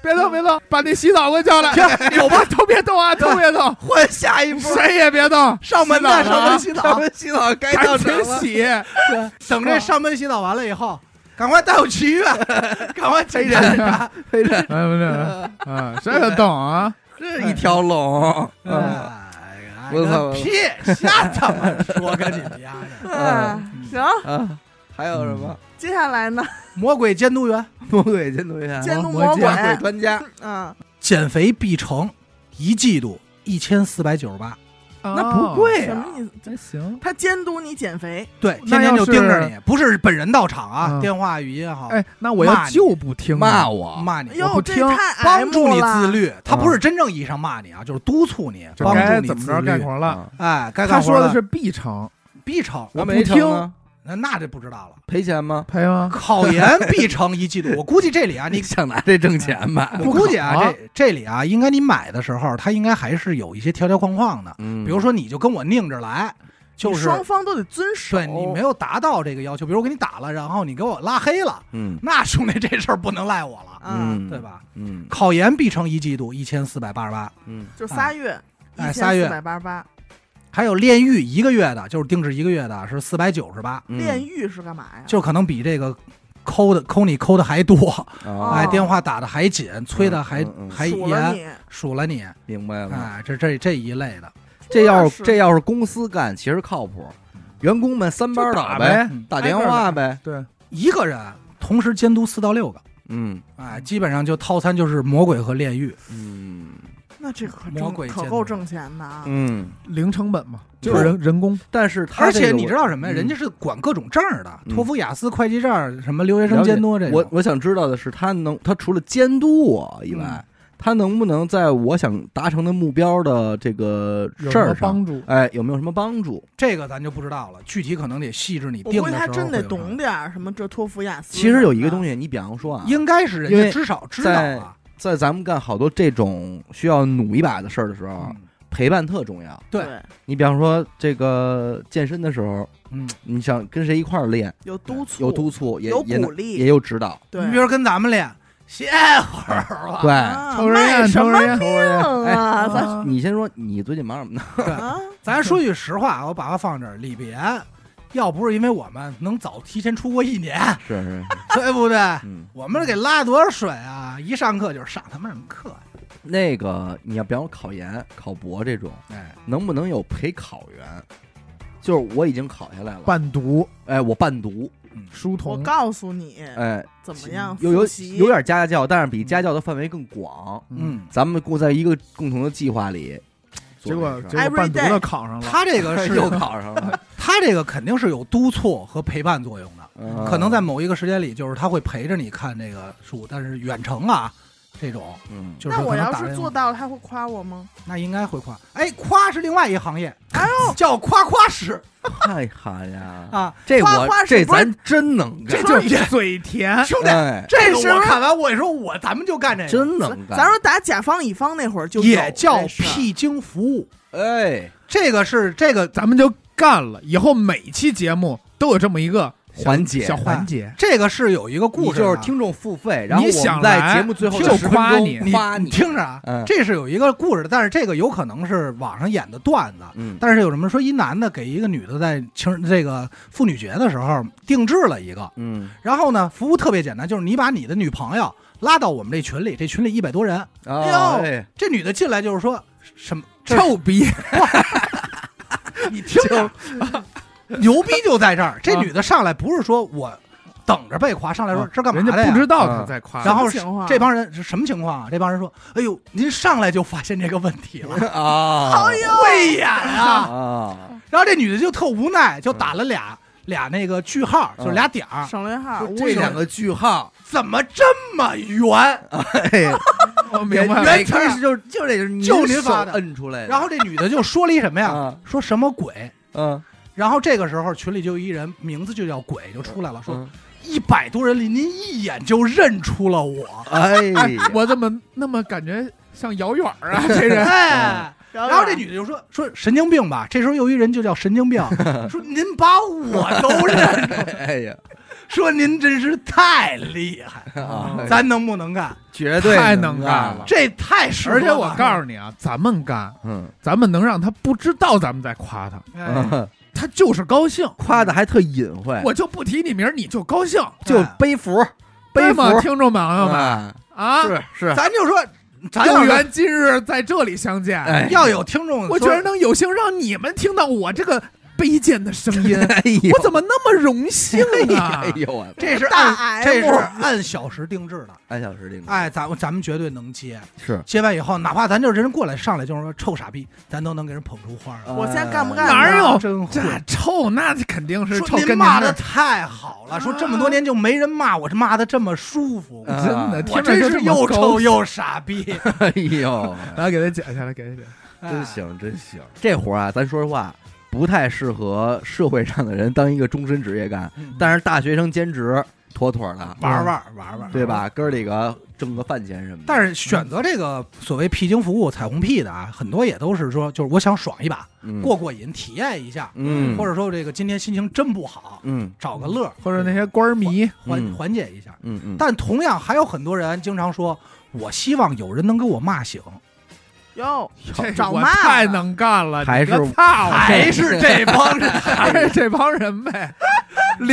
Speaker 4: 别动别动，把那洗澡给我叫来，停， 有吧？都别动啊，都别动，
Speaker 1: 换下一步，
Speaker 4: 谁也别动，
Speaker 2: 上门的
Speaker 4: 洗澡
Speaker 2: 上门
Speaker 4: 啊
Speaker 2: 洗
Speaker 1: 咱
Speaker 2: 澡，
Speaker 1: 们洗澡该到
Speaker 4: 赶
Speaker 1: 什
Speaker 4: 紧
Speaker 1: 么？
Speaker 4: 洗，哎
Speaker 2: 对等这上门洗澡完了以后，赶快带我去医院，赶快逮人。
Speaker 1: 陪着，
Speaker 4: 哎不是啊，谁也动啊，
Speaker 1: 这 一条龙，嗯
Speaker 2: 哎呀
Speaker 1: 我操
Speaker 2: 个屁！瞎他妈说，跟你啊们丫的
Speaker 3: 嗯，行，
Speaker 1: 啊，还有什么？
Speaker 3: 接下来呢，
Speaker 2: 魔鬼监督员，
Speaker 4: 嗯
Speaker 1: 魔鬼监督员，
Speaker 3: 监督
Speaker 4: 魔
Speaker 3: 魔
Speaker 4: 戒
Speaker 3: 鬼，
Speaker 1: 鬼专家，
Speaker 3: 嗯，
Speaker 2: 减肥必成，一季度一千四百九十八，
Speaker 1: 那不，贵
Speaker 3: 什
Speaker 1: 啊，
Speaker 3: 么意思？
Speaker 4: 哦真行。
Speaker 3: 他监督你减肥，
Speaker 2: 对，
Speaker 4: 那
Speaker 2: 天天
Speaker 4: 要
Speaker 2: 就是盯着你，不是本人到场啊，
Speaker 4: 嗯
Speaker 2: 电话、语音也好，
Speaker 4: 哎，那我要
Speaker 2: 骂你
Speaker 4: 就不听
Speaker 1: 骂
Speaker 4: 我，
Speaker 1: 我，
Speaker 2: 骂
Speaker 3: 哎
Speaker 2: 你，
Speaker 4: 我不
Speaker 3: 呦，这
Speaker 4: 听
Speaker 3: 太 M
Speaker 2: 帮助你
Speaker 3: 了
Speaker 2: 自律。他不是真正意义上骂你啊，就是督促你，
Speaker 4: 嗯就
Speaker 2: 帮助
Speaker 4: 该
Speaker 2: 你
Speaker 4: 怎么
Speaker 2: 自
Speaker 4: 着
Speaker 2: 律
Speaker 4: 干。活了。
Speaker 1: 啊
Speaker 2: 哎，该
Speaker 4: 他
Speaker 2: 干活
Speaker 4: 说
Speaker 2: 了
Speaker 4: 的是必成，
Speaker 2: 必成，
Speaker 1: 那
Speaker 4: 我不
Speaker 1: 没成
Speaker 4: 听
Speaker 1: 呢
Speaker 2: 那那这不知道了。
Speaker 1: 赔钱吗？
Speaker 4: 赔吗？
Speaker 2: 考研必成一季度，我估计这里啊，
Speaker 1: 你
Speaker 2: 你
Speaker 1: 想拿这挣钱吧？
Speaker 2: 我估计啊，
Speaker 4: 不考啊
Speaker 2: 这这里啊，应该你买的时候，它应该还是有一些条条框框的。
Speaker 1: 嗯
Speaker 2: 比如说，你就跟我拧着来，就
Speaker 3: 你
Speaker 2: 是
Speaker 3: 双方都得遵守。
Speaker 2: 对你没有达到这个要求，比如我给你打了，然后你给我拉黑了，
Speaker 1: 嗯
Speaker 2: 那兄弟这事儿不能赖我了，
Speaker 3: 啊，
Speaker 1: 嗯，
Speaker 2: 对？吧？
Speaker 1: 嗯
Speaker 2: 考研必成一季度一千四百八十八，
Speaker 1: 嗯，
Speaker 3: 就仨月，
Speaker 2: 哎
Speaker 3: 一
Speaker 2: 仨
Speaker 3: 千
Speaker 2: 月
Speaker 3: 四百八十八。
Speaker 2: 还有炼狱一个月的，就是定制一个月的，是四百九十八，
Speaker 3: 炼
Speaker 1: 狱
Speaker 3: 狱是干嘛呀？
Speaker 2: 就可能比这个抠的抠你抠的还多，哎，
Speaker 1: 啊
Speaker 3: 哦
Speaker 2: 电话打的还紧，催的还
Speaker 1: 嗯嗯嗯嗯
Speaker 2: 还
Speaker 3: 数了
Speaker 2: 严，
Speaker 3: 你，
Speaker 2: 数了你，
Speaker 1: 明白了。
Speaker 2: 哎，这这这一类的。
Speaker 1: 这要
Speaker 3: 是
Speaker 1: 这要是公司干，其实靠谱。员工们三班
Speaker 4: 就
Speaker 1: 倒
Speaker 4: 打
Speaker 1: 呗，
Speaker 4: 呗，
Speaker 2: 嗯
Speaker 1: 打电话呗。
Speaker 4: 对，
Speaker 2: 一个人同时监督四到六个，
Speaker 1: 嗯
Speaker 2: 哎，基本上就套餐就是魔鬼和炼狱。
Speaker 1: 嗯
Speaker 3: 那这可
Speaker 2: 魔
Speaker 3: 挣
Speaker 2: 鬼
Speaker 3: 可
Speaker 2: 见
Speaker 3: 够
Speaker 2: 人
Speaker 3: 挣钱的啊！
Speaker 1: 嗯。
Speaker 4: 零成本嘛，就
Speaker 1: 不
Speaker 4: 是人人工。
Speaker 1: 但是他
Speaker 2: 而
Speaker 1: 这个
Speaker 2: 且
Speaker 1: 我
Speaker 2: 你知道什么呀？
Speaker 1: 嗯
Speaker 2: 人家是管各种证儿的，
Speaker 1: 嗯
Speaker 2: 托福、雅思、会计证儿，什么留学生监督这
Speaker 1: 我
Speaker 2: 种。
Speaker 1: 我想知道的是，他能他除了监督我以外，他能不能在我想达成的目标的这个
Speaker 4: 有
Speaker 1: 事
Speaker 4: 什
Speaker 1: 儿
Speaker 4: 么
Speaker 1: 上，
Speaker 4: 帮助？
Speaker 1: 哎，有没有什么帮助？
Speaker 2: 这个咱就不知道了，具体可能得细致你
Speaker 3: 我
Speaker 2: 定
Speaker 3: 估
Speaker 2: 的
Speaker 3: 计
Speaker 2: 时
Speaker 3: 他
Speaker 2: 候。
Speaker 3: 真得懂。点儿什么这托福、雅思。
Speaker 1: 其实有一个东
Speaker 3: 西，
Speaker 1: 西，你比方说啊，
Speaker 2: 应该是人
Speaker 1: 因
Speaker 2: 家
Speaker 1: 为
Speaker 2: 至少知道啊。
Speaker 1: 在咱们干好多这种需要努一把的事儿的时候，啊
Speaker 2: 嗯
Speaker 1: 陪伴特重要。
Speaker 2: 对
Speaker 3: 对，
Speaker 1: 你比方说这个健身的时候，
Speaker 2: 嗯，
Speaker 1: 你想跟谁一块儿练，
Speaker 3: 有督促，
Speaker 1: 有督促，也
Speaker 3: 有
Speaker 1: 也
Speaker 3: 鼓
Speaker 1: 能也
Speaker 3: 励，
Speaker 1: 有指导，
Speaker 3: 对
Speaker 2: 你比如跟咱们俩歇会儿吧。
Speaker 1: 对。
Speaker 3: 啊
Speaker 4: 抽根烟，
Speaker 3: 卖什
Speaker 4: 抽
Speaker 3: 么
Speaker 4: 根烟，
Speaker 3: 命
Speaker 1: 哎
Speaker 3: 啊？咱
Speaker 4: 啊
Speaker 1: 你先说，你最近忙什么呢？
Speaker 3: 啊，
Speaker 2: 咱说句实话，我把它放这儿，李别要不是因为我们能早提前出国一年，
Speaker 1: 是是，
Speaker 2: 对不对？
Speaker 1: 嗯，
Speaker 2: 我们给拉多少水啊！一上课就是上他妈什么课呀、
Speaker 1: 那个你要比方说考研、考博这种，
Speaker 2: 哎，
Speaker 1: 能不能有陪考员？就是我已经考下来了，
Speaker 4: 伴读、
Speaker 1: 哎，我伴读，
Speaker 4: 书
Speaker 3: 我
Speaker 4: 童，
Speaker 3: 告诉你
Speaker 1: 哎，
Speaker 3: 怎么样
Speaker 1: 有有
Speaker 3: 复习
Speaker 1: 有点家教，但是比家教的范围更广。
Speaker 4: 嗯，
Speaker 2: 嗯，
Speaker 1: 咱们共在一个共同的计划里，
Speaker 4: 结
Speaker 1: 做
Speaker 4: 果
Speaker 1: 这事
Speaker 4: 结
Speaker 1: 儿
Speaker 4: 果
Speaker 3: Every
Speaker 4: 伴读
Speaker 3: day
Speaker 4: 的考上了，
Speaker 2: 他这个是
Speaker 1: 又
Speaker 2: 有，
Speaker 1: 考上了，
Speaker 2: 他这个肯定是有督促和陪伴作用的。
Speaker 1: 嗯
Speaker 2: 可能在某一个时间里，就是他会陪着你看这个书，但是远程啊，这种
Speaker 1: 嗯，
Speaker 2: 就是
Speaker 3: 那我
Speaker 2: 可能
Speaker 3: 要
Speaker 2: 打
Speaker 3: 是
Speaker 2: 电
Speaker 3: 做
Speaker 2: 话，
Speaker 3: 到了，他会夸我吗？
Speaker 2: 那应该会夸。哎，夸是另外一行业，哎呦，叫夸夸师
Speaker 1: 太好呀！
Speaker 2: 啊，
Speaker 1: 这
Speaker 3: 花
Speaker 1: 我
Speaker 3: 花是
Speaker 1: 这
Speaker 3: 不是
Speaker 1: 咱真能干
Speaker 4: 这，就是嘴甜。
Speaker 2: 兄弟，
Speaker 1: 哎，
Speaker 2: 啊这
Speaker 3: 这是
Speaker 2: 个我看完我也说我咱们就干这个，
Speaker 1: 真能干。
Speaker 3: 咱说打甲方乙方那会儿就有
Speaker 2: 也叫
Speaker 3: 这事儿
Speaker 2: 屁精服务，
Speaker 1: 哎，
Speaker 2: 这个是这个
Speaker 4: 咱们就干了，以后每期节目都有这么一个
Speaker 1: 环节
Speaker 4: 小环节，
Speaker 2: 这个是有一个故
Speaker 1: 你
Speaker 2: 事啊的，
Speaker 1: 就是听众付费，然后我
Speaker 4: 想
Speaker 1: 们在
Speaker 4: 来
Speaker 1: 节目最后
Speaker 4: 就
Speaker 1: 的十分
Speaker 4: 夸
Speaker 1: 钟
Speaker 4: 你
Speaker 2: 你
Speaker 1: 夸
Speaker 2: 你听着啊，
Speaker 1: 嗯
Speaker 2: 这是有一个故事的，但是这个有可能是网上演的段子。
Speaker 1: 嗯，
Speaker 2: 但是有什么说一男的给一个女的在情人这个妇女节的时候定制了一个，
Speaker 1: 嗯
Speaker 2: 然后呢，服务特别简单，就是你把你的女朋友拉到我们这群里，这群里一百多人，
Speaker 1: 哦
Speaker 2: 哎
Speaker 1: 哎
Speaker 2: 这女的进来就是说什么这
Speaker 4: 臭逼，
Speaker 2: 你听着，牛逼就在这儿。这
Speaker 4: 啊
Speaker 2: 女的上来不是说我等着被夸，上来说
Speaker 4: 啊
Speaker 2: 这干嘛
Speaker 4: 人
Speaker 2: 的
Speaker 4: 家不
Speaker 2: 呀？啊
Speaker 4: 知道他在夸，
Speaker 2: 然后
Speaker 3: 啊什么情况
Speaker 2: 这帮人是什么情况啊？这帮人说：“哎呦，您上来就发现这个问题了， 哎
Speaker 1: 啊
Speaker 3: 哎
Speaker 2: 会演啊
Speaker 1: 啊！！”
Speaker 2: 然后这女的就特无奈，就打了俩俩那个句号，
Speaker 1: 嗯
Speaker 2: 就是俩点儿，
Speaker 3: 省略号
Speaker 2: 啊就，
Speaker 3: 无
Speaker 1: 这
Speaker 3: 语
Speaker 1: 两个句号，
Speaker 2: 怎么这么圆？
Speaker 4: 嗯
Speaker 1: 哎，
Speaker 4: 我明白了哎
Speaker 2: 原
Speaker 1: 每
Speaker 2: 词儿
Speaker 1: 次就就这是
Speaker 2: 就您
Speaker 1: 手
Speaker 2: 发的
Speaker 1: 摁出来的，
Speaker 2: 然后这女的就说了一什么呀
Speaker 1: 嗯？
Speaker 2: 说什么鬼？
Speaker 1: 嗯，
Speaker 2: 然后这个时候群里就一人名字就叫鬼就出来了，说
Speaker 1: 嗯
Speaker 2: 一百多人里，您一眼就认出了我。
Speaker 1: 哎
Speaker 4: 哎，我怎么那么感觉像遥远儿啊？这人
Speaker 2: 哎，
Speaker 3: 然
Speaker 2: 然后这女的就说说神经病吧。这时候有一人就叫神经病，说您把我都认出，
Speaker 1: 哎呀，
Speaker 2: 说您真是太厉害，
Speaker 1: 啊
Speaker 3: 哎
Speaker 2: 咱能不能干？
Speaker 1: 绝对
Speaker 4: 太
Speaker 1: 能
Speaker 4: 能干了
Speaker 2: 这太适合
Speaker 4: 而且我告
Speaker 2: 诉
Speaker 4: 诉你啊，咱们干，
Speaker 1: 嗯，
Speaker 4: 咱们能让他不知道咱们在夸他，
Speaker 2: 你，哎
Speaker 1: 嗯
Speaker 4: 他就是高兴。
Speaker 1: 夸的还特隐晦，
Speaker 4: 我就不提你名儿，你就高兴，
Speaker 1: 就背服，背
Speaker 4: 对
Speaker 1: 服，
Speaker 4: 吗？听众朋友们
Speaker 1: 啊，
Speaker 4: 啊，
Speaker 1: 是 是，
Speaker 2: 咱就说，咱要
Speaker 4: 有
Speaker 2: 是
Speaker 4: 缘今日在这里相见。
Speaker 1: 哎，
Speaker 2: 要有听众说，
Speaker 4: 我觉得能有幸让你们听到我这个卑贱的声音，
Speaker 1: 哎呦，
Speaker 4: 我怎么那么荣幸啊
Speaker 1: 哎？呦我
Speaker 2: 这是
Speaker 3: 大
Speaker 2: 按
Speaker 3: M
Speaker 2: 这是按小时定制的。
Speaker 1: 按小时定
Speaker 2: 哎，咱们咱们绝对能接，
Speaker 1: 是，
Speaker 2: 接完以后，哪怕咱就是人过来上来就是说臭傻逼，咱都能给人捧出花来。
Speaker 3: 我现在干不干
Speaker 1: 呃
Speaker 4: 哪儿有
Speaker 2: 真会
Speaker 4: 这臭那肯定是臭
Speaker 2: 说
Speaker 4: 跟
Speaker 2: 您
Speaker 4: 您
Speaker 2: 骂
Speaker 4: 那
Speaker 2: 的
Speaker 4: 儿
Speaker 2: 太好了，
Speaker 4: 啊
Speaker 2: 说这么多年就没人骂我，这骂的这么舒服，
Speaker 1: 啊
Speaker 4: 真的，
Speaker 2: 我
Speaker 4: 听
Speaker 2: 真
Speaker 4: 着就是嗯这么
Speaker 2: 又
Speaker 4: 高
Speaker 2: 臭
Speaker 4: 兴。
Speaker 2: 又傻 逼，哎
Speaker 1: 哎呦，
Speaker 4: 来给他剪下来，给他剪。
Speaker 1: 真行真行，这活儿啊，咱说实话。不太适合社会上的人当一个终身职业干，
Speaker 2: 哎。
Speaker 1: 但是大学生兼职妥妥
Speaker 4: 啊
Speaker 1: 的，
Speaker 4: 嗯
Speaker 2: 玩玩玩玩，
Speaker 1: 对？吧？哥儿几个挣个饭钱什么的。
Speaker 2: 但是选择这个所谓屁精服务、彩虹屁的啊，很多也都是说，就是我想爽一把，
Speaker 1: 嗯
Speaker 2: 过过瘾，体验一下，
Speaker 1: 嗯
Speaker 2: 或者说这个今天心情真不好，
Speaker 1: 嗯
Speaker 2: 找个乐儿
Speaker 4: 或者那些官儿迷，
Speaker 2: 缓
Speaker 1: 嗯
Speaker 2: 缓解一下。
Speaker 1: 嗯嗯，
Speaker 2: 但同样还有很多人经常说，我希望有人能给我骂醒，
Speaker 3: 哟，
Speaker 4: 这
Speaker 3: 找
Speaker 4: 我
Speaker 3: 骂的
Speaker 4: 太能干了，
Speaker 1: 还是
Speaker 4: 操，
Speaker 2: 还是这帮人，
Speaker 4: 还是这帮人呗，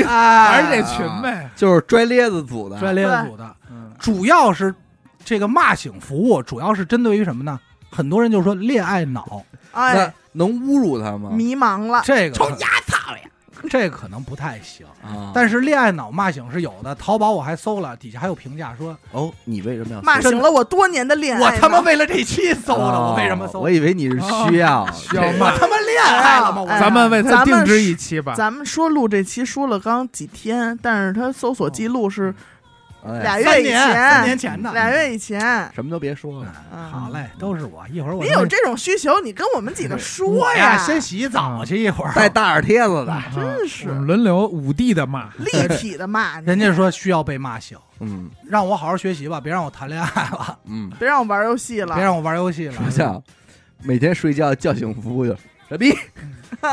Speaker 4: 还
Speaker 2: 还
Speaker 4: 是这群呗。
Speaker 1: 就是拽咧子组的，
Speaker 2: 专业组的，主要是这个骂醒服务，主要是针对于什么呢？很多人就说恋爱脑，
Speaker 1: 那
Speaker 3: 哎，
Speaker 1: 能侮辱他吗？
Speaker 3: 迷茫了，
Speaker 2: 这个
Speaker 3: 冲牙操呀！
Speaker 2: 这个可能不太行。
Speaker 1: 啊！
Speaker 2: 但是恋爱脑骂醒是有的，淘宝我还搜了，底下还有评价说，
Speaker 1: 哦，你为什么要
Speaker 3: 骂醒了我多年的恋爱
Speaker 2: 我
Speaker 3: 脑，
Speaker 2: 他妈为了这期搜的，
Speaker 1: 哦
Speaker 2: 啊我为什么哦搜？
Speaker 1: 我以为你是需要
Speaker 4: 需要
Speaker 2: 我
Speaker 4: 骂，
Speaker 2: 他妈恋爱了吗？我
Speaker 3: 哎
Speaker 4: 咱们为他
Speaker 3: 咱们
Speaker 4: 定制一期吧。嗯
Speaker 3: 咱们说录这期说了刚几天，但是他搜索记录
Speaker 2: 哦
Speaker 3: 是
Speaker 1: 哎
Speaker 3: 俩
Speaker 2: 三
Speaker 3: 月以
Speaker 2: 年三年
Speaker 3: 前，
Speaker 2: 前的，
Speaker 3: 俩月以前。
Speaker 1: 什么都别说了，
Speaker 3: 嗯
Speaker 2: 好，嘞，都是我。一会儿我
Speaker 3: 你有这种需求，你跟我们几个说
Speaker 2: 我呀，先
Speaker 3: 真
Speaker 2: 洗澡去一会儿。
Speaker 1: 带大耳贴子的，
Speaker 4: 真
Speaker 3: 是
Speaker 4: 啊我们轮流五 D 的骂，
Speaker 3: 立体的骂你
Speaker 2: 嗯人家说需要被骂醒，
Speaker 1: 嗯
Speaker 2: 让我好好学习吧，别让我谈恋爱了，
Speaker 1: 嗯，
Speaker 3: 别让我玩游戏了
Speaker 2: 别，让我玩游戏了
Speaker 1: 说。像每天睡觉叫醒服务就傻逼，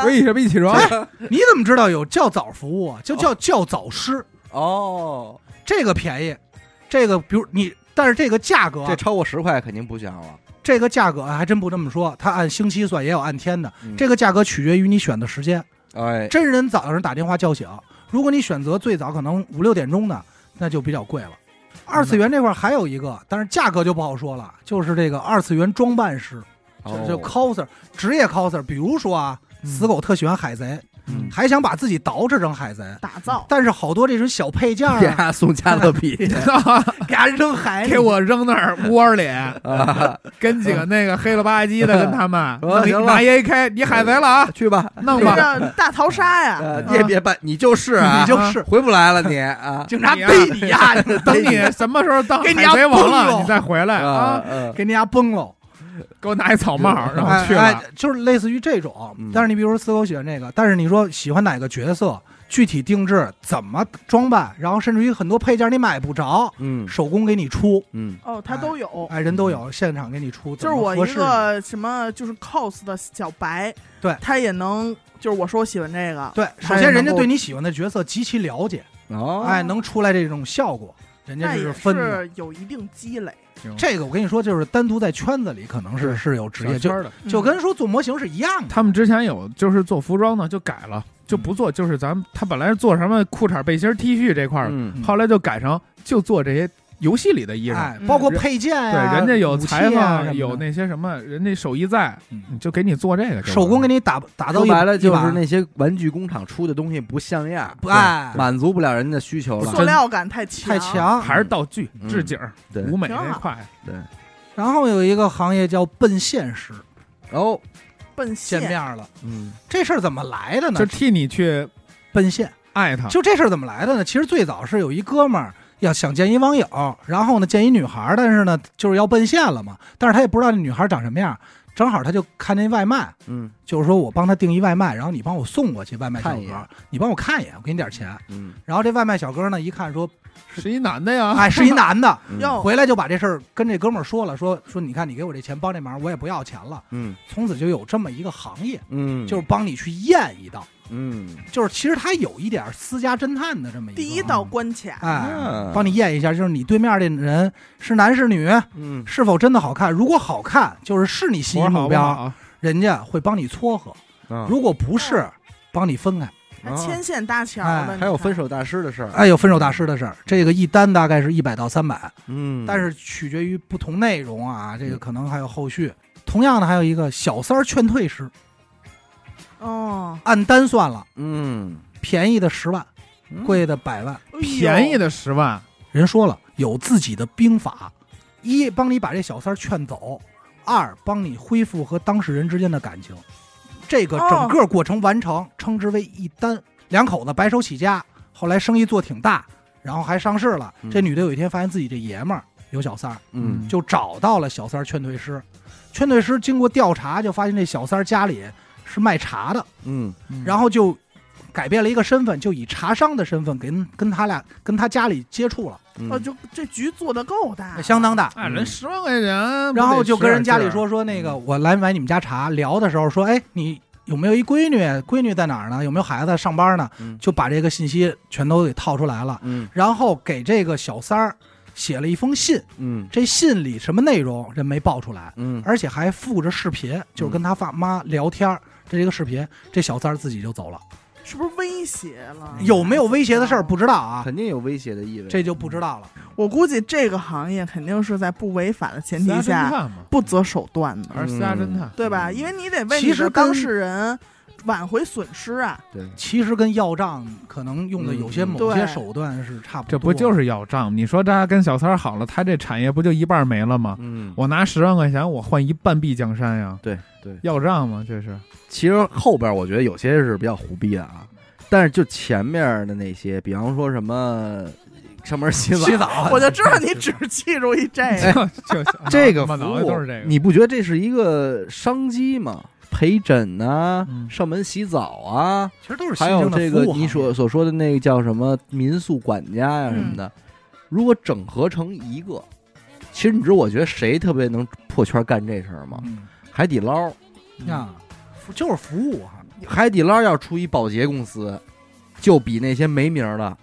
Speaker 4: 为什么一起床？
Speaker 2: 你怎么知道有较早服务啊？就叫较早师，
Speaker 1: 哦，
Speaker 2: 这个便宜，这个比如你，但是这个价格，
Speaker 1: 这
Speaker 2: 这
Speaker 1: 超过十块肯定不香了，
Speaker 2: 个价格啊还真不这么说，它按星期算，也有按天的，
Speaker 1: 嗯
Speaker 2: 这个价格取决于你选的时间。
Speaker 1: 哎，
Speaker 2: 真人早上打电话叫醒，如果你选择最早可能五六点钟的，那就比较贵了。二次元这块儿还有一个，但是价格就不好说了，就是这个二次元装扮师，
Speaker 1: 哦
Speaker 2: 就 就 coser 职业 coser，比如说啊，死狗特喜欢海贼，
Speaker 1: 嗯
Speaker 2: 还想把自己捯饬成海贼，
Speaker 3: 打造
Speaker 2: 但是好多这种小配 件儿
Speaker 1: 给
Speaker 2: 啊，
Speaker 1: 他送加勒比
Speaker 2: 给他扔海里
Speaker 4: 给我扔那儿窝里，
Speaker 1: 啊，
Speaker 4: 跟几个那个黑了吧唧的跟他 们
Speaker 1: 哦行了
Speaker 4: 拿 A K，你海贼了啊，
Speaker 1: 去吧，
Speaker 4: 弄
Speaker 3: 就
Speaker 4: 吧。
Speaker 3: 让大逃杀
Speaker 2: 嗯
Speaker 3: 呀！
Speaker 1: 呃，你也别办，你就是啊，
Speaker 2: 你就是
Speaker 1: 回不来了你啊
Speaker 2: 警察逮你啊呀，
Speaker 4: 等你什么时候当海贼王了，你再回来
Speaker 1: 啊
Speaker 4: 啊！
Speaker 1: 呃
Speaker 2: 给你丫崩喽。
Speaker 4: 给我拿一草帽，让我去了。
Speaker 2: 哎哎，就是类似于这种
Speaker 1: 嗯。
Speaker 2: 但是你比如说四狗喜欢这个，但是你说喜欢哪个角色，具体定制怎么装扮，然后甚至于很多配件你买不着，
Speaker 1: 嗯
Speaker 2: 手工给你出，
Speaker 1: 嗯
Speaker 3: 哦，他都有。
Speaker 2: 哎，人都有，现场给你出，
Speaker 3: 就是我
Speaker 2: 怎么合
Speaker 3: 一
Speaker 2: 适
Speaker 3: 个什么就是 cos 的小白，
Speaker 2: 对
Speaker 3: 他也能，就是我说我喜欢这个，
Speaker 2: 对，首
Speaker 3: 还是
Speaker 2: 先人家
Speaker 3: 哎能够
Speaker 2: 对你喜欢的角色极其了解，
Speaker 1: 哦
Speaker 2: 哎，能出来这种效果，人家
Speaker 3: 那
Speaker 2: 这
Speaker 3: 也
Speaker 2: 分的。
Speaker 3: 是有一定积累。
Speaker 2: 这个我跟你说，就是单独在圈子里可能是
Speaker 4: 对
Speaker 2: 是有职
Speaker 4: 小
Speaker 2: 业，
Speaker 4: 圈
Speaker 2: 就
Speaker 4: 儿的，
Speaker 2: 就
Speaker 3: 嗯
Speaker 2: 跟说做模型是一样的。
Speaker 4: 他们之前有就是做服装的就改了，
Speaker 2: 嗯
Speaker 4: 就不做，就是咱们他本来是做什么裤衩、背心、T 恤这块儿的，
Speaker 1: 嗯
Speaker 4: 后来就改成就做这些游戏里的衣裳。
Speaker 2: 哎
Speaker 3: 嗯，
Speaker 2: 包括配件
Speaker 4: 对，
Speaker 2: 呀，
Speaker 4: 人家有
Speaker 2: 武器呀
Speaker 4: 裁
Speaker 2: 什
Speaker 4: 缝，
Speaker 2: 么
Speaker 4: 有
Speaker 2: 的
Speaker 4: 那些什么，人家手艺在，
Speaker 2: 嗯
Speaker 4: 你就给你做这个就完了，
Speaker 2: 手工给你打打到
Speaker 1: 说
Speaker 2: 一
Speaker 1: 白了
Speaker 2: 一
Speaker 1: 就是
Speaker 2: 把
Speaker 1: 那些玩具工厂出的东西不像样，
Speaker 2: 不哎
Speaker 1: 满足不了人的需求
Speaker 3: 塑
Speaker 1: 了。
Speaker 3: 料感太强，
Speaker 2: 太强。
Speaker 4: 还是道具
Speaker 1: 嗯、
Speaker 4: 置景、
Speaker 1: 对
Speaker 4: 舞美
Speaker 3: 挺
Speaker 4: 这
Speaker 3: 好
Speaker 4: 块，
Speaker 2: 然后有一个行业叫奔现师，
Speaker 1: 哦，
Speaker 3: 奔
Speaker 2: 见
Speaker 3: 现。
Speaker 2: 面了。
Speaker 1: 嗯
Speaker 2: 这事儿怎么来的呢
Speaker 4: 就？替你去
Speaker 2: 奔现，
Speaker 4: 爱
Speaker 1: 啊
Speaker 4: 他。
Speaker 2: 就这事儿怎么来的呢？其实最早是有一哥们儿要想见一网友，然后呢见一女孩儿，但是呢就是要奔现了嘛，但是他也不知道那女孩儿长什么样，正好他就看见外卖，
Speaker 1: 嗯
Speaker 2: 就是说我帮他订一外卖，然后你帮我送过去，外卖小
Speaker 1: 看一眼
Speaker 2: 哥，你帮我看一眼，我给你点钱。
Speaker 1: 嗯，
Speaker 2: 然后这外卖小哥呢一 看说，
Speaker 4: 是一男的呀，
Speaker 2: 哎，是一男的，
Speaker 1: 嗯
Speaker 3: 哟，
Speaker 2: 回来就把这事儿跟这哥们儿说了，说说你看你给我这钱帮这忙，我也不要钱了。
Speaker 1: 嗯
Speaker 2: 从此就有这么一个行业，
Speaker 1: 嗯，
Speaker 2: 就是帮你去验一道，
Speaker 1: 嗯，
Speaker 2: 就是其实他有一点私家侦探的这么一个
Speaker 3: 第一道关卡，
Speaker 2: 哎，
Speaker 4: 啊
Speaker 1: 嗯
Speaker 2: 帮你验一下，就是你对面这人是男是女，
Speaker 1: 嗯
Speaker 2: 是否真的好看。如果好看，就是是你心 仪
Speaker 4: 活儿
Speaker 2: 目
Speaker 4: 好不
Speaker 2: 标，
Speaker 4: 好？嗯
Speaker 2: 人家会帮你撮合；
Speaker 1: 啊
Speaker 2: 如果不是，帮你分开。
Speaker 3: 还牵线搭桥
Speaker 2: 嗯哎
Speaker 3: 的，你
Speaker 1: 还有
Speaker 3: 看
Speaker 1: 分手大师的事儿，
Speaker 2: 哎，有分手大师的事儿，这个一单大概是一百到三百，
Speaker 1: 嗯，
Speaker 2: 但是取决于不同内容啊，这个可能还有后续。同样的，还有一个小三儿劝退师，
Speaker 3: 哦，
Speaker 2: 按单算了，
Speaker 1: 嗯，
Speaker 2: 便宜的十万，
Speaker 1: 嗯，
Speaker 2: 贵的百万。
Speaker 3: 哎呦
Speaker 4: 便宜的十万，
Speaker 2: 人说了，有自己的兵法，一帮你把这小三儿劝走，二帮你恢复和当事人之间的感情，这个
Speaker 1: 哦
Speaker 2: 整个过程完成，称之为一单。两口子白手起家，后来生意做挺大，然后还上市了
Speaker 1: 嗯。
Speaker 2: 这女的有一天发现自己这爷们儿有小三儿，
Speaker 1: 嗯
Speaker 2: 就找到了小三儿劝退师。劝退师经过调查，就发现这小三儿家里是卖茶的，
Speaker 1: 嗯
Speaker 2: 哎然后就改变了一个身份，就以茶商的身份跟跟他俩跟他家里接触了，
Speaker 1: 嗯
Speaker 3: 哦，就这局做的够大，
Speaker 2: 相当大。
Speaker 4: 哎，
Speaker 1: 嗯
Speaker 4: 人十万块钱，
Speaker 2: 然后就跟人家里说说那
Speaker 1: 嗯
Speaker 2: 个，我来买你们家茶。聊的时候说，哎，你有没有一闺女？闺女在哪儿呢？有没有孩子上班呢？
Speaker 1: 嗯
Speaker 2: 就把这个信息全都给套出来了，
Speaker 1: 嗯
Speaker 2: 然后给这个小三儿写了一封信。
Speaker 1: 嗯
Speaker 2: 这信里什么内容人没爆出来，
Speaker 1: 嗯，
Speaker 2: 而且还附着视频，就是跟他爸妈聊天儿。这是一个视频，这小三儿自己就走了，
Speaker 3: 是不是威胁了？
Speaker 1: 嗯
Speaker 2: 有没有威胁的
Speaker 3: 嗯
Speaker 2: 事儿不知道啊，
Speaker 1: 肯定有威胁的意味，
Speaker 2: 这就不知道了。
Speaker 3: 我估计这个行业肯定是在不违法的前
Speaker 4: 私家
Speaker 3: 提
Speaker 4: 侦
Speaker 3: 下，
Speaker 4: 探嘛，
Speaker 3: 不择手段的，
Speaker 1: 嗯
Speaker 4: 还是私家侦探，
Speaker 3: 对吧？因为你得为
Speaker 2: 嗯其
Speaker 3: 你
Speaker 2: 实
Speaker 3: 的
Speaker 2: 跟
Speaker 3: 当事人挽回损失啊。
Speaker 1: 对，
Speaker 2: 其实跟要账可能用的有些
Speaker 1: 嗯
Speaker 2: 某些
Speaker 3: 对
Speaker 2: 手段是差不多的。
Speaker 4: 这不就是要账？你说他跟小三儿好了，他这产业不就一半没了吗？
Speaker 1: 嗯，
Speaker 4: 我拿十万块钱，我换一半壁江山呀，
Speaker 1: 对对，
Speaker 4: 要账吗？这是
Speaker 1: 其实后边我觉得有些是比较胡逼的啊，但是就前面的那些，比方说什么上门洗澡，
Speaker 2: 洗澡？
Speaker 3: 我就知道你只记住一这
Speaker 2: 哎
Speaker 3: 个，
Speaker 4: 就 就
Speaker 1: 这个嗯
Speaker 4: 满
Speaker 1: 服
Speaker 4: 脑
Speaker 1: 务
Speaker 4: 袋都是这个，
Speaker 1: 你不觉得这是一个商机吗？陪诊啊，
Speaker 4: 嗯
Speaker 1: 上门洗澡啊，
Speaker 2: 其实都是新
Speaker 1: 还有
Speaker 2: 兴的
Speaker 1: 这
Speaker 2: 服
Speaker 1: 个
Speaker 2: 务行
Speaker 1: 你
Speaker 2: 业
Speaker 1: 所所说的啊那个叫什么民宿管家呀、什么的，如果整合成一个，其实你知道我觉得谁特别能破圈干这事儿吗？
Speaker 2: 嗯
Speaker 1: 海底捞，
Speaker 4: 嗯
Speaker 1: 嗯
Speaker 2: 啊，服就是服务啊哈。
Speaker 1: 海底捞要出一保洁公司，就比那些没名儿的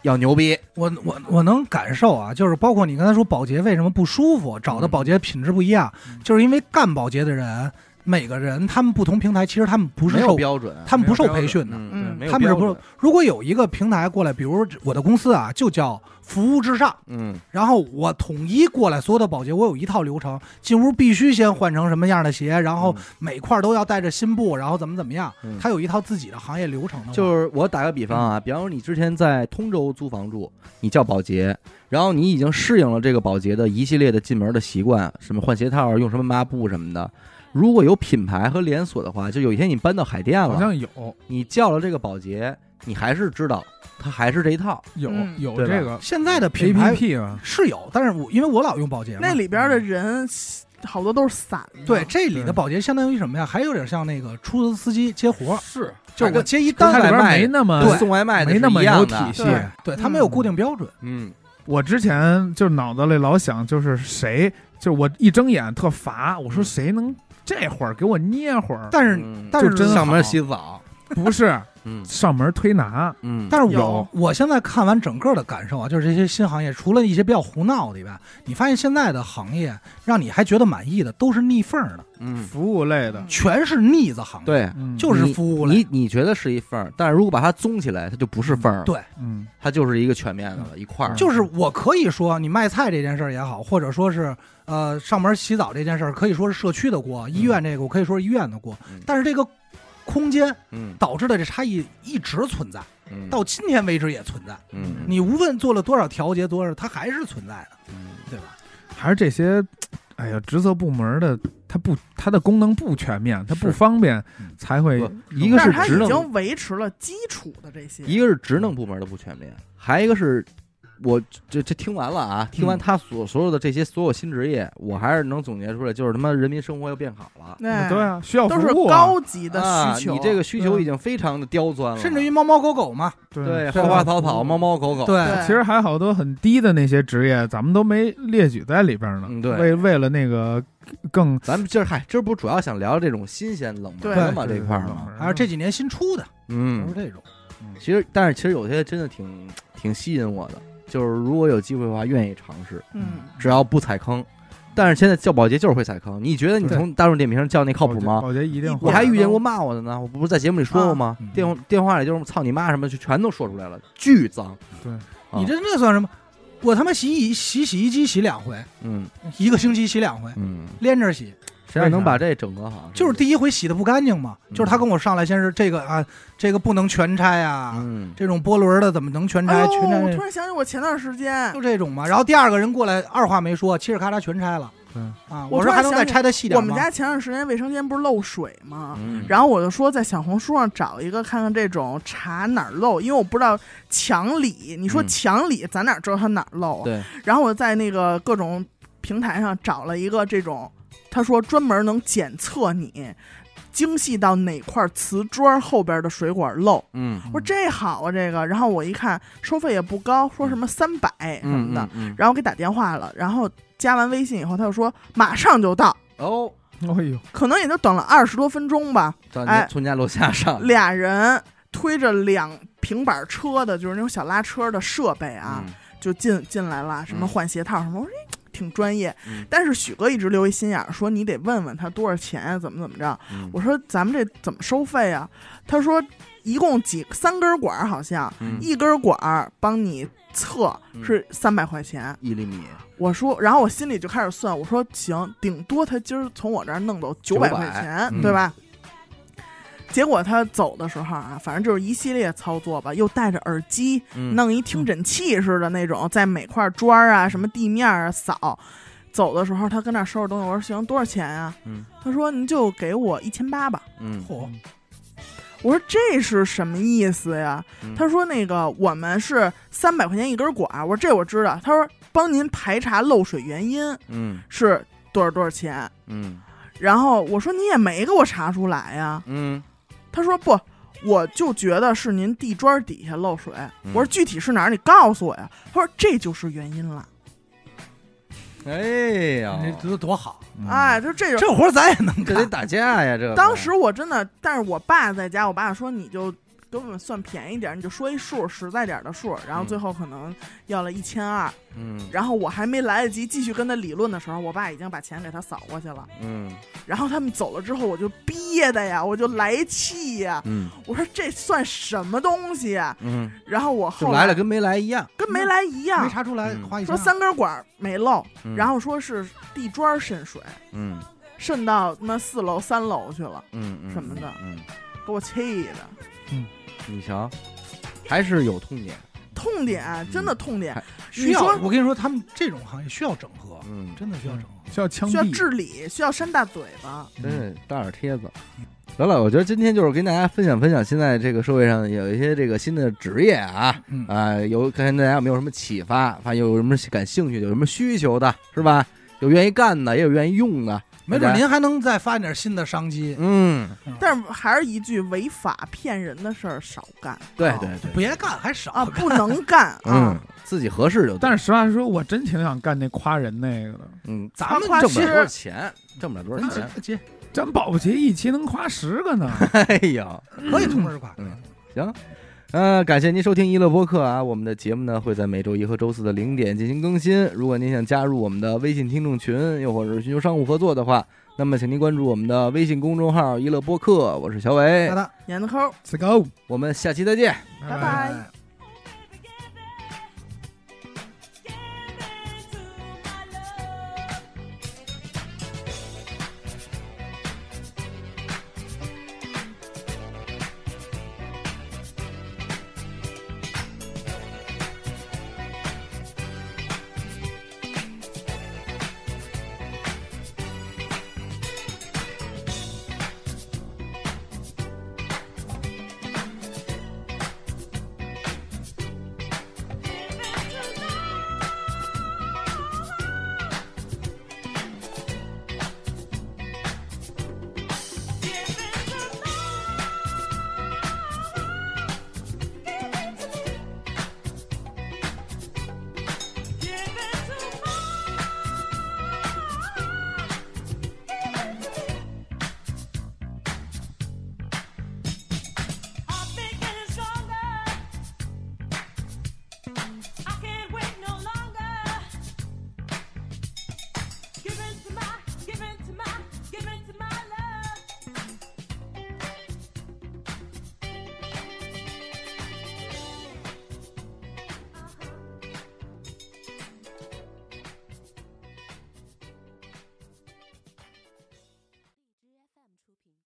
Speaker 1: 要牛逼。
Speaker 2: 我我我能感受啊，就是包括你刚才说保洁为什么不舒服，找的
Speaker 1: 嗯
Speaker 2: 保洁品质不一样，
Speaker 4: 嗯
Speaker 2: 就是因为干保洁的人每个人他们不同平台，其实他们不是
Speaker 1: 没有
Speaker 2: 受
Speaker 1: 标准，
Speaker 2: 他们不受
Speaker 4: 没有标准
Speaker 2: 培训的。
Speaker 1: 嗯，
Speaker 3: 嗯
Speaker 1: 没有
Speaker 2: 他们
Speaker 1: 标
Speaker 2: 是
Speaker 1: 准
Speaker 2: 不是？如果有一个平台过来，比如我的公司啊，就叫服务至上，
Speaker 1: 嗯
Speaker 2: 然后我统一过来所有的保洁，我有一套流程，进屋必须先换成什么样的鞋，然后
Speaker 4: 嗯
Speaker 2: 每块都要带着新布，然后怎么怎么样
Speaker 1: 嗯，
Speaker 2: 他有一套自己的行业流程的话。
Speaker 1: 就是我打个比方啊，比方说你之前在通州租房住，你叫保洁，然后你已经适应了这个保洁的一系列的进门的习惯，什么换鞋套、用什么抹布什么的。如果有品牌和连锁的话，就有一天你搬到海淀
Speaker 4: 好
Speaker 1: 了，
Speaker 4: 像有
Speaker 1: 你叫了这个保洁，你还是知道他还是这一套。
Speaker 4: 有
Speaker 3: 嗯
Speaker 4: 有
Speaker 1: 对吧
Speaker 4: 这个
Speaker 2: 现在的
Speaker 4: A
Speaker 1: 嗯
Speaker 2: 品牌
Speaker 4: P P 啊，
Speaker 2: 是有，但是我因为我老用保洁嘛，
Speaker 3: 那里边的人好多都是散的。
Speaker 1: 嗯
Speaker 2: 对，，这里的保洁相当于什么呀？还有点像那个出租司机接活儿，
Speaker 1: 是，就
Speaker 2: 就我
Speaker 1: 跟
Speaker 2: 接一
Speaker 4: 它
Speaker 2: 单
Speaker 4: 里
Speaker 2: 外
Speaker 4: 边
Speaker 2: 卖
Speaker 4: 没，那么
Speaker 1: 跟送外卖的
Speaker 4: 没那
Speaker 1: 是
Speaker 4: 么
Speaker 1: 一
Speaker 4: 有
Speaker 1: 样
Speaker 4: 体
Speaker 1: 的。
Speaker 4: 系。
Speaker 2: 对
Speaker 3: 对
Speaker 2: 它没有固定标准。
Speaker 1: 嗯，
Speaker 4: 我之前就脑子里老想，就是谁，就是我一睁眼特乏，我说
Speaker 1: 嗯
Speaker 4: 谁能这会儿给我捏会 儿？
Speaker 2: 但是
Speaker 1: 嗯
Speaker 2: 但
Speaker 4: 就是真
Speaker 1: 上门
Speaker 4: 好
Speaker 1: 洗澡，
Speaker 4: 不是
Speaker 1: 嗯
Speaker 4: 上门推拿，
Speaker 1: 嗯，
Speaker 2: 但是我
Speaker 3: 有
Speaker 2: 我现在看完整个的感受啊，就是这些新行业，除了一些比较胡闹的以外，你发现现在的行业让你还觉得满意的，都是逆缝儿的，
Speaker 1: 嗯，
Speaker 4: 服务类的，
Speaker 2: 全是逆子行业，
Speaker 1: 对，
Speaker 4: 嗯
Speaker 2: 就是
Speaker 1: 你
Speaker 2: 服务类
Speaker 1: 你。你觉得是一缝儿，但是如果把它综起来，它就不是缝儿了，
Speaker 2: 对
Speaker 4: 嗯，
Speaker 1: 它就是一个全面的了，一块儿了。
Speaker 2: 就是我可以说，你卖菜这件事儿也好，或者说是呃上门洗澡这件事儿，可以说是社区的锅，医院这个我可以说是医院的锅
Speaker 1: 嗯，
Speaker 2: 但是这个空间
Speaker 1: 嗯
Speaker 2: 导致的这差异一直存在，
Speaker 1: 嗯
Speaker 2: 到今天为止也存在。
Speaker 1: 嗯
Speaker 2: 你无论做了多少调节，多少它还是存在的，
Speaker 1: 嗯
Speaker 2: 对吧？
Speaker 4: 还是这些，哎呀，职责部门的，它不，它的功能不全面，它不
Speaker 1: 是
Speaker 4: 方便
Speaker 2: 嗯，
Speaker 4: 才会
Speaker 1: 不一个
Speaker 3: 但
Speaker 1: 是
Speaker 3: 是它
Speaker 1: 职
Speaker 3: 已
Speaker 1: 能，
Speaker 3: 经维持了基础的这些。
Speaker 1: 一个是职能部门的不全面，还一个是。我这这听完了啊，听完他所所有的这些所有新职业，我还是能总结出来，就是他妈人民生活又变好了，
Speaker 3: 哎
Speaker 4: 对啊，需要服
Speaker 3: 都是
Speaker 4: 务啊，
Speaker 3: 高级的需求。
Speaker 1: 啊，你这个需求
Speaker 4: 对
Speaker 1: 已经非常的刁钻了，
Speaker 2: 甚至于猫猫狗狗嘛，
Speaker 1: 对
Speaker 4: 是
Speaker 1: 花
Speaker 4: 吧
Speaker 1: 花草草、猫猫狗狗，
Speaker 2: 对
Speaker 3: 对
Speaker 4: 其实还有好多很低的那些职业，咱们都没列举在里边呢。
Speaker 1: 嗯对
Speaker 4: 为为了那个更
Speaker 1: 咱们今儿嗨，今儿不主要想聊这种新鲜冷门的嘛这块儿嘛，
Speaker 2: 还有这几年新出的都是
Speaker 1: 嗯，
Speaker 2: 这种。
Speaker 1: 其实但是其实有些真的挺挺吸引我的，就是如果有机会的话，愿意尝试，
Speaker 3: 嗯，
Speaker 1: 只要不踩坑。但是现在叫保洁就是会踩坑，你觉得你从大众点评上叫那靠谱吗？
Speaker 4: 保洁保洁一定会
Speaker 1: 我还遇见过骂我的呢，我不是在节目里说过吗
Speaker 2: 啊？
Speaker 1: 电话电话里就是操你妈什么，就全都说出来了，巨脏。啊
Speaker 2: 你这那算什么？我他妈洗衣洗洗衣机洗两回，
Speaker 1: 嗯
Speaker 2: 一个星期洗两回，
Speaker 1: 嗯，
Speaker 2: 连着洗，
Speaker 1: 谁让能把这整合好？
Speaker 2: 就是第一回洗的不干净嘛，
Speaker 1: 嗯
Speaker 2: 就是他跟我上来先是这个啊，这个不能全拆啊，
Speaker 1: 嗯，
Speaker 2: 这种波轮儿的怎么能全
Speaker 3: 哎
Speaker 2: 拆？
Speaker 3: 呦，
Speaker 2: 嗯全
Speaker 3: 我突
Speaker 2: 拆
Speaker 3: 然想起我前段时间
Speaker 2: 就，这种嘛。然后第二个人过来，二话没说，嘁哩咔嚓全拆了
Speaker 4: 对。
Speaker 1: 嗯
Speaker 2: 啊，我
Speaker 3: 我突
Speaker 2: 说
Speaker 3: 然
Speaker 2: 还能再
Speaker 3: 想起
Speaker 2: 拆的细点
Speaker 3: 我
Speaker 2: 吗
Speaker 3: 们家前段时间卫生间不是漏水吗？
Speaker 1: 嗯
Speaker 3: 然后我就说在小红书上找一个看看这种查哪儿漏，因为我不知道墙里，你说
Speaker 1: 嗯
Speaker 3: 墙里咱哪知道它哪儿漏啊？
Speaker 1: 对，
Speaker 3: 然后我在那个各种平台上找了一个这种，他说专门能检测你精细到哪块瓷砖后边的水管漏。
Speaker 1: 嗯
Speaker 3: 我说这好啊，这个。然后我一看收费也不高，说什么三百什么的，
Speaker 1: 嗯嗯
Speaker 3: 然后我给打电话了，然后加完微信以后，他就说马上就到，
Speaker 1: 哦，
Speaker 4: 哎呦，
Speaker 3: 可能也就等了二十多分钟吧。
Speaker 1: 到
Speaker 3: 哎
Speaker 1: 你从家楼下上
Speaker 3: 俩人推着两平板车的，就是那种小拉车的设备啊，，就进进来了，什么
Speaker 1: 嗯
Speaker 3: 换鞋套什么，我说哎挺专业。
Speaker 1: 嗯
Speaker 3: 但是许哥一直留一心眼儿，说你得问问他多少钱啊，怎么怎么着。
Speaker 1: 嗯
Speaker 3: 我说咱们这怎么收费啊？他说一共几三根管儿，好像
Speaker 1: 嗯
Speaker 3: 一根管儿帮你测
Speaker 1: 嗯
Speaker 3: 是三百块钱。
Speaker 1: 一厘米，
Speaker 3: 我说，然后我心里就开始算，我说行，顶多他今儿从我这儿弄走九百
Speaker 1: 900
Speaker 3: 块钱，
Speaker 1: 嗯
Speaker 3: 对吧？结果他走的时候啊，反正就是一系列操作吧，又戴着耳机，
Speaker 1: 嗯
Speaker 3: 弄一听诊器似的那种，在每块砖儿啊、什么地面啊扫。走的时候，他跟那儿收拾东西，我说行，多少钱啊？
Speaker 1: 嗯
Speaker 3: 他说您就给我一千八吧。
Speaker 1: 嗯，
Speaker 2: 嚯，
Speaker 3: 我说这是什么意思呀？
Speaker 1: 嗯
Speaker 3: 他说那个我们是三百块钱一根管儿，我说这我知道。他说帮您排查漏水原因，
Speaker 1: 嗯
Speaker 3: 是多少多少钱。
Speaker 1: 嗯
Speaker 3: 然后我说你也没给我查出来呀。
Speaker 1: 嗯
Speaker 3: 他说不，我就觉得是您地砖底下漏水。
Speaker 1: 嗯
Speaker 3: 我说具体是哪儿，你告诉我呀。他说这就是原因了。
Speaker 1: 哎呀，
Speaker 2: 这多多好，
Speaker 1: 嗯
Speaker 3: 哎，他说这就
Speaker 2: 这活儿咱也能
Speaker 1: 这得
Speaker 2: 干。
Speaker 1: 打架呀，这个
Speaker 3: 当时我真的，但是我爸在家，我爸说你就。给我们算便宜点儿，你就说一数，实在点儿的数，然后最后可能要了一千二，
Speaker 1: 嗯
Speaker 3: 然后我还没来得及继续跟他理论的时候，我爸已经把钱给他扫过去了。
Speaker 1: 嗯
Speaker 3: 然后他们走了之后，我就憋的呀，我就来气呀，
Speaker 1: 嗯
Speaker 3: 我说这算什么东西啊？
Speaker 1: 嗯，
Speaker 3: 然后我
Speaker 1: 就
Speaker 3: 后
Speaker 1: 来了跟没来一样，
Speaker 3: 跟没来一样
Speaker 2: 没，查出来，
Speaker 1: 嗯
Speaker 2: 花一千
Speaker 3: 啊说
Speaker 2: 二。
Speaker 3: 三根管儿没漏，
Speaker 1: 嗯
Speaker 3: 然后说是地砖儿渗水，
Speaker 1: 嗯
Speaker 3: 渗到他妈四楼三楼去了，
Speaker 1: 嗯嗯
Speaker 3: 什么的
Speaker 1: 嗯，
Speaker 3: 给我气的。
Speaker 1: 嗯你瞧，还是有痛点，
Speaker 3: 痛点真的痛点
Speaker 1: 还，
Speaker 2: 需要
Speaker 3: 你说
Speaker 2: 我跟你说，他们这种行业需要整合，
Speaker 1: 嗯，
Speaker 2: 真的需要整合。
Speaker 4: 需要枪
Speaker 3: 需要
Speaker 4: 毙，
Speaker 3: 治理，需要扇大嘴巴。
Speaker 1: 真是大耳贴子。得了，我觉得今天就是跟大家分享分享现在这个社会上有一些这个新的职业啊，
Speaker 2: 嗯
Speaker 1: 啊、有看看大家有没有什么启发，发现有什么感兴趣的，有什么需求的，是吧？有愿意干的，也有愿意用的。
Speaker 2: 没准
Speaker 1: 大家
Speaker 2: 您还能再发现点新的商机。
Speaker 1: 嗯，
Speaker 3: 但是还是一句，违法骗人的事儿少干
Speaker 1: 对
Speaker 2: 哦
Speaker 1: 对对，
Speaker 2: 别干还少
Speaker 3: 啊，不能干
Speaker 1: 嗯
Speaker 3: 啊。，
Speaker 1: 自己合适就对。
Speaker 4: 但是实话说，我真挺想干那夸人那个的，
Speaker 1: 嗯，
Speaker 2: 咱们
Speaker 3: 夸
Speaker 1: 挣不了多
Speaker 3: 其实
Speaker 1: 少钱，挣不了多
Speaker 2: 嗯
Speaker 1: 少钱。
Speaker 2: 这这
Speaker 4: 咱保不齐一期能夸十个呢。
Speaker 1: 哎呀，
Speaker 2: 可以同时夸。
Speaker 1: 嗯，行。呃，感谢您收听一乐播客啊！我们的节目呢会在每周一和周四的零点进行更新。如果您想加入我们的微信听众群，又或者是寻求商务合作的话，那么请您关注我们的微信公众号“一乐播客”，我是小伟
Speaker 2: 好，的，
Speaker 3: 年头，
Speaker 4: Let's go，
Speaker 1: 我们下期再见。
Speaker 3: 拜拜。